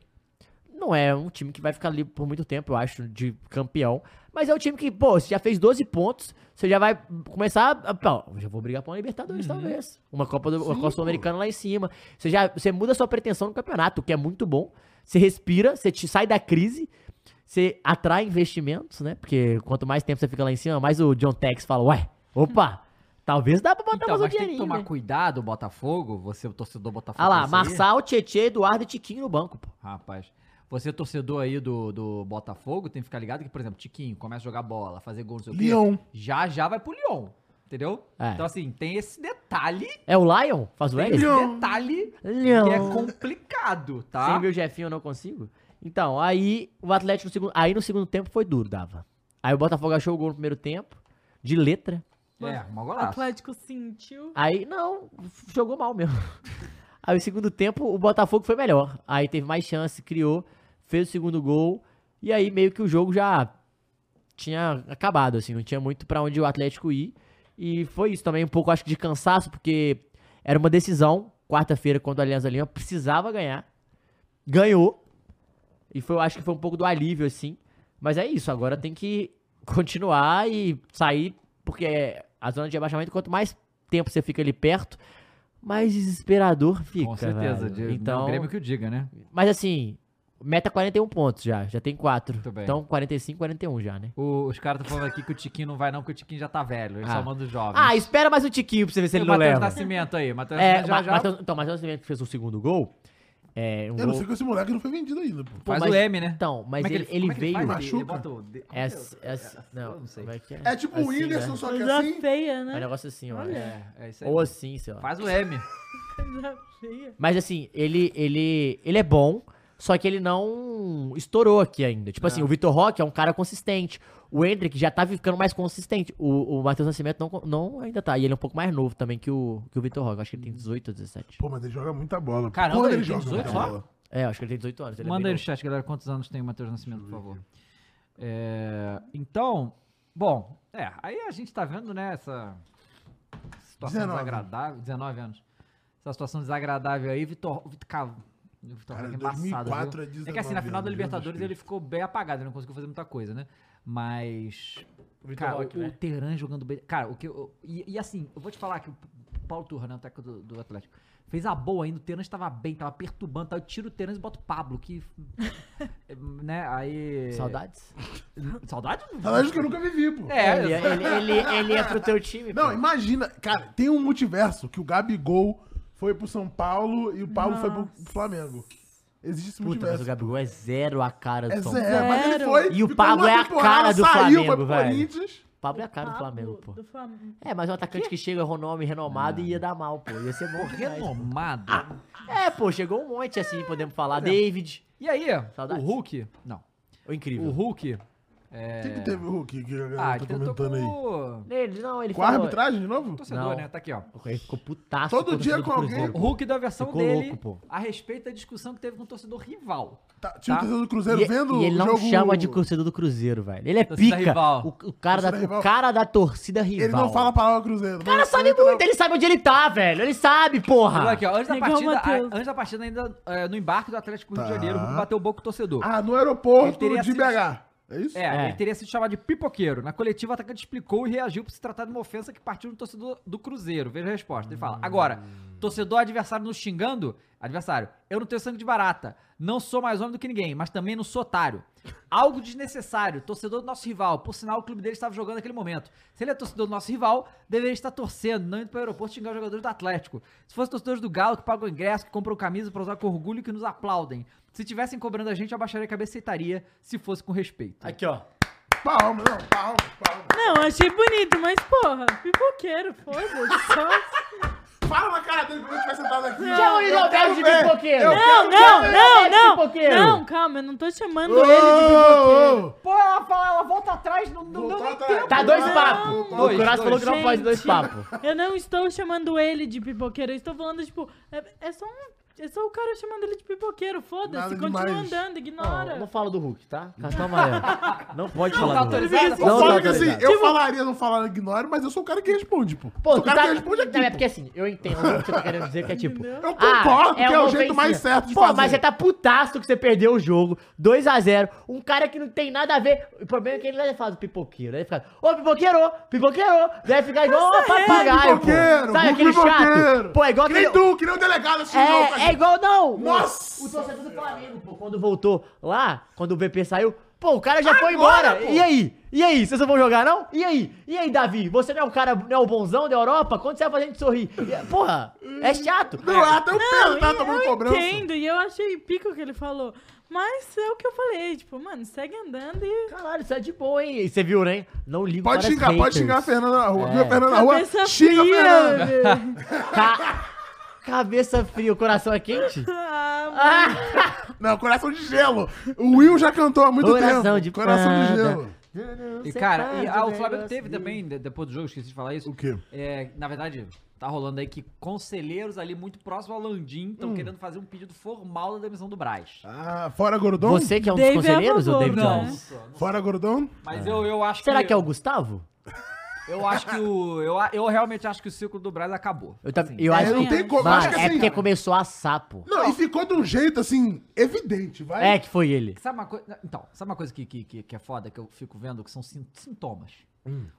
Não é um time que vai ficar ali por muito tempo, eu acho, de campeão. Mas é um time que, pô, você já fez 12 pontos, você já vai começar. a- Pô, eu já vou brigar pra uma
Uhum.
Libertadores, talvez. Uma Copa, do, uma Copa Sul-Americana lá em cima. Você já você muda a sua pretensão no campeonato, o que é muito bom. Você respira, você te sai da crise, você atrai investimentos, né? Porque quanto mais tempo você fica lá em cima, mais o John Tex fala, ué, opa, talvez dá pra botar
Então,
mais um
mas tem que
dinheirinho.
tomar
né?"
cuidado, Botafogo, você, o torcedor Botafogo.
Ah lá,
isso aí.
Marçal, Tietê, Eduardo e Tiquinho no banco, pô.
Rapaz. Você, torcedor aí do, do Botafogo, tem que ficar ligado que, por exemplo, Tiquinho começa a jogar bola, fazer gol, não sei o quê.
Leon.
Já, já vai pro Lyon. Entendeu?
É.
Então, assim, tem esse detalhe.
É o Lion? Faz o L?
Esse
Leon.
detalhe que é
Lion.
complicado, tá?
Sem meu jefinho eu não consigo? Então, aí o Atlético no segundo, aí no segundo tempo foi duro, dava. Aí o Botafogo achou o gol no primeiro tempo, de letra.
É, uma
O
golaço.
Atlético sentiu.
Aí, não, f- jogou mal mesmo. Aí o segundo tempo, o Botafogo foi melhor. Aí teve mais chance, criou, fez o segundo gol. E aí meio que o jogo já tinha acabado, assim, não tinha muito pra onde o Atlético ir. E foi isso também, um pouco, acho que de cansaço, porque era uma decisão, quarta-feira, contra o Alianza Lima, precisava ganhar. Ganhou. E foi, eu acho que foi um pouco do alívio, assim. Mas é isso, agora tem que continuar e sair, porque é a zona de abaixamento, quanto mais tempo você fica ali perto, mais desesperador fica.
Com certeza.
velho.
de-
então,
não, o Grêmio que o diga, né?
Mas assim, meta 41 pontos já, já tem 4.
Muito bem.
Então 45, 41 já, né?
O- os caras estão falando aqui que o Tiquinho não vai, não, que o Tiquinho já tá velho. Ele
Ah.
só manda os jovens.
Ah, espera mais um tiquinho pra você ver se
Tem
ele
o
não
Matheus
leva.
Nascimento aí. Matheus
É,
Nascimento já,
Ma-
já
Matheus- então, Matheus Nascimento fez o segundo gol. É,
Eu
um gol.
não sei que esse moleque não foi vendido ainda, pô.
Pô,
faz
mas-
o M, né?
Então, mas
Como é que
ele, ele
como é que
veio.
faz? Ele
Machuca?
bota o de-
É, assim- é assim- não,
Eu não sei.
como é que é?
É tipo o
Assim,
Whindersson,
né?
só que
Coisa
assim.
feia,
É um
né?
negócio assim, ó.
Olha.
é.
É, é isso aí.
Ou assim, sei lá.
Faz o M.
Coisa feia.
Mas assim, ele, ele, ele é bom, só que ele não estourou aqui ainda.
Ah.
Tipo assim, o Vitor Roque é um cara consistente. O Hendrick já tá ficando mais consistente. O, o Matheus Nascimento não, não ainda tá. E ele é um pouco mais novo também que o, que o Vitor Roque. Eu Acho que ele tem 18 ou 17.
Pô, mas ele joga muita bola.
Caramba,
Quando
ele
ele
tem
joga
18
muita
só?
bola.
É, eu acho que ele tem 18 anos. Ele
Manda
é
aí no
bem novo.
chat, galera, quantos anos tem o Matheus Nascimento, por favor. É, então, bom, é, aí a gente tá vendo, né, essa situação
19.
desagradável, 19 anos. Essa situação desagradável aí, Vitor, Vitor, Ca- Vitor
Cara,
Roque é embaçado,
2004
viu?
é
É que assim, na
19
final da
anos,
Libertadores
Jesus
ele ficou bem apagado, ele não conseguiu fazer muita coisa, né? Mas
O Vitor
Cara,
Roque,
o,
né?
o Teran jogando bem. Cara, o que eu, e, e assim, eu vou te falar que o Paulo Turra, né, o técnico do, do Atlético, fez a boa ainda. O Teran estava bem, tava perturbando. Tá? Eu tiro o Teran e boto o Pablo, que. né, aí.
Saudades?
Saudade?
Saudade Tá que eu nunca vivi, pô.
É,
ele,
eu-
ele, ele, ele é pro teu time.
Não,
pô.
imagina, cara, tem um multiverso que o Gabigol foi pro São Paulo e o Pablo foi pro Flamengo. Existe esse
Puta, mas
multiverso.
o Gabigol é zero a cara do
É
São
zero,
Paulo.
mas ele
Zero.
foi.
E o
ficou
Pablo
uma
é a
temporada,
cara do
saiu,
Flamengo,
foi pro
velho.
Corinthians.
Pablo é a cara do
Pablo
Flamengo, pô.
do Flam-
É, mas um atacante que chega com nome renomado ia dar mal, pô. Ia ser bom. demais.
Renomado.
Ah!
É, pô, chegou um monte assim, podemos falar. David.
E aí,
Saudades.
o Hulk. Não.
O incrível.
O Hulk.
É.
Quem que teve o Hulk que a galera
Ah,
tá
que tentou
comentando aí?
com o
Ele, não, ele
Com a arbitragem de novo?
torcedor,
Não.
né? Tá aqui, ó.
Ele ficou putaço.
Todo
quando
dia
tudo
com
pro
alguém.
O
jogo.
Hulk deu a versão
Ficou
dele
louco,
a respeito da discussão que teve com o torcedor rival.
Tá, tinha
Tá.
o torcedor do Cruzeiro
E- é-
vendo
e ele
o
não
jogo...
chama de torcedor do Cruzeiro, velho. Ele é
Torcida
pica.
rival.
O, o cara
Torcida
da, o
rival.
cara da torcida rival.
Ele não fala a palavra Cruzeiro.
O cara sabe muito, ele sabe onde ele tá, velho. Ele sabe, porra.
Olha aqui, ó, antes, da
Negão
partida,
Matheus.
a- antes da partida, ainda eh, no embarque do Atlético Rio de
Tá.
Janeiro, o Hulk bateu o boco com o torcedor.
Ah, no
Ele
aeroporto
teria
de
sido-
BH. É isso?
É,
É.
ele teria sido chamado de pipoqueiro. Na coletiva, o atacante explicou e reagiu por se tratar de uma ofensa que partiu do torcedor do Cruzeiro. Veja a resposta. Ele fala: Agora, Torcedor adversário nos xingando, adversário, eu não tenho sangue de barata. Não sou mais homem do que ninguém, mas também não sou otário. Algo desnecessário. Torcedor do nosso rival. Por sinal, o clube dele estava jogando naquele momento. Se ele é torcedor do nosso rival, deveria estar torcendo, não indo para o aeroporto xingar os jogadores do Atlético. Se fossem torcedores do Galo, que pagam ingresso, que compram camisa para usar com orgulho e que nos aplaudem. Se tivessem cobrando a gente, eu abaixaria a cabeça e aceitaria, se fosse com respeito.
Aqui, ó.
Palma, não, palma, palma.
Não, achei bonito, mas porra, pipoqueiro, foda-se. só-
Fala na cara dele quando ele é vai sentado aqui.
Chama ele de
Eu
Alberto
quero
de
ver.
pipoqueiro.
Eu
Não,
quero
não,
ver.
não, não.
pipoqueiro.
Não, calma, eu não tô chamando
Ô,
ele de pipoqueiro.
ô, ô.
Pô, ela fala, ela volta atrás, não, não
Voltou
deu nem
atrás.
tempo.
Tá dois
Não,
papos.
dois,
O Curaço falou
dois.
que não pode dois
Gente.
papos.
Eu não estou chamando ele de pipoqueiro, eu estou falando, tipo, é, é só um. É só o cara chamando ele de pipoqueiro,
Nada
foda-se, continua
demais.
andando,
Não,
ignora.
não fala do Hulk, tá? Cartão amarelo. Não pode
tá
falar do Hulk.
autorizado.
Ele
Não,
Só
tá
que assim,
autorizado.
eu falaria não falar ignore, mas eu sou o cara que responde, pô.
Pô,
sou o
tu
cara
tá...
que responde aqui.
Não, é
pô.
porque assim, eu entendo o que você tá querendo dizer, que é tipo...
Eu concordo que é o jeito mais
ofensinha.
certo de
Pô,
fazer.
mas você tá putaço que você perdeu o jogo. 2x0. Um cara que não tem nada a ver. O problema é que ele não deve falar do pipoqueiro. Ele deve ficar, ô pipoqueiro, pipoqueiro. Deve ficar igual um papagaio, pô.
é, Pipoqueiro,
Sabe aquele
pipoqueiro.
chato? Pô, é igual
Que nem
aquele...
tu, que nem o delegado assim, não, cara.
É, é igual não.
Nossa!
O torcedor do Flamengo, pô, quando voltou lá, quando o VP saiu, pô, o cara já foi embora.
pô.
E aí? E aí? Vocês não vão jogar, não? E aí? E aí, Davi? Você não é o cara, não é o bonzão da Europa? Quando você vai fazer a gente sorrir? E, Porra, é chato.
Não, até o Pedro tá
e
tomando
eu
cobrança.
entendo, e eu achei pico o que ele falou. Mas é o que eu falei, tipo, mano, segue andando e.
Caralho, isso é de boa, hein? E você viu, né? Não ligo
Pode
para
xingar, pode
haters.
xingar a Fernanda na rua. Viu a
É.
Fernanda na rua?
Cabeça
Xinga a
fria.
Fernanda.
velho.
Ca- Cabeça fria, o coração é quente?
Ah,
Ah,
Não, coração de gelo. O Will já cantou há muito
Coração
tempo.
de
coração de
prata.
gelo.
E cara, e, ah, o Flamengo teve também, de- depois do jogo, esqueci de falar isso.
O quê?
É, na verdade, tá rolando aí que conselheiros ali muito próximo ao Landim estão querendo fazer um pedido formal da demissão do Braz.
Ah, fora Gordon?
Você que é um dos
Dave é a
conselheiros, o
favor,
David
né?
não,
Jones?
sou, não.
Fora Gordon?
Mas eu, eu acho
Será
que.
que é o Gustavo?
Eu acho que o. Eu, a- eu realmente acho que o ciclo do Braz acabou.
Eu, tam-
Assim,
eu acho
É, não
que...
tem como,
Mano,
acho que
é
assim-
porque começou a sapo.
Não, e ficou de um jeito, assim, evidente, vai.
É que foi ele.
Sabe uma coisa. Então, sabe uma coisa que, que, que, que é foda que eu fico vendo? Que são sin- sintomas.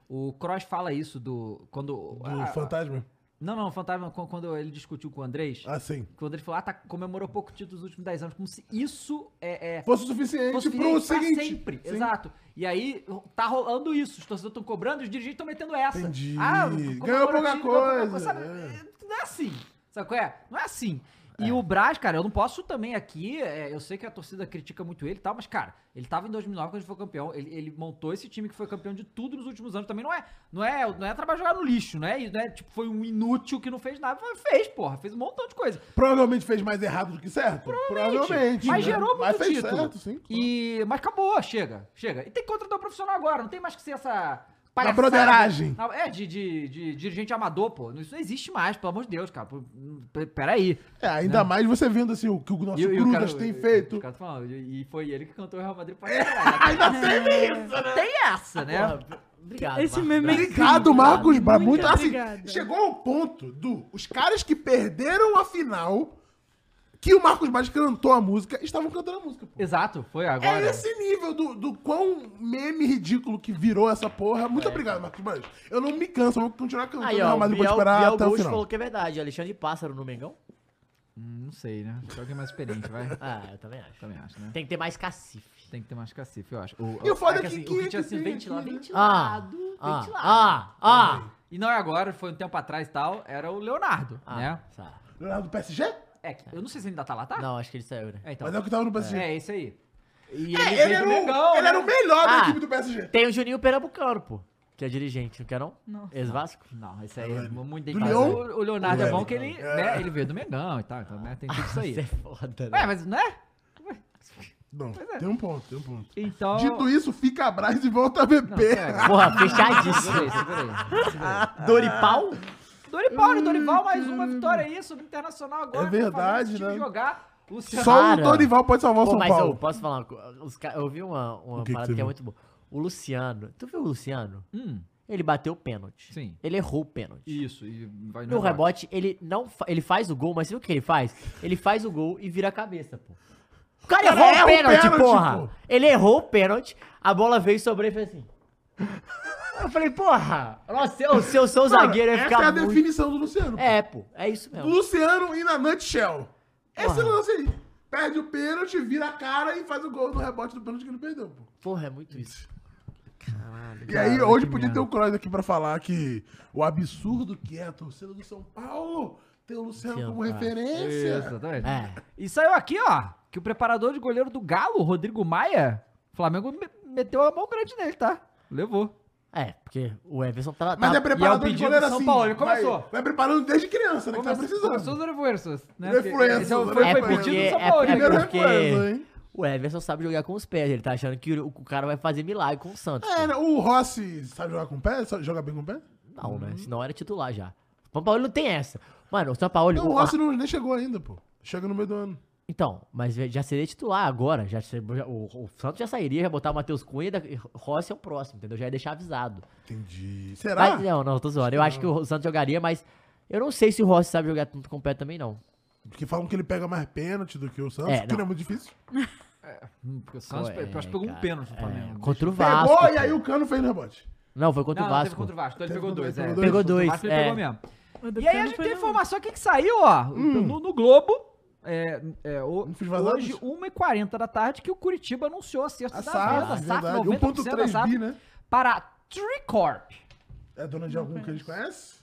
O Cross fala isso do. Quando.
Do
ah,
fantasma.
Não, não, o Fantasma, quando- quando ele discutiu com o Andrés.
Ah, sim.
Quando ele falou, ah, tá, comemorou pouco título nos últimos 10 anos, como se isso é. é
Fosse o suficiente
fosse
pro
pra
seguinte.
sempre.
Sim.
Exato. E aí, tá rolando isso. Os torcedores estão cobrando, os dirigentes estão metendo essa. Ah,
Entendi.
comemorou
Ganhou pouca
título, ganhou
coisa,
sabe? Não é assim. Sabe qual é? Não é assim. E o Braz, cara, eu não posso também aqui. é, eu sei que a torcida critica muito ele e tal, mas, cara, ele tava em 2009 quando ele foi campeão. Ele, ele montou esse time que foi campeão de tudo nos últimos anos. Também não é não é, não é trabalho jogar no lixo, não é, isso, não é? Tipo, foi um inútil que não fez nada. Mas Fez, porra. Fez um montão de coisa.
Provavelmente fez mais errado do que certo. Provavelmente.
Mas
né?
gerou muito
Mas fez
título.
certo, sim.
E... Mas acabou, chega, chega. E tem que contratar um profissional agora, não tem mais que ser essa... palhaçada.
broderagem.
Não, É, de, de, de dirigente amador, pô. Isso não existe mais, pelo amor de Deus, cara. Pô, p- Peraí.
É,
Né?
ainda mais você vendo assim o que o nosso
o
Grudas tem feito. É.
os caras falam, e e foi ele que cantou o Real Madrid pra caralho.
Ainda teve isso, né?
tem essa, né?
Porra, Obrigado,
Esse
Marcos.
meme é
Obrigado, Marcos Bra.
Muito
Muito assim.
obrigada.
Chegou ao ponto do. Os caras que perderam a final, que o Marcos Braz cantou a música, estavam cantando a música, pô.
Exato, foi agora.
É esse nível do, do quão meme ridículo que virou essa porra. Muito obrigado, Marcos Braz. Eu não me canso, eu vou continuar cantando
É. Aí, ó,
Real
o
Madrid,
Biel,
vou esperar
Biel
até o
Gomes
final.
falou que é verdade. Alexandre Pássaro no Mengão?
Hum, Não sei, né? Tem alguém mais experiente, vai.
Ah, eu também acho.
Também acho, né?
Tem que ter mais cacife.
Tem que ter mais cacife, eu acho. O,
E o foda
é
é que-
o que
que
tinha
é que
sido
tem
ventilado,
aqui, né?
ventilado,
Ah,
ventilado.
ah, ah.
E não é agora, foi um tempo atrás e tal, era o Leonardo,
ah
né?
tá.
Leonardo do PSG?
É, que- eu não sei se ele ainda tá lá, tá?
Não, acho que ele saiu, né?
É, então.
Mas é o que tava no PSG.
É, esse aí. E
É,
veio
ele,
do
era o,
Mengão,
ele
né?
era o melhor da
Ah.
equipe do PSG.
Tem o Juninho Pernambucano, pô, que é dirigente, não quer não?
Nossa.
Ex-Vasco.
Não, esse aí é muito
Do
identificado.
Lyon?
O o Leonardo é
Do
bom que ele, né, ele veio do Mengão e tal, então né, tem tudo isso aí.
Isso é foda, né?
Ué, mas não é?
Não,
é.
tem um ponto, tem um ponto.
Então...
Dito isso, fica atrás e volta a BP.
Não,
é.
sério.
Porra,
Segurei,
fechadíssimo.
segurei, segurei.
Doripau?
Dorival, né? Dorival, mais uma vitória aí sobre o Internacional agora.
É
fazendo
verdade,
esse time
né?
jogar. Luciano...
Só
Cara.
o Dorival pode salvar o
Pô,
São
mas eu
Paulo.
posso falar uma coisa? Os ca- Eu vi uma, uma
um O que que
parada
você
que é
viu?
muito boa. O Luciano, tu viu o Luciano?
Hum,
Ele bateu o pênalti.
Sim.
Ele errou o pênalti.
é
isso, e vai
No rebote, ele não fa- ele faz o gol, mas viu o que ele faz? Ele faz o gol e vira a cabeça, pô. O cara,
Cara,
errou
erra
o
o
pênalti,
pênalti,
porra!
pô.
Ele errou o pênalti, a bola veio sobre ele e fez assim. Eu falei, porra, nossa, se eu, se eu sou zagueiro, eu ia
essa
ficar
é a
muito-
definição do Luciano. pô.
É, pô, é isso mesmo.
Luciano e na nutshell. Esse
Porra.
lance aí. Perde o pênalti, vira a cara e faz o gol no rebote do pênalti que ele perdeu, pô.
Porra, é muito isso.
E aí, hoje podia ter o Cross aqui pra falar que o absurdo que é a torcida do São Paulo ter o Luciano
Luciano,
como
é.
referência.
Isso, exatamente.
É.
E saiu aqui, ó, que o preparador de goleiro do Galo, Rodrigo Maia, o Flamengo me- meteu a mão grande nele, tá? Levou.
É, porque o Everson tá...
Mas é
tá...
e é o
preparador de
pedido
goleiro
do São
assim.
Paulo, ele começou.
Vai, vai preparando desde criança, né?
Começou-
que tá
Começou
precisando.
os reforços, né?
Reforços,
Porque esse é o- foi, foi
É
reforços.
pedido do
porque,
São
é,
Paulo.
é
né?
Primeiro
porque
reforço, hein?
o Everson sabe jogar com os pés. Ele tá achando que o, o cara vai fazer milagre com o Santos.
É, né, o Rossi sabe jogar com o pé? Sabe jogar bem com o pé?
Não,
Uhum.
né? Senão era titular já. O Sampaoli não tem essa. Mano, o Sampaoli...
Não, o
o-
Rossi não, nem chegou ainda, pô. Chega no meio do ano.
Então, mas já seria titular agora. Já, se- já- o, o Santos já sairia, já botar o Matheus Cunha e da- Rossi é o próximo, entendeu? Já ia deixar avisado.
Entendi. Será?
Mas- não, não, tô zoando. Eu acho que o Santos jogaria, mas eu não sei se o Rossi sabe jogar tanto com o pé também, não.
Porque falam que ele pega mais pênalti do que o Santos,
É,
que não é
não.
muito difícil.
Hum, Porque o Santos,
Pô, é,
eu acho que pegou um
cara,
pênalti no
é,
Flamengo.
contra o Vasco.
Pegou e aí
pô.
o Cano fez né, no rebote.
Não, foi contra
Não,
o
não, teve
Vasco.
contra o Vasco. Então ele
Teve
pegou
contra-
dois, é.
pegou dois.
Pegou
Contra o
dois.
Vasco ele
é.
pegou mesmo. Hum.
O do
E aí a
Cano
gente
foi
tem
no-
informação aqui que saiu, ó, no, no Globo. É, é, o-
Não fiz vazado?
hoje, 1h40 da tarde, que o Curitiba anunciou acerto
A
da
SAF,
venda, SAF,
é verdade.
90% da
1.3
SAF,
bi, né?
para a Tricorp.
É dona de algum que a gente conhece?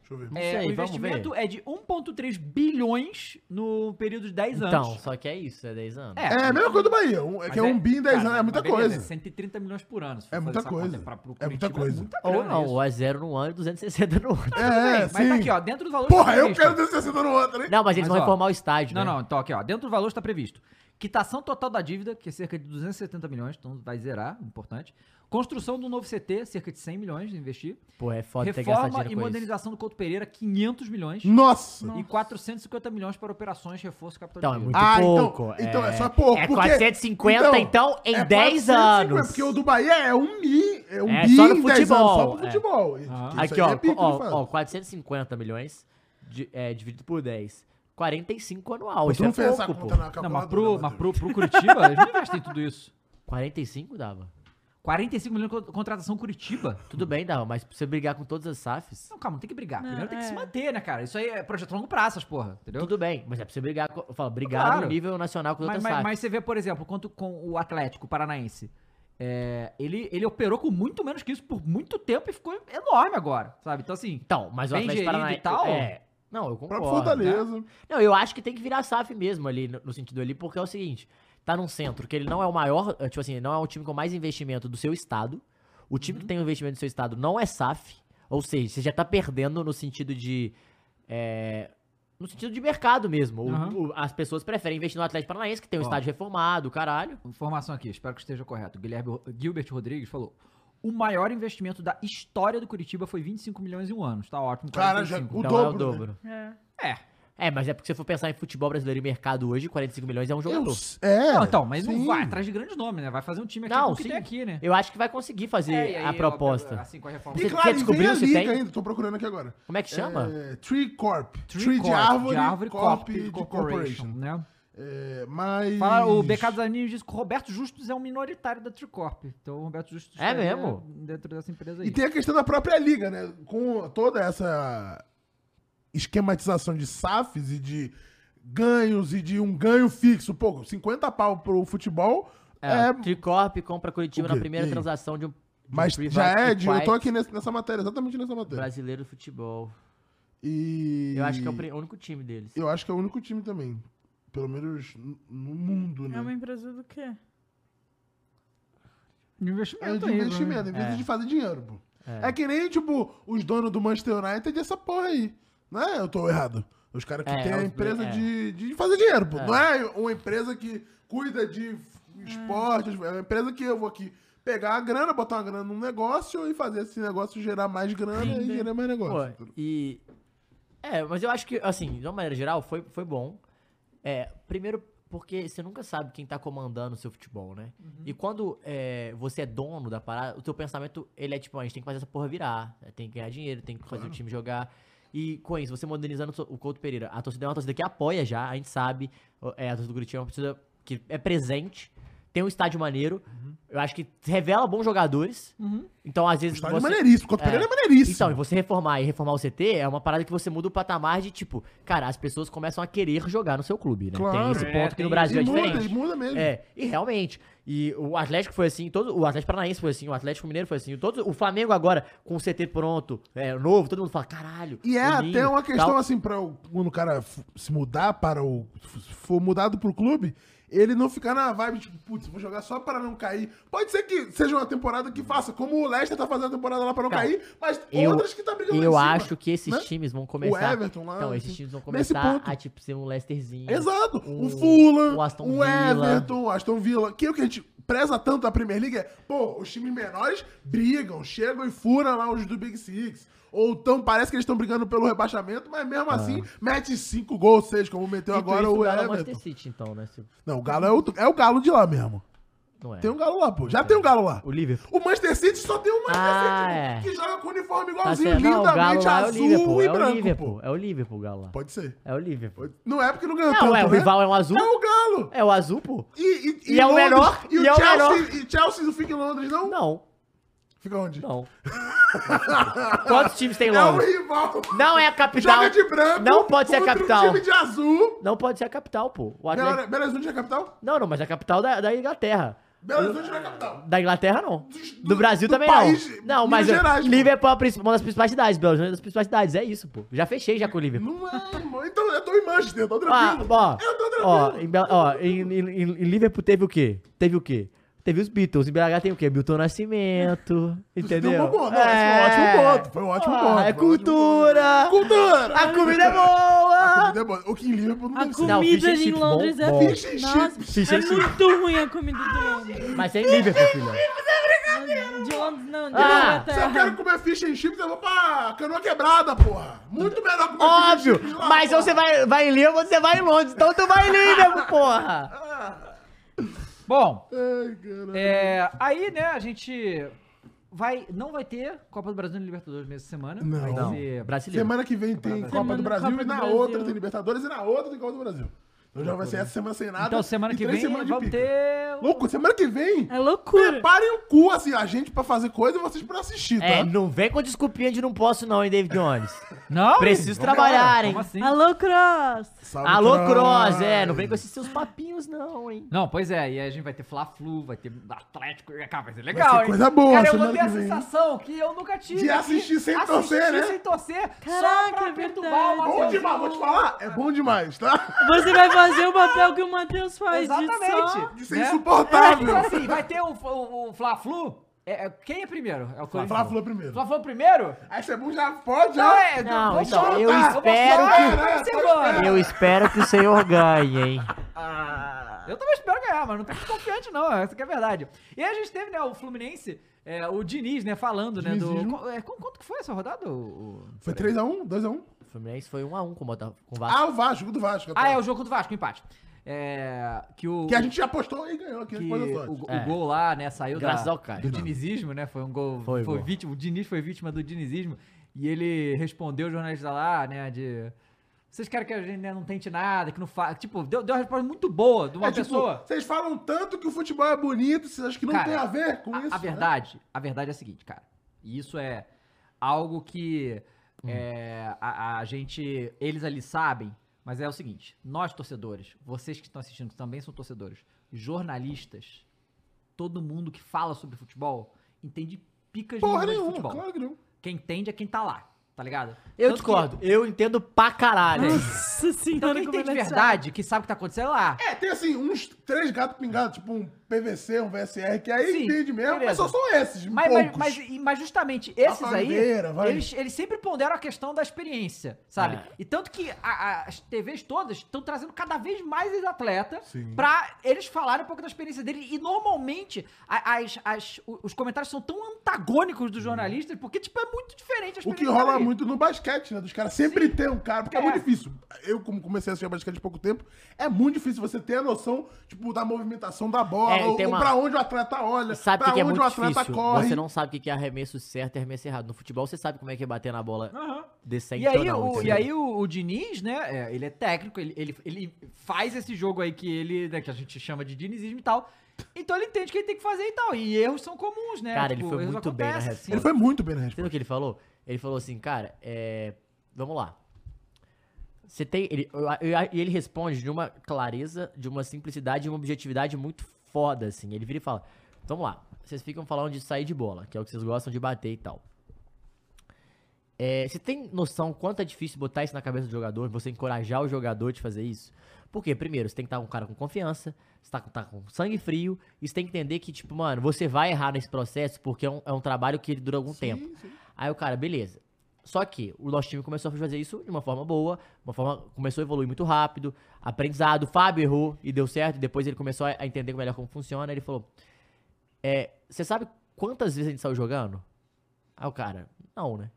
Deixa eu ver.
Isso
É,
aí,
o
vamos ver.
investimento é de 1,3 bilhões no período de 10 anos.
Então, só que é isso, é 10 anos.
É a mesma coisa do Bahia. um- é
mas
que é um bi em 10
cara,
anos, é muita
mas beleza,
coisa.
130 milhões por ano. se for
É
fazer
muita
essa conta
coisa.
pra- pro
É muita
Curitiba,
coisa.
muita
Ou
grana
não,
isso.
ou é zero no ano e 260 no outro.
Tudo
É,
bem, Mas tá aqui,
sim.
ó, dentro do valor...
Porra, eu
previsto.
quero ter 60 no outro, hein?
Não, mas eles
Mas,
vão
ó,
reformar o estádio,
Não,
né?
não, então aqui, ó. Dentro do valor está previsto. Quitação total da dívida, que é cerca de 270 milhões, então vai zerar, importante. Construção do novo CT, cerca de 100 milhões de investir.
Pô, é foda ter gastado
Reforma e
dinheiro com isso.
modernização do Couto Pereira, 500 milhões.
Nossa!
E 450 milhões para operações, reforço e capital
Então,
de
é
giro.
muito
Ah, então-
pouco.
então é só pouco,
É
porque- é
450, então, em 10 anos.
Porque o do Bahia é um mi, é um
É,
bi
só no
em 10 anos, só
futebol,
pro
é.
futebol. E-
Aham.
que isso
Aqui,
aí
ó,
é pico,
ó,
de fato.
ó, 450 milhões de- é, dividido por 10. 45 anual.
Tu
Isso
não
é
fez essa
pouco, pô.
conta na
Não, mas
calculadora.
pro,
né,
mas
Matheus?
pro, pro Curitiba, eles não investem tudo isso.
45 dava.
45 milhões de co- contratação Curitiba.
Tudo bem, dava, mas pra você brigar com todas as SAFs.
Não, calma, não tem que brigar.
Não,
Primeiro tem que
é.
se manter, né, cara? Isso aí é projeto a longo prazo, essas porra, entendeu?
Tudo bem, mas é pra você brigar. com- Eu falo, brigar
Claro.
no nível nacional com as
Mas,
outras
mas-
SAFs.
mas você vê, por exemplo, quanto com o Atlético Paranaense. É, ele, ele operou com muito menos que isso por muito tempo e ficou enorme agora, sabe? Então, assim,
Então, mas o
Bem gerido e
Atlético Paranaense.
tal?
É. Não, eu
O próprio
concordo.
Fortaleza.
Não, eu acho que tem que virar SAF mesmo ali, no, no sentido ali, porque é o seguinte, tá num centro que ele não é o maior, eh, tipo assim, não é o time com mais investimento do seu estado, o time
Uhum.
que tem o investimento do seu estado não é SAF, ou seja, você já tá perdendo no sentido de... eh, no sentido de mercado mesmo. O-
Aham.
o- as pessoas preferem investir no Atlético Paranaense, que tem um
Ó.
estádio reformado, caralho.
informação aqui, espero que esteja correto. Guilherme Ro- Gilbert Rodrigues falou: o maior investimento da história do Curitiba foi 25 milhões em um ano. Tá ótimo.
Cara, já-
45.
o
então é o
dobro, né?
dobro.
É.
É, mas é porque se você for pensar em futebol brasileiro e mercado hoje, 45 milhões é um
Eu
jogador.
s- é,
Não, então, mas não
sim.
vai atrás de grandes nomes, né? Vai fazer um time aqui
Não,
com o que
sim.
tem aqui, né?
Eu acho que vai conseguir fazer
É, e aí,
a
ó,
proposta.
assim, com a reforma.
E
Você
claro, e
descobriu
vem a
se
liga
tem?
ainda, tô procurando aqui agora.
Como é que chama?
É, Tree Corp. Tree,
Tree
de
Corp,
árvore,
Corp
Corp de
Corporation,
Corporation.
né?
É, mas...
Fala, o Becado Zaninho diz que o Roberto Justus é um minoritário da Tricorp. Então o Roberto Justus
É
estaria
mesmo?
dentro dessa empresa aí.
E tem a questão da própria liga, né? Com toda essa esquematização de SAFs e de ganhos e de um ganho fixo. Pô, 50 pau pro futebol é,
É, Tricorp compra Curitiba
O quê?
na primeira
E aí?
transação de um. de
mas
um private
já é de, eu tô
equity
aqui nesse- nessa matéria, exatamente nessa matéria.
Brasileiro de futebol.
E
Eu acho que é o pri- o único time deles.
eu acho que é o único time também, pelo menos no no mundo, né?
É uma empresa do quê?
Investimento,
É um
aí, né?
investimento, em vez de fazer dinheiro, pô.
É.
É. que nem, tipo, os donos do Manchester United e essa porra aí. Não é eu tô errado. Os caras que
É,
têm
os
a
dois,
empresa
é.
de, de fazer dinheiro, pô.
É.
Não é uma empresa que cuida de esportes, é uma empresa que eu vou aqui pegar a grana, botar uma grana num negócio e fazer esse negócio gerar mais grana e gerar mais negócio.
Pô, e. É, mas eu acho que, assim, de uma maneira geral, foi, foi bom. É, primeiro, porque você nunca sabe quem tá comandando o seu futebol, né? E quando é, você é dono da parada, o teu pensamento, ele é tipo, a gente tem que fazer essa porra virar, né? tem que ganhar dinheiro, tem que fazer o time jogar. E com isso, você modernizando o Couto Pereira, a torcida é uma torcida que apoia já, a gente sabe, é, a torcida do Curitiba é uma torcida que é presente. tem um estádio maneiro.
Uhum.
Eu acho que revela bons jogadores. Então, às vezes.
estádio é maneiríssimo. Quanto Pereira é maneiríssimo.
Então, e você reformar e reformar o CT é uma parada que você muda o patamar de tipo, cara, as pessoas começam a querer jogar no seu clube, né?
Claro.
Tem esse
É,
ponto que
tem
no Brasil é
e muda,
diferente.
e muda mesmo.
É, e realmente. E o Atlético foi assim, todo, o Atlético Paranaense foi assim, o Atlético Mineiro foi assim, todo, o Flamengo agora com o CT pronto, é, novo, todo mundo fala, caralho.
E é
bonito,
até uma questão
tal.
assim, pra o- quando o cara f- se mudar para o. f- for mudado pro clube, ele não ficar na vibe, tipo, putz, vou jogar só para não cair. Pode ser que seja uma temporada que faça, como o Leicester tá fazendo a temporada lá para não
Cara,
cair, mas
Eu,
outras que tá brigando lá
eu
em cima,
acho que esses
né?
times vão começar.
Everton lá,
então, esses
assim,
times vão
nesse
começar
ponto.
a tipo ser um Leicesterzinho.
Exato. O,
O-
Fulham,
o Aston
o
Villa.
Everton, o Aston Villa. Que é o que a gente preza tanto da Premier League é, pô, os times menores brigam, chegam e furam lá os do Big Six. Ou então parece que eles estão brigando pelo rebaixamento, mas mesmo assim mete cinco gols, seis, como meteu
Dito
agora
Ah. isso,
o
Galo é
Everton.
Manchester City, então, né? se-
Não, o Galo é o, é o Galo de lá mesmo.
Não é.
Tem um Galo lá, pô. Já tem um Galo lá.
O Liverpool.
O Manchester City só tem um Manchester
Ah,
City
é.
que joga com uniforme
Tá
igualzinho,
certo. Não, o Galo
lindamente
lá é o
azul
Liverpool,
e
é o
branco, pô.
Liverpool, é o Liverpool, o Galo lá.
Pode ser.
É o Liverpool.
Pode- Não é porque não ganhou
Não,
tanto,
é, o
né?
rival é o azul.
É o Galo.
É o azul, pô?
E, e,
E é o
Londres-
menor,
E, o
e é o
Chelsea,
menor.
E Chelsea não fica em Londres, não?
Não,
Fica onde?
não. Quantos times tem
É o
Londres?
rival.
Não é a capital.
Joga de branco.
Não pode ser a
contra
capital.
Um time de azul.
Não pode ser a capital, pô. O
Belo-
Atlético...
Belo Horizonte é a capital?
Não, não, mas a capital da, da Inglaterra.
Belo Horizonte não é a capital.
Da Inglaterra, não. Do,
do-
Brasil
do
também
país,
não. Não, mas
Minas Gerais, pô.
Liverpool é a princi- uma das principais cidades. Belo Horizonte é uma das principais cidades. É isso, pô. Já fechei já com o Liverpool.
Não é, irmão. Então eu tô em Manchester, eu tô
Ah,
tranquilo.
ó,
eu tô tranquilo.
ó, em, Bel- ó em, em- em- em Liverpool teve o quê? Teve o quê? Teve os Beatles. Em BH tem o quê? Milton Nascimento. Entendeu?
deu um bom ponto. Não, esse foi um ótimo ponto, foi um ótimo ponto,
É
foi um ótimo
cultura.
Cultura! né?
A comida é boa.
Comida é boa. O que em Liverpool não
A
deve ser.
Não, fish
comida
and
em
chips,
Londres
bom,
é
bom.
Fish and chips.
Nossa, é muito ruim a comida de Londres.
Mas é em Liverpool, filho.
De Londres não, de
Ah,
Se eu
Inglaterra.
quero comer fish and chips, eu vou pra canoa quebrada, porra. Muito melhor comer
Óbvio.
fish and chips lá,
Mas se
porra.
você vai, vai em Liverpool, você vai em Londres. Então tu vai em Liverpool, porra.
Bom,
Ai, caralho.
é, aí, né, a gente vai... Não vai ter Copa do Brasil e Libertadores nessa semana.
Não.
Vai
Não.
ser
Brasileiro.
Semana que vem tem Copa do
Semana
Brasil
Copa
e
do
na
Brasil.
outra tem Libertadores e na outra tem Copa do Brasil. Então já vai ser essa semana sem nada.
Então, semana
e
que
três
vem
semanas de
vamos
pica.
ter... um o-
Louco, semana que vem.
É loucura.
Preparem o cu, assim, a gente pra fazer coisa e vocês pra assistir, tá?
É, não vem com desculpinha de não posso não, hein, David Jones.
Não?
Preciso trabalhar, hein.
Como assim?
Alô, Cross.
Salve,
Alô,
Cross.
Cross. É, não vem com esses seus papinhos não, hein.
Não, pois é, e aí a gente vai ter Fla-Flu, vai ter Atlético, e, cara, vai ser
Vai
legal,
ser
hein?
coisa boa
Cara, eu
semana
vou ter a
que vem.
sensação que eu nunca tive.
De
aqui.
assistir sem
Assistir
torcer, né?
sem torcer, só
Caraca,
pra
é
perturbar o
verdade.
Bom
Matheus.
demais, vou te falar. É bom demais, tá?
Você vai fazer o papel que o Matheus faz de só...
Exatamente.
De ser
né?
insuportável.
É, então, assim, vai ter o, o, o Fla-Flu. É, é, quem é primeiro? É o
Fla
Corinthians.
Flu primeiro.
Fla-Flu é primeiro?
Aí você já pode,
Não,
já.
é.
Não,
vamos
então, eu
voltar, vamos
espero
voltar,
que-
vai ser
É,
agora.
Eu espero que o senhor ganhe, hein.
Eu também espero ganhar, mas não tô muito confiante, não. Essa que é a verdade. E aí a gente teve, né, o Fluminense, é, o Diniz, né, falando, né, do...
Dinizinho.
Qu- é, qu- quanto que foi essa rodada? o- o-
Foi 3x1, 2x1.
O Fluminense foi 1 a 1 com o Bota- com o Vasco.
Ah, o Vasco, jogo do Vasco.
Ah, é, o jogo do Vasco, empate. É, que o...
Que a gente já apostou e ganhou aqui
que
depois da
o,
sorte.
o
É.
gol lá, né, saiu da-
Graças ao Caio.
do dinizismo, né, foi um gol, foi,
Foi gol.
vítima, o Diniz foi vítima do dinizismo, e ele respondeu o jornalista lá, né, de... Vocês querem que a gente né, não tente nada, que não faça... Tipo, deu, deu uma resposta muito boa de uma
É, tipo,
pessoa...
vocês falam tanto que o futebol é bonito, vocês acham que não
Cara,
tem a ver com
a,
isso? né?
a verdade, a verdade é a seguinte, cara. E isso é algo que
Hum.
é, a, a gente, eles ali sabem, mas é o seguinte: nós torcedores, vocês que estão assistindo que também são torcedores, jornalistas, todo mundo que fala sobre futebol entende picas de
Porra
número de
nenhuma,
é futebol.
claro que não.
Quem entende é quem tá lá, tá ligado?
Eu
Tanto que-
discordo. Eu entendo pra caralho. hein.
Nossa
Então
senhora,
quem
como
tem de
ele é chato.
verdade, que sabe o que tá acontecendo é lá.
É, tem assim, uns três gatos pingados, tipo um PVC, um VSR, que aí
Sim,
entende mesmo, mas
beleza.
só são esses,
Mas, mas-
poucos.
mas- e- mas justamente esses
Rafael
aí,
Oliveira, vai.
eles, eles sempre ponderam a questão da experiência, sabe?
É.
E tanto que a- a- as TVs todas estão trazendo cada vez mais ex-atletas
Sim.
pra eles falarem um pouco da experiência dele. E normalmente a- as- as- o- os comentários são tão antagônicos dos
Hum.
jornalistas, porque tipo, é muito diferente a
O que
experiência
rola
dele.
muito no basquete, né? Dos caras sempre tem um cara, porque é.
É.
muito difícil. Eu, como comecei a assistir basquete há pouco tempo, é muito difícil você ter a noção, tipo, da movimentação da bola,
É, e
ou,
tem
ou
uma-
pra onde o atleta olha,
Sabe o
pra
que, que é
onde
muito
o atleta
difícil?
corre.
Você não sabe o que que é arremesso certo e arremesso errado. No futebol você sabe como é que é bater na bola
Aham.
decente
E aí,
ou não.
o, e
entendeu?
aí o, o Diniz, né, é, ele é técnico, ele, ele, ele faz esse jogo aí que ele, né, que a gente chama de dinizismo e tal. Então ele entende o que ele tem que fazer e tal. E erros são comuns, né?
Cara, ele foi
erros
muito bem na
acontecem,
resposta.
Ele foi muito bem na resposta.
Entendeu o que ele falou? Ele falou assim, cara, é. Vamos lá. Você tem. Ele, eu- eu- e ele responde de uma clareza, de uma simplicidade e uma objetividade muito foda, assim. Ele vira e fala: Vamos lá, vocês ficam falando de sair de bola, que é o que vocês gostam de bater e tal. É, você tem noção quanto é difícil botar isso na cabeça do jogador, você encorajar o jogador de fazer isso? Porque, primeiro, você tem que estar com um cara com confiança, você tá, com- tá com sangue frio, e você tem que entender que, tipo, mano, você vai errar nesse processo porque é um, é um trabalho que ele dura algum tempo. Aí o cara, beleza. Só que o nosso time começou a fazer isso de uma forma boa, uma forma começou a evoluir muito rápido, aprendizado, o Fábio errou e deu certo, e depois ele começou a a entender melhor como funciona, ele falou, é, você sabe quantas vezes a gente saiu jogando? Aí o cara, não, né?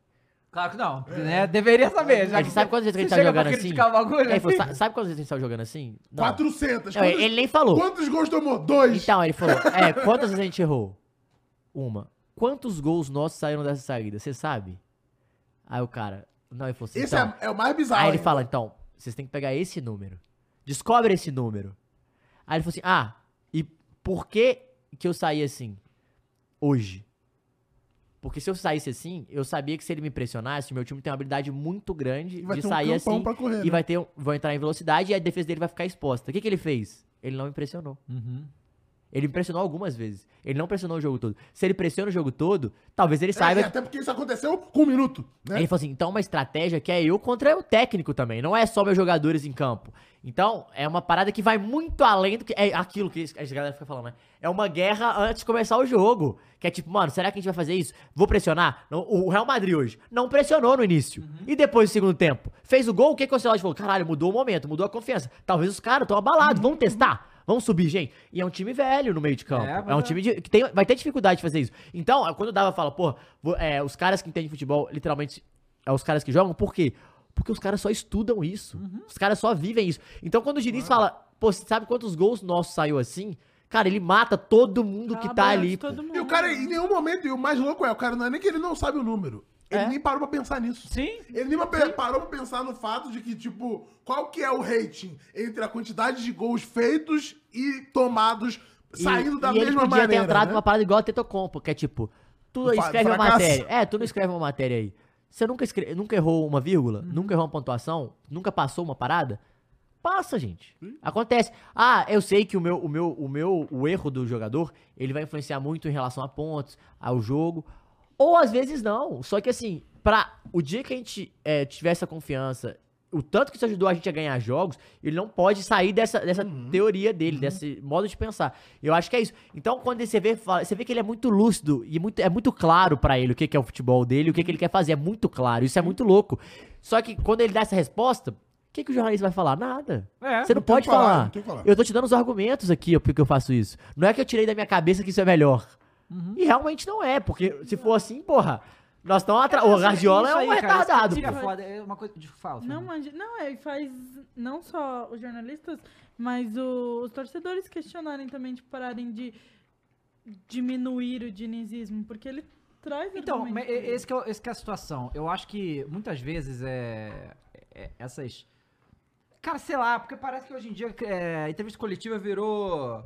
Claro que não. Né? Deveria saber. Já
Ele sabe quantas vezes que a gente
você
tá
chega pra
jogando assim?
criticar o bagulho,
Aí ele falou,
assim?
"Sa- sabe quantas vezes a gente saiu jogando assim? Não.
400.
Não, é
Quantos-
ele nem falou.
Quantos gols tomou? Dois.
Então, ele falou, é, quantas vezes a gente errou? Uma. Quantos gols nossos saíram dessa saída? Você sabe? Aí o cara, não, ele falou assim,
Esse
então,
é, é o mais bizarro.
Aí ele
hein?
fala, então, vocês têm que pegar esse número. Descobre esse número. Aí ele falou assim, ah, e por que que eu saí assim? Hoje. Porque se eu saísse assim, eu sabia que se ele me pressionasse, o meu time tem uma habilidade muito grande
E vai
de
ter um
sair
campão
assim.
pra correr,
e
né?
vai, ter, um- vai entrar em velocidade e a defesa dele vai ficar exposta. O que, que ele fez? Ele não me pressionou.
Uhum.
Ele me pressionou algumas vezes. Ele não pressionou o jogo todo. Se ele pressiona o jogo todo, talvez ele
É,
saiba
e até porque isso aconteceu com um minuto, né?
ele falou assim: então uma estratégia que é eu contra o técnico também, não é só meus jogadores em campo. Então, é uma parada que vai muito além do que. É aquilo que a galera fica falando, né? É uma guerra antes de começar o jogo. Que é tipo, mano, será que a gente vai fazer isso? Vou pressionar? Não, o Real Madrid hoje não pressionou no início. E depois do segundo tempo? Fez o gol, o que, que o Ancelotti falou? Caralho, mudou o momento, mudou a confiança. Talvez os caras estão abalados, vamos testar. Vamos subir, gente. E é um time velho no meio de campo.
É,
É,
pois
um
é.
time de- que tem, vai ter dificuldade de fazer isso. Então, quando o Dava fala, pô, vo- é, os caras que entendem futebol, literalmente, é os caras que jogam, por quê? Porque os caras só estudam isso. Os caras só vivem isso. Então, quando o Diniz fala, pô, você sabe quantos gols nossos saiu assim? Cara, ele mata todo mundo
Cala
que
a
tá
boca
ali.
de todo mundo.
E o
é
cara, em nenhum momento, e o mais louco é, o cara não é nem que ele não sabe o número. Ele
É.
nem parou pra pensar nisso.
Sim.
Ele nem pe- parou pra pensar no fato de que, tipo, qual que é o rating entre a quantidade de gols feitos e tomados
E-
saindo da
e ele
mesma
podia
maneira.
ter entrado
né?
numa parada igual a Tetocompo, que é tipo, tu
Fa-
escreve uma
fracasso.
matéria. É, tu não escreve uma matéria aí. Você nunca, escre... nunca errou uma vírgula?
Uhum.
Nunca errou uma pontuação? Nunca passou uma parada? Passa, gente. Acontece. Ah, eu sei que o meu, o meu, o meu, o erro do jogador, ele vai influenciar muito em relação a pontos, ao jogo. Ou às vezes não. Só que assim, pra o dia que a gente é, tiver essa confiança, o tanto que isso ajudou a gente a ganhar jogos, ele não pode sair dessa, dessa teoria dele, desse modo de pensar. Eu acho que é isso. Então, quando você vê, fala- você vê que ele é muito lúcido e muito, é muito claro pra ele o que, que é o futebol dele, o que, que ele quer fazer. É muito claro. Isso é muito louco. Só que quando ele dá essa resposta, o que, que o jornalista vai falar? Nada.
É,
você
não tem
não
o que
pode
falar,
falar.
não tem o que falar.
Eu tô te dando os argumentos aqui ó, porque eu faço isso. Não é que eu tirei da minha cabeça que isso é melhor. E realmente não é, porque se for assim, porra, nós estamos atrás. O Guardiola é um retardado.
Cara,
pô.
é foda. É uma coisa. de- né? Fala.
Não,
Fernando.
mande- não, é, e faz não só os jornalistas, mas o- os torcedores questionarem também de pararem de diminuir o dinizismo, porque ele traz
Então,
argumentos.
mas e- esse que, é, o- esse que é a situação. Eu acho que muitas vezes é, é- essas. Cara, sei lá, porque parece que hoje em dia é, entrevista coletiva virou.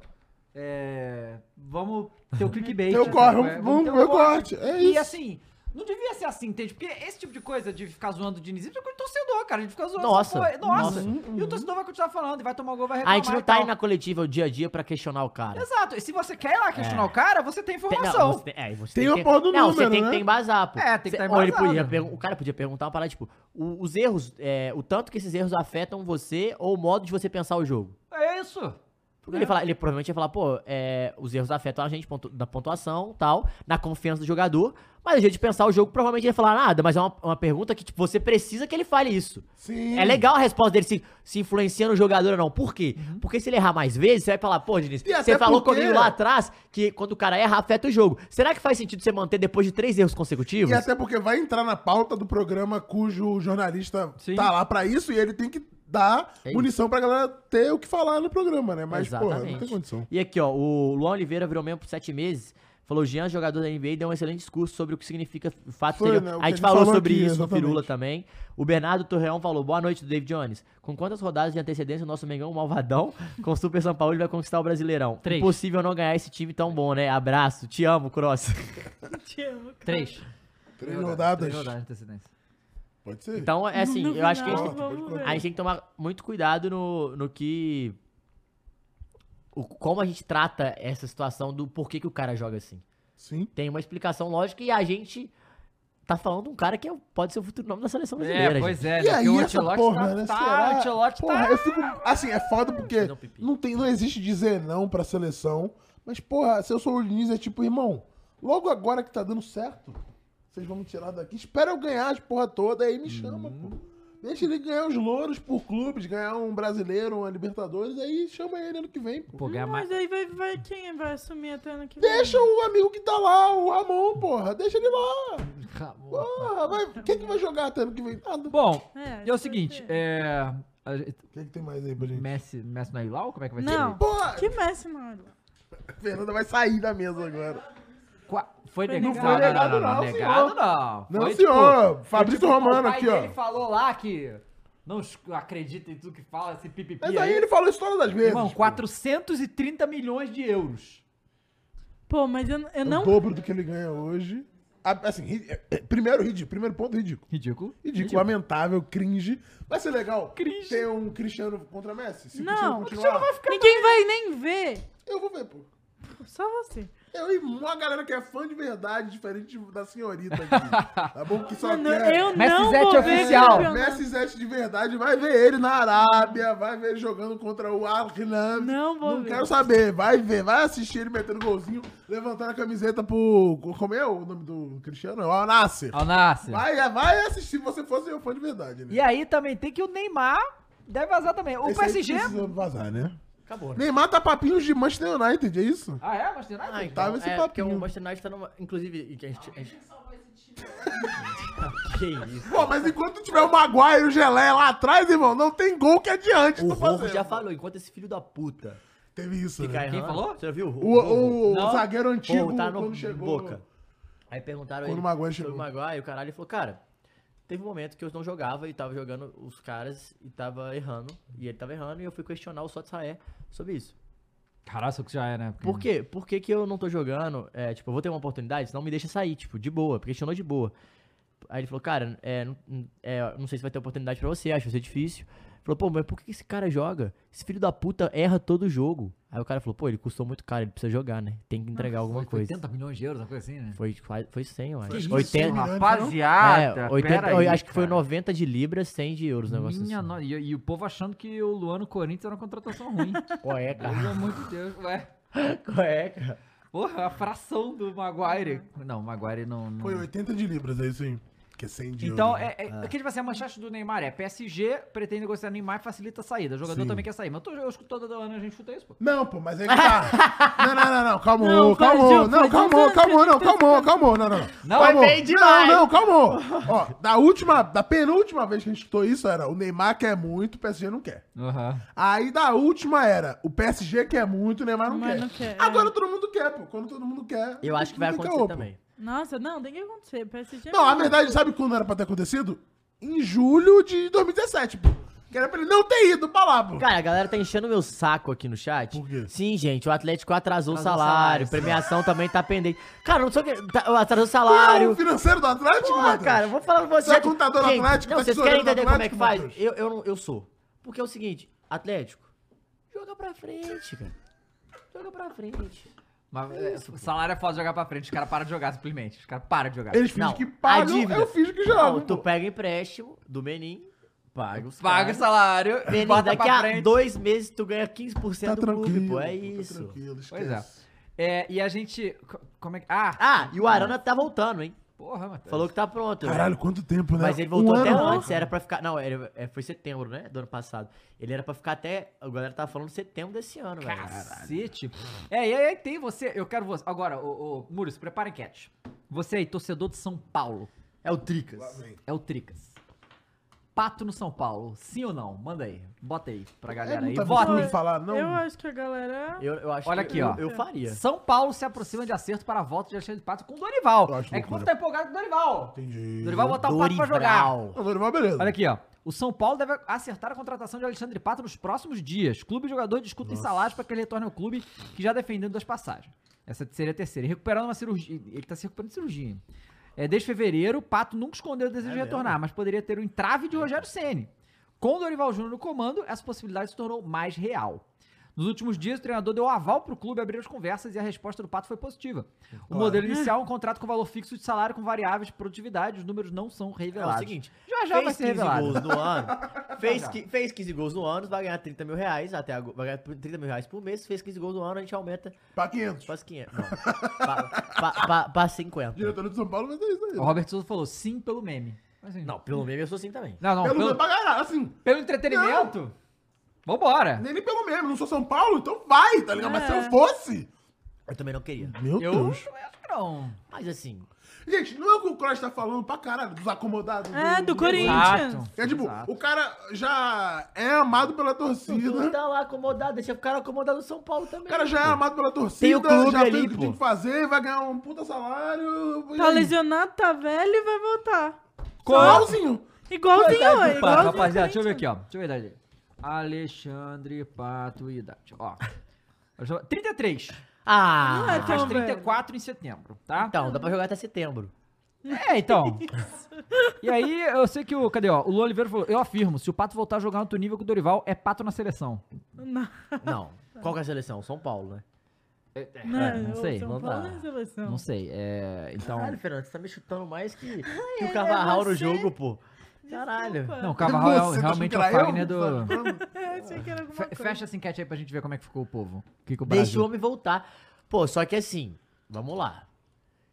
é, vamos ter o clickbait.
Eu
né?
corro,
É,
vamos
ter
ver o corte. É
e
isso.
assim, não devia ser assim, entende? Porque esse tipo de coisa de ficar zoando o Diniz, é coisa de torcedor, cara. De ficar zoando.
Nossa,
essa porra. nossa.
nossa.
E o torcedor vai continuar falando, e vai tomar gol, vai
A
reclamar.
gente não
e
tá
tal.
indo na coletiva o dia a dia pra questionar o cara.
Exato. E se você quer ir lá questionar
É.
o cara, você tem
Tem-
informação.
Não, você tem, é, você
Tem
tem
a
que-
porra do
não, você
número,
tem
né?
que embasar, pô.
É, tem que
Você-
tá
ou ele
embasado.
podia pergun- O cara podia perguntar uma parada, tipo, o- os erros, é, o tanto que esses erros afetam você ou o modo de você pensar o jogo.
É isso.
Porque ele, fala, ele provavelmente ia falar, pô, é, os erros afetam a gente pontu- na pontuação tal, na confiança do jogador. Mas a gente pensar o jogo, provavelmente ele ia falar nada, mas é uma, uma pergunta que tipo, você precisa que ele fale isso.
Sim.
É legal a resposta dele se, se influenciando o jogador ou não. Por quê? Porque se ele errar mais vezes, você vai falar, pô, Diniz,
Uhum. E até
você falou
porque-
comigo lá atrás que quando o cara erra, afeta o jogo. Será que faz sentido você manter depois de três erros consecutivos?
E até porque vai entrar na pauta do programa cujo jornalista
Sim.
tá lá pra isso e ele tem que dar
É isso.
munição pra galera ter o que falar no programa, né? Mas, porra, não tem
Exatamente.
condição.
E aqui, ó, o Luan Oliveira virou membro por sete meses. Falou, Jean, jogador da NBA, deu um excelente discurso sobre o que significa o fato
Foi,
seria.
né, o que
A gente
ele
falou,
falou
sobre
aqui,
isso no
exatamente.
Pirula também. O Bernardo Torreão falou, boa noite, David Jones. Com quantas rodadas de antecedência o nosso Mengão Malvadão com o Super São Paulo ele vai conquistar o Brasileirão?
Três.
Impossível não ganhar esse time tão bom, né? Abraço, te amo, Cross.
Te amo, cara.
Três.
Três rodadas.
Três rodadas de antecedência.
Pode ser.
Então, é assim,
No
eu acho que a gente
final,
tem
vamos
Pode
ver.
A gente tem que tomar muito cuidado no, no que. O, como a gente trata essa situação do porquê que o cara joga assim.
Sim.
Tem uma explicação lógica e a gente tá falando de um cara que é- pode ser o futuro nome da seleção brasileira.
É, pois é.
E
né?
aí,
Porque o
essa
Antilote
porra,
tá,
né?
tá,
Será?
o Antilote
porra,
tá.
eu fico... Assim, é foda porque
fazer um pipi.
não, tem, não existe dizer não pra seleção. Mas, porra, se eu sou o Diniz, é tipo, irmão, logo agora que tá dando certo, vocês vão me tirar daqui. Espera eu ganhar as porra toda, aí me chama, pô. Deixa ele ganhar os louros por clubes, ganhar um brasileiro, uma Libertadores, aí chama ele ano que vem, pô.
Pô, ganhar mais.
Mas aí vai, vai quem vai assumir até ano que vem?
Deixa o amigo que tá lá, o Ramon, porra. Deixa ele lá.
Acabou.
Porra, vai. Quem que vai jogar até ano que vem? Nada.
Bom,
É,
e é o seguinte, é. a gente-
O que, que tem mais aí pra gente?
Messi, Messi não é Ilau? Como é que vai
Não.
ser?
Porra,
Que Messi, mano?
Fernanda vai sair da mesa agora.
Qua- Foi
Foi
negado.
negado.
Não, não, não,
Não foi
não, não,
negado,
negado
não,
não.
Não,
Foi,
senhor.
tipo,
Fabrício
foi, tipo,
Romano
o pai
aqui, ó.
Ele falou lá que não es- acredita em tudo que fala, esse pipipi
Mas aí
aí.
ele falou isso todas as vezes.
Irmão,
pô.
430 milhões de euros.
Pô, mas eu, eu
É
não.
O dobro do que ele ganha hoje. A- Assim, ri- primeiro ridículo. Primeiro ponto ridículo.
Ridículo.
Ridículo, lamentável, cringe. Vai ser legal ter um Cristiano contra Messi? Se o
Não,
Cristiano continuar,
ninguém vai nem ver.
eu vou ver, pô.
Só você.
Eu e uma galera que é fã de verdade, diferente da senhorita aqui. tá bom? Que só
Mano,
quer...
eu
Messi
não
Zete é
vou ver
oficial.
campeonato.
Messi Zete de verdade, vai ver ele na Arábia, vai ver ele jogando contra o al Hilal.
Não vou
Não
ver.
quero saber, vai ver, vai assistir ele metendo golzinho, levantando a camiseta pro. Como é o nome do Cristiano? É o Al Nasser.
Ao
É.
Nasser.
Vai, é, vai assistir se você fosse um fã de verdade, né?
E aí também tem que o Neymar deve vazar também. O
Esse aí
PSG.
precisa vazar, né?
Acabou.
Neymar tá papinhos de Manchester United, é isso?
Ah, é? Manchester United?
Ah, então,
Tava esse
é,
papinho.
porque o Manchester United tá numa... Inclusive... Que a gente, a gente... que isso.
Pô, mas enquanto tiver o Maguire e o Gelé lá atrás, irmão, não tem gol que adiante.
O
tô
Rojo
fazendo.
já falou, enquanto esse filho da puta
Teve isso,
fica
né?
Quem
errando-
falou?
Você já viu?
O, o- o
Não.
zagueiro antigo,
Porra, tá no
quando chegou...
Boca. Aí perguntaram
Quando
ele
o Maguire
sobre
chegou.
o Maguire, o caralho, ele falou, cara, teve um momento que eu não jogava e tava jogando os caras e tava errando. E ele tava errando e eu fui questionar o Sotsaé sobre isso.
Caralho, isso que já é, né?
Por quê? Por que, que eu não tô jogando? É, tipo, eu vou ter uma oportunidade, senão me deixa sair, tipo, de boa. Porque questionou de boa. Aí ele falou, cara, é, não, é, não sei se vai ter oportunidade pra você, acho que vai ser difícil. Falou, pô, mas por que que esse cara joga? Esse filho da puta erra todo jogo. Aí o cara falou, pô, ele custou muito caro, ele precisa jogar, né? Tem que entregar alguma
Foi
coisa.
80 milhões de euros, uma coisa assim, né?
Foi, tipo, quase- foi 100, eu acho.
isso,
80,
mano?
Rapaziada,
é, 80,
peraí,
acho que foi
cara.
90 de libras, 100 de euros, um negócio
Minha
assim.
no- e, e o povo achando que o Luan no Corinthians era uma contratação ruim.
Qual é, cara?
Pelo amor de Deus, ué.
Qual é, cara?
Porra, a fração do Maguire. Não, o Maguire não. não-
Foi 80 de libras, é isso aí. Que é 100 de
Então,
euro.
né?
é, é,
Ah.
que tipo assim, a manchete do Neymar é PSG pretende negociar Neymar e facilita a saída. O jogador
Sim.
também quer sair. Mas eu, tô, eu escuto toda hora né, a gente escuta isso, pô.
Não, pô, mas é que tá. Não, não, não, não, calmou,
Não, faz
calmou,
um-
não,
faz um
calmou,
ano que
calmou,
a
não,
gente tá
calmou, calmou, não, não, não.
Não,
calmou.
é
bem demais.
Não, não, calmou. Ó, da última, da penúltima vez que a gente escutou isso era o Neymar quer muito, o PSG não quer.
Aham.
Aí da última era o PSG quer muito, o Neymar não,
Mas
quer.
não quer, é.
Agora todo mundo quer, pô, quando todo mundo quer.
Eu acho que vai
não tem caô,
acontecer
pô.
também.
Nossa, não, tem que é acontecer. PSG
Não, a
não.
verdade, sabe quando era pra ter acontecido? Em julho de 2017, pô. Que era pra ele não ter ido pra lá, pô.
Cara, a galera tá enchendo meu saco aqui no chat.
Por quê?
Sim, gente, o Atlético atrasou o
Atrasou o
salário,
salário, sim.
premiação também tá pendente. Cara, não sei o que. tá- atrasou o
Não, o
salário.
financeiro do Atlético,
Porra,
Matheus?
cara, eu vou falar pra você.
Você é contador do Atlético,
Não,
tá
vocês
tesoureiro
querem
do
entender como é que
Atlético,
faz?
Matheus?
Eu, eu, não, eu sou. Porque é o seguinte, Atlético, joga pra frente, cara. Joga pra frente.
Mas é, o salário é foda jogar pra frente. Os caras param de jogar simplesmente. Os caras param de jogar.
Eles fingem
Não,
que
a
pagam,
dívida.
eu finge que
Não,
jogam.
tu
pô.
pega empréstimo do Menin, paga os
Paga o salário,
Menin,
bota
daqui
pra
a
frente.
dois meses tu ganha 15%
Tá
do clube,
tranquilo.
pô. É
tá
isso.
Tranquilo, esquece.
Pois é. É, e a gente. co- Como é que. Ah!
Ah, e o Arana tá voltando, hein?
Porra, Matheus.
Falou que tá pronto. né?
Caralho, quanto tempo, né?
Mas ele voltou até
ano.
antes, era pra ficar. Não, ele, é, foi setembro, né? Do ano passado. Ele era pra ficar até. A galera tava falando setembro desse ano, velho.
Cacete. É, e aí, aí tem você. Eu quero você. Agora, ô, ô Muros, prepara a enquete. Você aí, torcedor de São Paulo.
É o Tricas.
É o Tricas. Pato no São Paulo? Sim ou não? Manda aí. Bota aí pra galera aí.
muita
Vota.
vergonha tá falar, não.
Eu acho que a galera.
Eu, eu acho
Olha aqui,
que eu,
ó.
Eu faria.
São Paulo se aproxima de acerto para a volta de Alexandre Pato com o Dorival.
Eu acho
É que o povo
loucura.
tá empolgado com o Dorival.
Entendi.
Dorival botar o Pato pra jogar.
Dorival.
Não, Dorival, beleza.
Olha aqui, ó. O São Paulo deve acertar a contratação de Alexandre Pato nos próximos dias. Clube e jogador discutem salários para que ele retorne ao clube que já defendendo das passagens. Essa seria a terceira. E recuperando uma cirurgia. Ele tá se recuperando de cirurgia. hein? É, desde fevereiro, Pato nunca escondeu o
É
desejo de retornar, mas poderia ter o entrave de Rogério Ceni. Com o Dorival Júnior no comando, essa possibilidade se tornou mais real. Nos últimos dias, o treinador deu um aval para o clube abrir as conversas e a resposta do Pato foi positiva. O modelo inicial é um contrato com valor fixo de salário com variáveis de produtividade. Os números não são
É o
revelados.
seguinte,
Já, já vai
fez
ser
15
revelado.
gols no ano, fez, qui- fez 15 gols no ano, vai ganhar 30 mil reais, até agora, vai ganhar 30 mil reais por mês, fez 15 gols no ano, a gente aumenta
Pra 500.
quase 500, não, pra, pra, pra, pra 50.
Diretor do São Paulo vai ter isso aí.
O Robert Souza falou sim pelo meme. Mas, assim,
Não, pelo menos eu sou assim também.
não, não,
Pelo
pelo,
menos pra caralho, assim.
pelo entretenimento? Vambora.
Nem, nem pelo mesmo. Não sou São Paulo, então vai, tá ligado? Mas se
É.
eu fosse.
Eu também não queria.
Meu
Eu
Deus.
não acho que não.
Mas assim,
Gente, não é o que o Cross tá falando pra caralho, dos acomodados.
É, do
Exato.
Corinthians.
É tipo,
Exato.
o cara já é amado pela
tu
torcida.
tá lá acomodado, deixa o cara acomodado no São Paulo também.
O cara já é amado pela torcida,
Tem o clube
já
ali,
tem o que
pô.
tem que fazer, vai ganhar um puta salário. e
Tá
aí?
lesionado, tá velho e vai voltar.
Igualzinho.
Igualzinho, é,
Pá,
igualzinho.
rapaziada, deixa eu ver
Corinthians.
aqui, ó. Deixa eu ver a idade dele. Alexandre Pato e idade. Ó. Eu já- 33.
Não é
Ah,
Faz
tão velho.
34 em setembro, tá?
então, dá pra jogar até setembro.
É, então. E aí, eu sei que o. Cadê, ó? O Lu Oliveira falou: Eu afirmo, se o Pato voltar a jogar no outro nível que o Dorival, é Pato na seleção.
Não,
Não, qual que é a seleção? São Paulo, né?
não,
É, não
o
sei,
São
não
Paulo
dá.
é seleção.
Não sei. É. Então.
Caralho, Fernando, você tá me chutando mais que, que
é
o Carvajal no
você.
jogo, pô. Caralho.
Não, o
Você
Carvajal é o-
tá achando
realmente
que
é o
era eu?
Fagner do.
Eu achei que era alguma
Fe-
coisa.
Fecha essa enquete aí pra gente ver como é que ficou o povo. O que, que o
Deixa o
Brasil...
homem voltar. Pô, só que assim, vamos lá.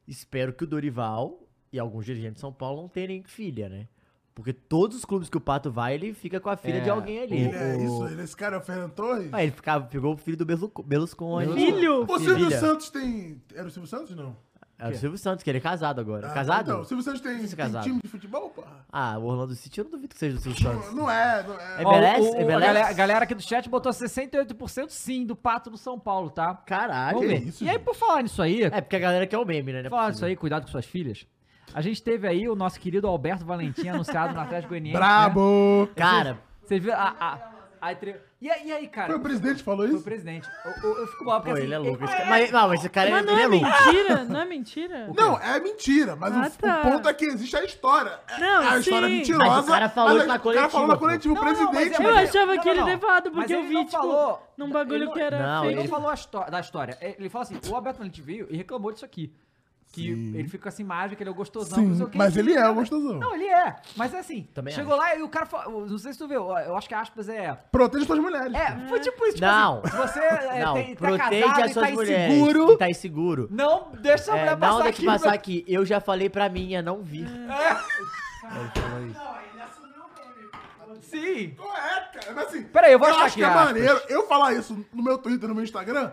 Espero que o Dorival e alguns dirigentes de São Paulo não terem filha, né? Porque todos os clubes que o Pato vai, ele fica com a filha
É,
de alguém ali.
Ele é isso, ele é esse cara, é o Fernando Torres.
Aí Ah, ele ficava, pegou o filho do Berlu- Berlusconi.
Filho?
A
O Silvio
filha.
é Santos tem. Era o Silvio Santos? Não.
É o Silvio Santos, que ele é casado agora.
Ah,
casado?
Então, o Silvio Santos tem,
Esse
tem
casado.
time de futebol, porra?
Ah, o Orlando City eu não duvido que seja do Silvio Santos.
Não é, não é.
É
Ó,
MLS?
o- o-
É
a galera, a
MLS?
galera aqui do chat botou 68% sim do Pato do São Paulo, tá?
Caralho.
Vamos ver.
Ah, isso,
e aí,
gente?
por falar nisso aí,
É porque a galera quer o meme, né? Não é
por falar nisso
possível.
aí, cuidado com suas filhas. A gente teve aí o nosso querido Alberto Valentim anunciado no Atlético Goianiense. Né?
Brabo!
Cara,
Você viu a... a, a entre- e, aí- e aí, cara?
Foi o presidente que falou
Foi o
isso?
presidente. Eu, eu- eu fico mal, porque
pô,
assim,
ele é louco. Esse cara- Mas, não, mas esse cara
Mas
ele,
não
ele
é
é louco.
mentira? Não é mentira?
Não, é mentira, mas o-
Ah, tá.
o ponto é que existe a história. É-
Não,
é a
sim.
história
Mas o
mentirosa.
cara falou
mas
isso
a-
na
O cara falou na coletiva, o
coletiva,
Não, não, mas
presidente.
é-
Eu
mas
achava
não,
que ele
não, não.
levado,
Mas
porque eu
ele
vi,
não
tipo,
falou-
num bagulho
ele-
que era
Não,
Ele
fake.
não falou a histó- da história. Ele ele falou assim: o Alberto Valentim veio e reclamou disso aqui. Que ele fica com essa imagem, que ele é o gostosão, não sei o
Sim,
quê.
mas ele é o
Não,
gostosão.
Não, ele é. Mas assim,
Também
chegou lá e o cara falou. Não sei se tu viu, eu acho que aspas é.
Proteja suas mulheres.
É, foi tipo isso. Tipo
Não.
assim, se você é,
Não,
tem, tá
protege
casado
as
e tá
suas mulheres.
inseguro,
E tá inseguro.
não deixa essa
É,
mulher
não,
passar
deixa
aqui. Ah,
eu passar aqui. Eu já falei pra minha não vir.
meu- Sim.
Correto, cara. Mas assim.
Peraí, eu vou achar
acho que é
aqui a aspas.
maneiro eu falar isso no meu Twitter, no meu Instagram.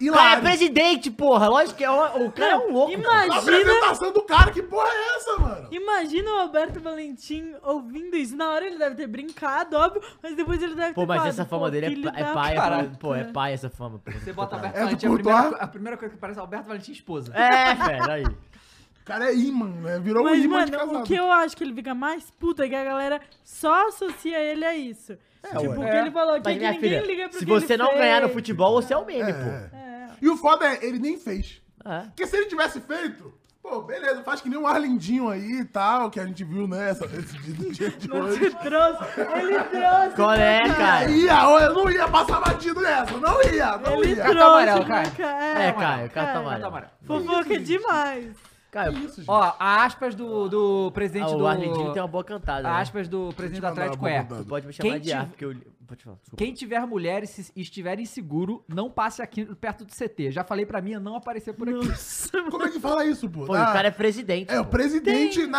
E
Cara, é
lá.
presidente, porra. Lógico que é o, o cara é um louco.
A
Imagina,
apresentação do cara, que porra é essa, mano?
imagina o Alberto Valentim ouvindo isso. Na hora ele deve ter brincado, óbvio, mas depois ele deve
Pô,
ter
mas
falado,
essa fama
"Pô,
dele é,
filho
pa- é
da
pai.
puta".
Pô, é pai essa fama. pô.
Você bota Alberto
É do
Valentim, a
Courtois?
primeira, co- a primeira coisa que parece é Alberto Valentim esposa.
É, velho, aí.
O cara é imã, né? Virou um
Mas,
imã de
mano,
casado.
o que eu acho que ele fica mais puto é que a galera só associa ele a isso. tipo,
ué.
o que ele falou aqui é
Mas,
que
minha
ninguém
filha,
liga pro
se
que ele
você não ganhar no
fez.
futebol, você é o meme, pô.
É. E o foda é, ele nem fez.
É.
Porque se ele tivesse feito, pô, beleza, faz que nem um Arlindinho aí e tal, que a gente viu, né? Essa, esse dia- dia de
Não
hoje.
te trouxe, ele trouxe.
Qual é, cara?
Ia, ó, eu não ia passar batido nessa, não ia, não
Ele tá-
ia.
trouxe,
amarelo,
cara.
Caio.
É,
É,
Caio, carta
Tá,
amarela.
Mara?
fofoca demais.
Caio,
Isso, gente.
Ó, a aspas do, do presidente
Ah, o
do.
Arlindinho tem uma boa cantada.
A
né?
aspas do presidente do
mandar
Atlético
uma
é.
bomba.
Tu pode me
Quem
chamar de
tive-
ar, porque eu. li- Pode falar, desculpa.
Quem tiver mulher e se- estiver inseguro, não passe aqui perto do CT. Já falei pra minha não aparecer por aqui.
Como é que fala isso, pô?
Pô,
Na-
o cara é presidente.
É, o
pô.
presidente na,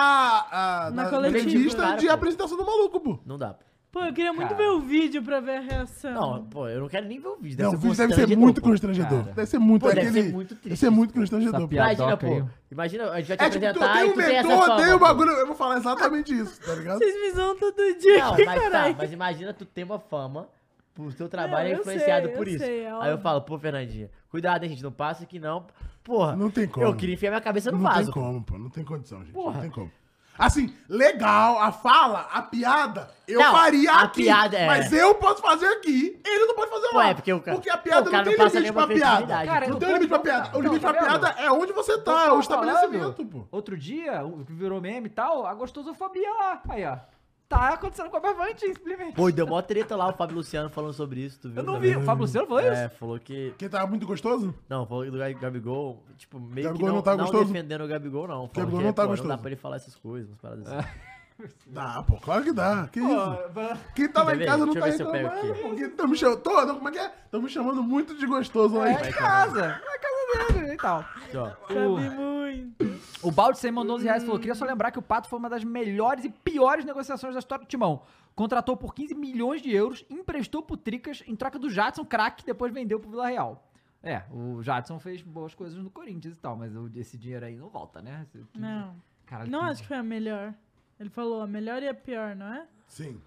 a,
Na
na,
coletiva.
entrevista
Cara,
de
pô.
apresentação do maluco, pô.
Não dá. pô.
Pô, eu queria muito ver o vídeo pra ver a reação.
Não, pô, eu não quero nem ver o vídeo.
Não, o vídeo deve
constrangedor,
ser muito
pô.
constrangedor.
cara.
Deve ser muito.
Pô, deve
aquele-
ser muito triste
Deve ser muito constrangedor.
essa
pô.
piada.
Imagina,
Piadoca
pô.
aí.
Imagina, a gente vai te
É tipo, tu
apresentar
tem
e
um
tu tem essa
mentor,
fama,
odeio o
pô.
bagulho. Eu vou falar exatamente isso, tá ligado?
Vocês me zoam todo dia,
Não,
aqui,
mas tá,
caralho.
mas imagina tu ter uma fama por teu trabalho
Não,
é
eu
influenciado
sei,
por
eu
isso.
sei, é
Aí eu
óbvio.
falo, pô, Fernandinha, cuidado, hein, gente, não passa aqui não. Porra,
Não tem
eu
como.
queria enfiar minha cabeça no
Não
vaso.
tem como, pô. Não tem condição, gente. Não tem como. Assim, legal, a fala, a piada, eu
Não,
faria
a
aqui.
piada é-
Mas eu posso fazer aqui, ele não pode fazer
Pô,
lá.
é porque o cara-
a piada
o cara
não
não
tem
passa
limite pra
nenhuma
piada.
credibilidade.
Cara,
não
eu-
tem limite pra piada. O limite pra
Não, tá
piada é onde você
Eu
tá, é o
tava
estabelecimento,
falando,
pô.
Outro dia, o que virou meme e tal, a gostosofobia lá. Aí, ó. Tá acontecendo com a Bavante, simplesmente.
Pô, e deu mó treta lá o Fábio Luciano falando sobre isso, tu viu?
Eu não
também?
vi. O Fábio Luciano falou
É,
isso?
falou que...
Porque tava muito gostoso?
Não, falou que do Gabigol, tipo, meio
Gabigol
que não,
não tá
não
gostoso?
defendendo o Gabigol, não. Falou
Gabigol
que,
não tá
pô, Não dá
gostoso.
pra ele falar essas coisas, umas paradas assim.
Dá, pô, claro que dá. Que isso?
Pô,
Quem tá lá em
Quer ver?
casa não tá
Deixa eu ver se eu pego
reclamando,
aqui.
pô. Porque tão me chamando. Tô, como é que é? Tão me chamando muito de gostoso lá em
É em casa. É a casa dele e tal.
Aqui, ó.
Sabe muito.
O Balde sem mandou 11 reais
Hum.
falou: queria só lembrar que o Pato foi uma das melhores e piores negociações da história do Timão. Contratou por 15 milhões de euros, emprestou pro Tricas em troca do Jadson, craque, depois vendeu pro Vila Real. É, o Jadson fez boas coisas no Corinthians e tal, mas o- esse dinheiro aí não volta, né? Esse 15
Não.
Caralho,
Não
15.
acho que foi a melhor. Ele falou a melhor e a pior, não é?
Sim.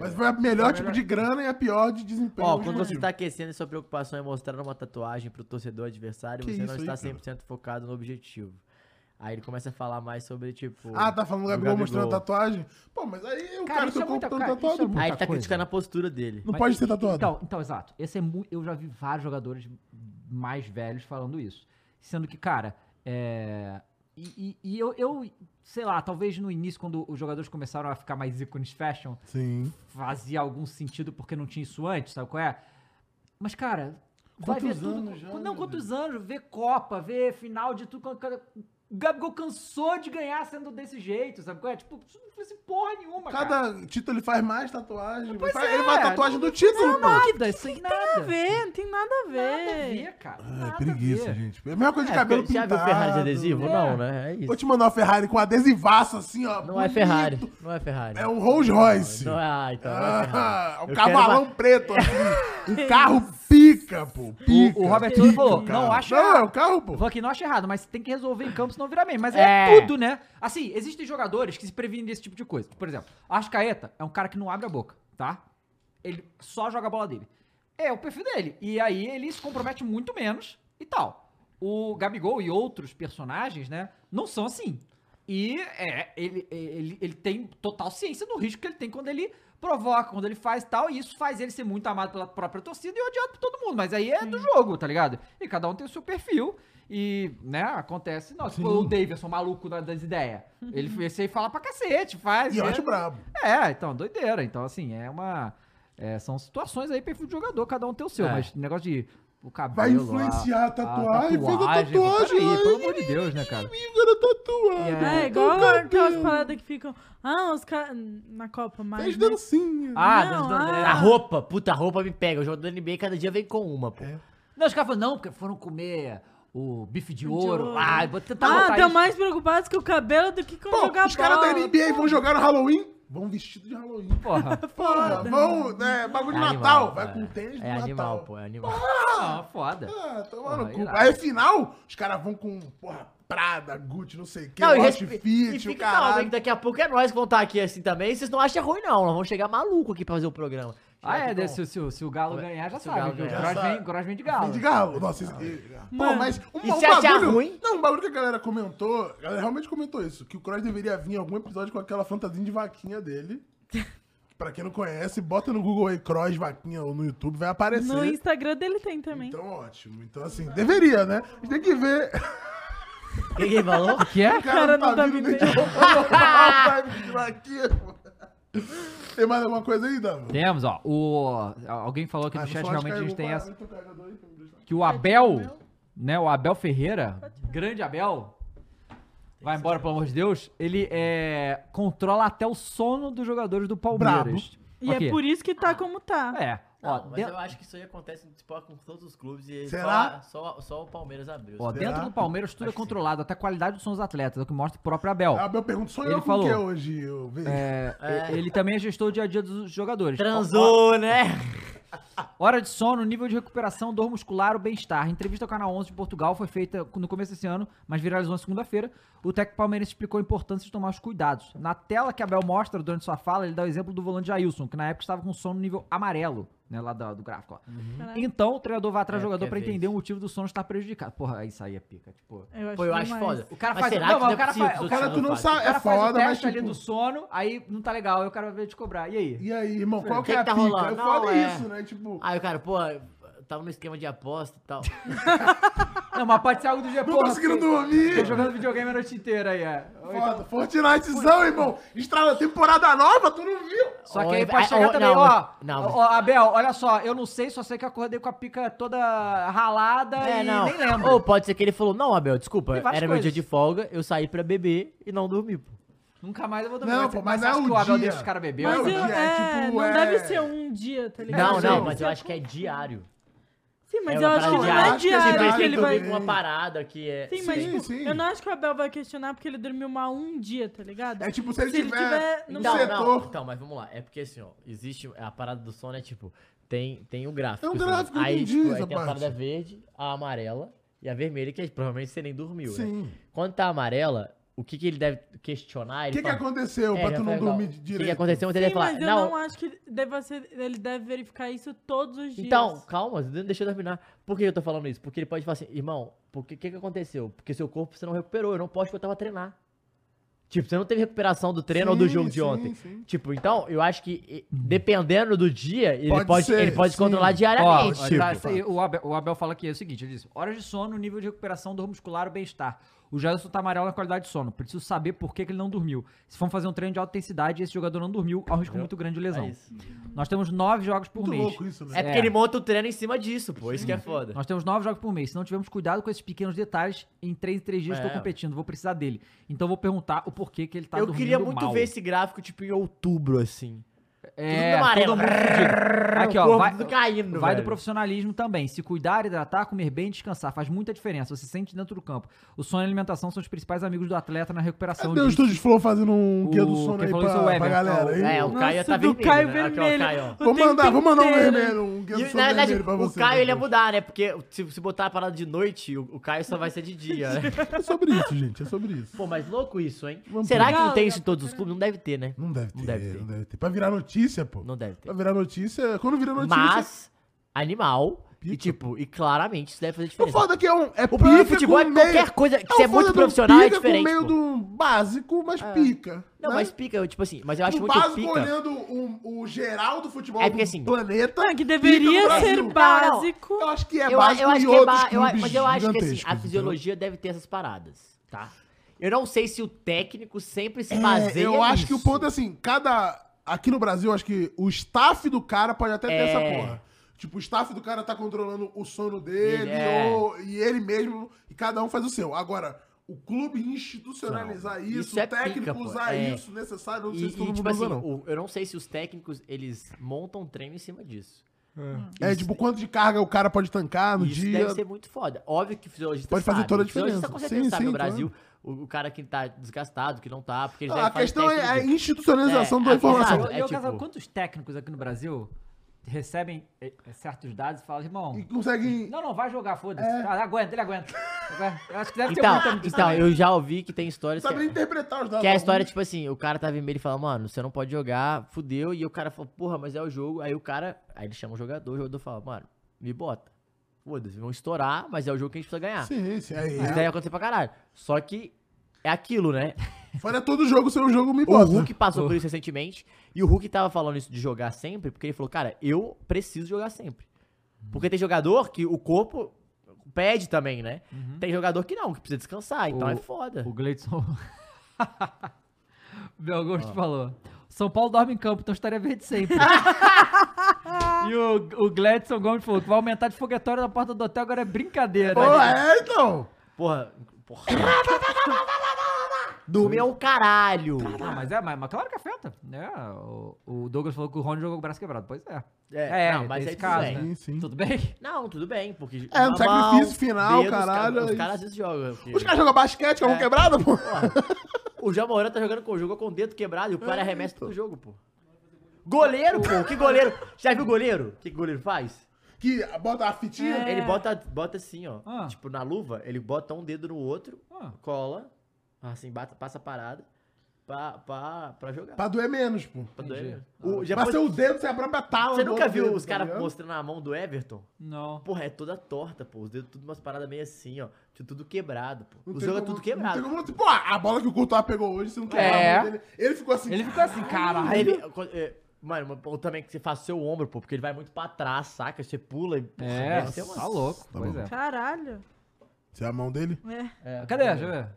Mas foi a melhor tipo de grana e a pior de desempenho.
É. Ó, quando você
esportivo.
tá aquecendo e sua preocupação é mostrar uma tatuagem pro torcedor adversário,
Que
você não
isso aí,
está
cara?
100% focado no objetivo. Aí ele começa a falar mais sobre, tipo...
Ah, tá falando do
o
Gabigol, mostrando a tatuagem? Pô, mas aí o
Cara,
cara,
isso é
tocou
muita-
tanto
cara, isso é
tatuado, pô.
muita
Aí ele tá
coisa.
criticando a postura dele.
Não
Mas-
pode ser tatuado.
Então, então exato. Esse é mu- eu já vi vários jogadores mais velhos falando isso. Sendo que, cara, é. E, e- e eu, eu, sei lá, talvez no início, quando os jogadores começaram a ficar mais ícones fashion,
Sim.
fazia algum sentido porque não tinha isso antes, sabe qual é? Mas, cara, vai ver
Quantos
tudo.
anos já,
Não,
né,
quantos anos? Ver Copa, ver final de tudo. cara, O Gabigol cansou de ganhar sendo desse jeito, sabe qual é? Tipo, isso não fez porra nenhuma, cara.
Cada título ele faz mais tatuagem.
Pois
Ele faz-
é,
Ele faz tatuagem do título, pô.
Nada, isso aí nada.
Nada a ver, não tem nada a
Nada a
ver.
ver, cara.
Ah,
nada
é
a
preguiça,
ver.
gente. É a mesma coisa de
É,
cabelo
porque já
pintado.
viu Ferrari de adesivo?
É.
Não, né? É isso.
Vou te mandar uma Ferrari com adesivaço assim, ó.
Não é
bonito.
Ferrari. Não é Ferrari.
É um Rolls Royce.
Não é, ah, então, não é Ferrari.
Ah, um
Eu
cavalão preto, assim. Um carro pica, pô. Pica,
o Robert
pica,
Souza falou,
cara.
não acho
Não,
errado.
é o carro, pô.
Falou que não acha errado, mas tem que resolver em campo, senão vira meme. Mas é,
É.
tudo, né? Assim, existem jogadores que se previnem desse tipo de coisa. Por exemplo, Arrascaeta é um cara que não abre a boca, tá? Ele só joga a bola dele. É o perfil dele. E aí ele se compromete muito menos e tal. O Gabigol e outros personagens, né, não são assim. E é, ele, ele, ele tem total ciência do risco que ele tem quando ele provoca, quando ele faz e tal, e isso faz ele ser muito amado pela própria torcida e odiado por todo mundo. Mas aí é do jogo, tá ligado? E cada um tem o seu perfil. E, né, acontece. Não, tipo, o Davidson, maluco da- das ideias. Ele fez e fala pra cacete, faz.
E eu
né?
acho brabo.
É, então, doideira. Então, assim, é uma. é, são situações aí, perfil de jogador, cada um tem o seu,
É.
mas negócio de. O cabelo.
Vai influenciar a tatuagem, fez a
pô,
tatuagem,
peraí,
ai,
pelo amor de Deus, né, cara?
Ih, cara, tatuagem.
E
É,
aí-
igual aquelas paradas que ficam. Ah, os caras. Na Copa, mais.
Fez
né?
dancinha.
Ah,
Não,
das- das-
é. A roupa, puta, a roupa me pega. O jogo do NBA cada dia vem com uma, pô.
Não, os caras falaram, não, porque foram comer o bife de ouro.
ouro.
Ai, vou tentar
Ah,
botar
estão
isso.
mais preocupados com o cabelo do que com
Pô,
jogar
os caras da
bola.
NBA vão jogar no Halloween? Vão vestido de Halloween.
Porra.
Porra, vão, né, bagulho de
É
Natal.
animal,
vai
é.
com tênis de
É
Natal.
animal, pô, é animal.
Ah, foda.
Ah, toma no
Porra,
cu.
irado.
Aí, final, os caras vão com, porra, Prada, Gucci, não sei o que,
Não, e
Outfit,
respe- e
Fit, o
fica calma, hein,
caralho.
que daqui a pouco é nós que vão estar aqui assim também. Vocês não acham ruim, não. Nós vamos chegar maluco aqui pra fazer o programa.
Ah,
Chegar
é,
aqui com-
se, o- se o- se o Galo ganhar, já
Se o
sabe.
Galo
que o
ganhar.
Gross
Já
vem,
sabe.
Gross vem de
Vem
Galo.
de galo. Nossa, isso... Pô,
Mano,
mas um,
e
um
se achar
bagulho...
ruim?
Não, um bagulho que a galera comentou, a galera realmente comentou isso, que o Cross deveria vir em algum episódio com aquela fantasia de vaquinha dele. pra quem não conhece, bota no Google aí, Cross, vaquinha, ou no YouTube, vai aparecer.
No Instagram dele tem também.
né? Então, ótimo. Então, assim, deveria, né? A gente tem que ver.
Quem que falou?
Que é?
O cara não tá vindo nem de roupa normal, tá vindo de vaquinha. Tem mais alguma coisa aí, Dava?
Temos, ó. O, alguém falou aqui
Ah,
no
no
chat,
Flash
realmente a
caiu
gente
o
tem
par-
essa.
tem o carregador aí, tem que deixar.
Que o Tá Abel, né? O Abel Ferreira, grande Abel, vai embora, pelo
assim.
amor de Deus. Ele é, controla até o sono dos jogadores do Palmeiras.
E é por é isso que tá como tá.
É. Ó,
Não, mas
de-
eu acho que isso aí acontece no esporte com todos os clubes e
Será?
Só, só, só o Palmeiras abriu.
ó,
Será?
dentro do Palmeiras tudo é controlado, até a qualidade dos sons dos atletas, é o que mostra o próprio Abel.
Ah, meu pergunta, sou
Ele
eu com
falou.
o que hoje? Eu vejo.
É, e- Ele também é gestor do dia a dia dos jogadores.
Transou, né?
Hora de sono, nível de recuperação, dor muscular, o bem-estar. Entrevista ao Canal 11 de Portugal foi feita no começo desse ano, mas viralizou na segunda-feira. O técnico palmeirense explicou a importância de tomar os cuidados. Na tela que Abel mostra durante sua fala, ele dá o exemplo do volante Jailson, que na época estava com sono nível amarelo, né, lá da- do, gráfico. ó.
Uhum.
Caraca.
Então, o treinador vai atrás do
É,
jogador para
porque é
entender
vez.
o motivo do sono estar prejudicado. Porra, isso aí é pica, tipo...
Eu acho, é
Pô, eu acho
demais.
foda.
O cara
Mas
faz-
será
não,
que
mas
não
o cara
é possível
faz-
que os
o cara-
outros
tu não
O
fazem?
sabe, é
cara faz o
foda, mas
teste ali do
tipo...
sono, aí não tá legal, aí o cara vai te cobrar. E aí?
E aí, irmão, qual
O
que,
que
é
que
a
tá
pica?
rolando?
É
Não,
foda
é.
isso, né? Tipo,
Aí o cara, pô, tava no esquema de aposta e tal.
Não, mas pode ser algo do dia,
não
porra,
conseguindo
fiquei- fiquei
dormir.
jogando videogame a noite inteira aí, é. Ou então-
Foda, Fortnitezão, irmão. Estrada temporada nova, tu não viu?
Só que
Ou
aí
ele-
pode
ah,
chegar
ou-
também,
não,
ó.
mas- não, mas-
ó, Abel, olha só, eu não sei, só sei que eu acordei com a pica toda ralada
É,
e
não.
nem lembro.
Ou pode ser que ele falou, não, Abel, desculpa,
Tem
era
várias
meu dia
coisas.
de folga, eu saí pra beber e não dormi, pô.
Nunca mais eu vou dormir.
Não,
você-
pô, mas
você
é
acha
o
que o Abel
dia.
deixa os caras beber.
Mas
Não,
eu-
é,
é,
tipo,
não
é-
deve ser um dia, tá ligado?
Não,
mas
não,
eu-
mas eu acho que é diário.
Sim, mas
É
eu
uma
acho que não
parada
é
diária. Acho que é
diário que
diário
ele
também.
vai...
dormir com uma parada que é...
Sim, mas
Sim,
tipo,
sim.
eu não acho que o Abel vai questionar porque ele dormiu mal um dia, tá ligado?
É tipo, se ele tiver
no
um setor-
Então, mas vamos lá. É porque assim, ó, existe. A parada do sono é tipo, tem, tem o gráfico.
É um
assim,
gráfico, eu
aí,
entendi
tipo, aí
essa
tem a
parte.
parada verde, a amarela e a vermelha, que é, provavelmente você nem dormiu, né?
Sim.
Quando tá amarela, o que, que ele deve
O
questionar? Ele "É,
que que aconteceu pra tu não dormir
O
direito?
que, que aconteceu? Mas ele
Sim,
vai falar,
mas eu não,
não,
acho que deva ser- ele deve verificar isso todos os dias.
então, calma, deixa eu terminar. Por que eu tô falando isso? Porque ele pode falar assim, irmão, o que, que que aconteceu? Porque seu corpo você não recuperou, eu não posso porque eu tava a treinar. Tipo, você não teve recuperação do treino ou do
Sim,
jogo de
sim,
ontem.
sim.
Tipo, então, eu acho que e, dependendo do dia, ele
Pode
pode,
ser,
ele pode
sim.
controlar
Uhum. Ó,
diariamente. tipo.
tá, isso aí, o, Abel, o Abel fala aqui é o seguinte, ele disse, horas de sono, nível de recuperação, dor muscular, o bem-estar. O Jailson tá amarelo na qualidade de sono. Preciso saber por que, que ele não dormiu. Se for fazer um treino de alta intensidade e esse jogador não dormiu, há um risco muito grande de lesão.
É isso.
Nós temos nove jogos por
Muito
mês.
louco isso, né?
É porque ele monta o treino em cima disso, pô. Isso que é foda.
Nós temos nove jogos por mês. Se não tivermos cuidado com esses pequenos detalhes, em três em três dias
É,
estou
ué.
competindo. Vou precisar dele. Então vou perguntar o porquê que ele tá
eu
dormindo
queria muito
mal.
ver esse gráfico, tipo, em outubro, assim.
é,
tudo amarelo.
todo mundo fudido. Aqui,
O
ó.
corpo
Vai,
tudo caindo,
vai do
velho.
profissionalismo também. Se cuidar, hidratar, comer bem, descansar. Faz muita diferença. Você sente dentro do campo. O sono e a alimentação são os principais amigos do atleta na
é
recuperação.
Cadê o
diz.
Estúdio Flow fazendo um guia do
O-
sono
quem
aí
falou isso é o
pra, pra
Everton.
galera? hein?
É, o Caio
Nossa,
tá
do
vermelho,
Caio
né? Aqui, ó,
vermelho.
Caio, ó.
Vou
O tempo
mandar, vou mandar um
inteiro.
vermelho, um guia do
E,
sono
na verdade,
vermelho pra
o
você.
Caio ele ia
depois.
mudar, né? Porque se, se botar a parada de noite, o, o Caio só vai ser de dia, né?
É sobre isso, gente, é sobre isso.
Pô, mas louco isso, hein?
Vamos
Será
ver.
que não tem
Legal,
isso em todos os clubes? Não deve ter, né?
Não deve ter,
Não deve ter.
não deve ter. Pra virar notícia, pô.
Não deve ter.
Pra virar notícia, quando vira notícia...
Mas, animal,
Pica.
e tipo, e claramente isso deve fazer
O
diferença.
foda que é um. É
O problema do
pica
futebol
com
é que qualquer coisa que você é
o foda
muito
de um
profissional é
pica Com
diferente,
meio
pô. É.
de um básico, mas pica.
Não,
né?
mas pica, eu, tipo assim, mas eu acho
o
muito
básico
pica.
olhando um, o, o geral do futebol
É porque,
do
assim,
planeta.
Ah, que
pica no
deveria
Brasil.
ser
Eu,
básico.
acho que é
eu,
básico
eu acho
em
que é
outros
ba... eu,
clubes
mas eu acho que assim, a
gigantescos,
fisiologia deve ter essas paradas, tá? Eu não sei se o técnico sempre se
entendeu?
baseia
É, eu acho que o
nisso.
ponto é assim, cada... Aqui no Brasil, acho que o staff do cara pode até ter
É.
essa porra. Tipo, o staff do cara tá controlando o sono dele,
Ele é.
ou, e ele mesmo, e cada um faz o seu. Agora, o clube institucionalizar
Não,
isso,
isso é
o técnico
pica, pô,
usar
é.
isso necessário, eu não
E,
sei
e,
se todo mundo
tipo
usa,
assim,
não.
o- eu não sei se os técnicos, eles montam um treino em cima disso. Hum.
É,
isso-
tipo, quanto de carga o cara pode tancar no
Isso
dia.
deve ser muito foda. Óbvio que o fisiologista
Pode fazer
sabe.
toda a
O fisiologista
diferença.
com certeza
Sim,
sabe
sim,
no Brasil o, o cara que tá desgastado, que não tá, porque eles
Ah,
devem
a
fazer
questão é,
teste
é
no
a
dia.
institucionalização
É,
da
a-
informação.
Exato.
É
Eu,
tipo-
Casal, quantos técnicos aqui no Brasil recebem eh, certos dados e falam, irmão,
E conseguem.
não, não, vai jogar, foda-se.
É.
Ah, aguenta, ele aguenta. Aguenta. Eu acho que deve ter
Então,
muito disso
então
também.
eu já ouvi que tem histórias
Sabe nem
que,
interpretar os dados.
que é a história, tipo assim, o cara tá vermelho e fala, mano, você não pode jogar, fudeu, e o cara fala, porra, mas é o jogo. Aí o cara, aí ele chama o jogador, o jogador fala, mano, me bota. Foda-se, vão estourar, mas é o jogo que a gente precisa ganhar.
Sim, sim. é Aí,
Isso deve acontecer pra caralho. Só que é aquilo, né?
Fora todo jogo, seu jogo né? me
O
bota.
Hulk passou
Uhum.
por isso recentemente. E o Hulk tava falando isso de jogar sempre, porque ele falou, cara, eu preciso jogar sempre.
Uhum.
Porque tem jogador que o corpo pede também, né?
Uhum.
Tem jogador que não, que precisa descansar, então
O-
é foda.
O Gleidson. Belgosto falou. São Paulo dorme em campo, então estaria verde sempre. e o, o Gledson Gomes falou que vai aumentar de foguetório na porta do hotel, agora é brincadeira.
Pô, é, então.
Porra, porra. Dormir é um caralho.
Ah, mas é, mas, mas claro que afeta. né? o, o Douglas falou que o Rony jogou com o braço quebrado. Pois é.
É, não, mas
tem
aí
esse
tudo
caso,
bem.
né?
Sim, sim.
Tudo bem?
Não, tudo bem, porque...
É, um
mal,
sacrifício final,
dedo, os caras-
caralho, é
Os
isso.
caras às vezes jogam. porque-
Os caras jogam basquete com a mão quebrada, pô.
O Jean Moran tá jogando com o jogo com o dedo quebrado e o cara
É,
arremessa todo jogo, pô. Goleiro, pô. Que goleiro? Já viu goleiro? O que que goleiro faz?
Que bota a fitinha.
É.
Ele bota, bota assim, ó.
Ah.
Tipo, na luva, ele bota um dedo no outro,
Ah.
cola, assim, bata, passa a parada pra, pra, pra jogar.
Pra doer menos, pô.
Pra doer.
Entendi.
O- já
Ah, Mas
foi-
seu dedo, você é a própria tala.
Você
do
nunca
outro
viu
dedo,
os
tá
caras
ligado?
mostrando a mão do Everton?
Não.
Porra, é toda torta, pô. Os dedos tudo umas paradas meio assim, ó. Tinha tudo quebrado, pô.
Não
Os
tem
jogos é
como-
tudo
Não
quebrado.
tem como- pô, a bola que o Courtois pegou hoje, você não quebrar
É.
a mão dele. Ele ficou assim.
Ele ficou assim,
Aí
caralho.
ele. é, Mano, ou também que você faça seu ombro, pô, porque ele vai muito pra trás, saca? Você pula e. porra,
É,
deve ser uma-
tá louco. Pois é.
Caralho.
Você é a mão dele?
É.
É, Cadê? Deixa eu ver.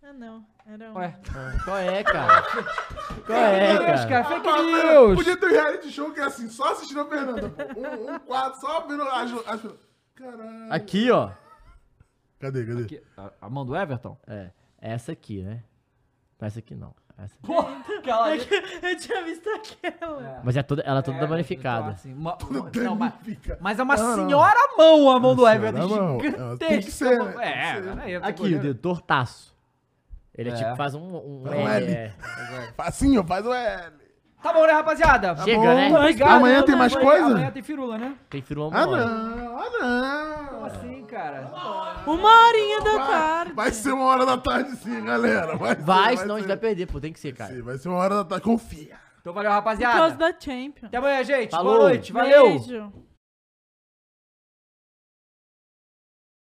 Ah, não. Era um...
Ué.
Ah, Qual é, cara? Qual é,
Meu Deus,
cara?
cara. Fake news.
Podia ter um reality show que é assim, só assistindo a Fernanda. pô. Um, um quadro, só vendo as... as... Caralho.
Aqui, ó.
Cadê, cadê?
Que- a- A mão do Everton?
É, essa aqui, né? Essa aqui não. É Essa aqui.
Aquela ali.
Eu tinha visto aquela.
Mas é toda, ela é toda
É, então,
danificada.
assim, uma- uma- não, mas-
Danifica.
Mas é uma
Não, não.
senhora mão a mão do
Uma
Everton.
senhora mão.
Gigantesca.
Tem que ser, né?
É,
Tem que ser.
peraí, eu tô
Aqui, o
olhando.
dedo, tortaço. Ele é
É.
tipo, faz um. um,
um
é,
L.
é.
Facinho, faz o L.
Tá bom, né, rapaziada?
Chega,
Tá bom,
né?
Obrigado.
Amanhã tem mais
Amanhã-
coisa?
Amanhã tem firula, né?
Tem firula
Ah,
mole.
não. Ah, não.
Assim, cara.
Uma horinha da tarde.
Vai ser uma hora da tarde sim, galera. Vai, ser,
Vai, senão a gente
ser.
vai perder, pô. Tem que ser, cara.
Sim, vai é ser uma hora da tarde. Confia.
Então valeu,
Por causa
rapaziada.
da Champions.
Até amanhã, gente.
Falou.
Boa noite. Valeu.
Beijo.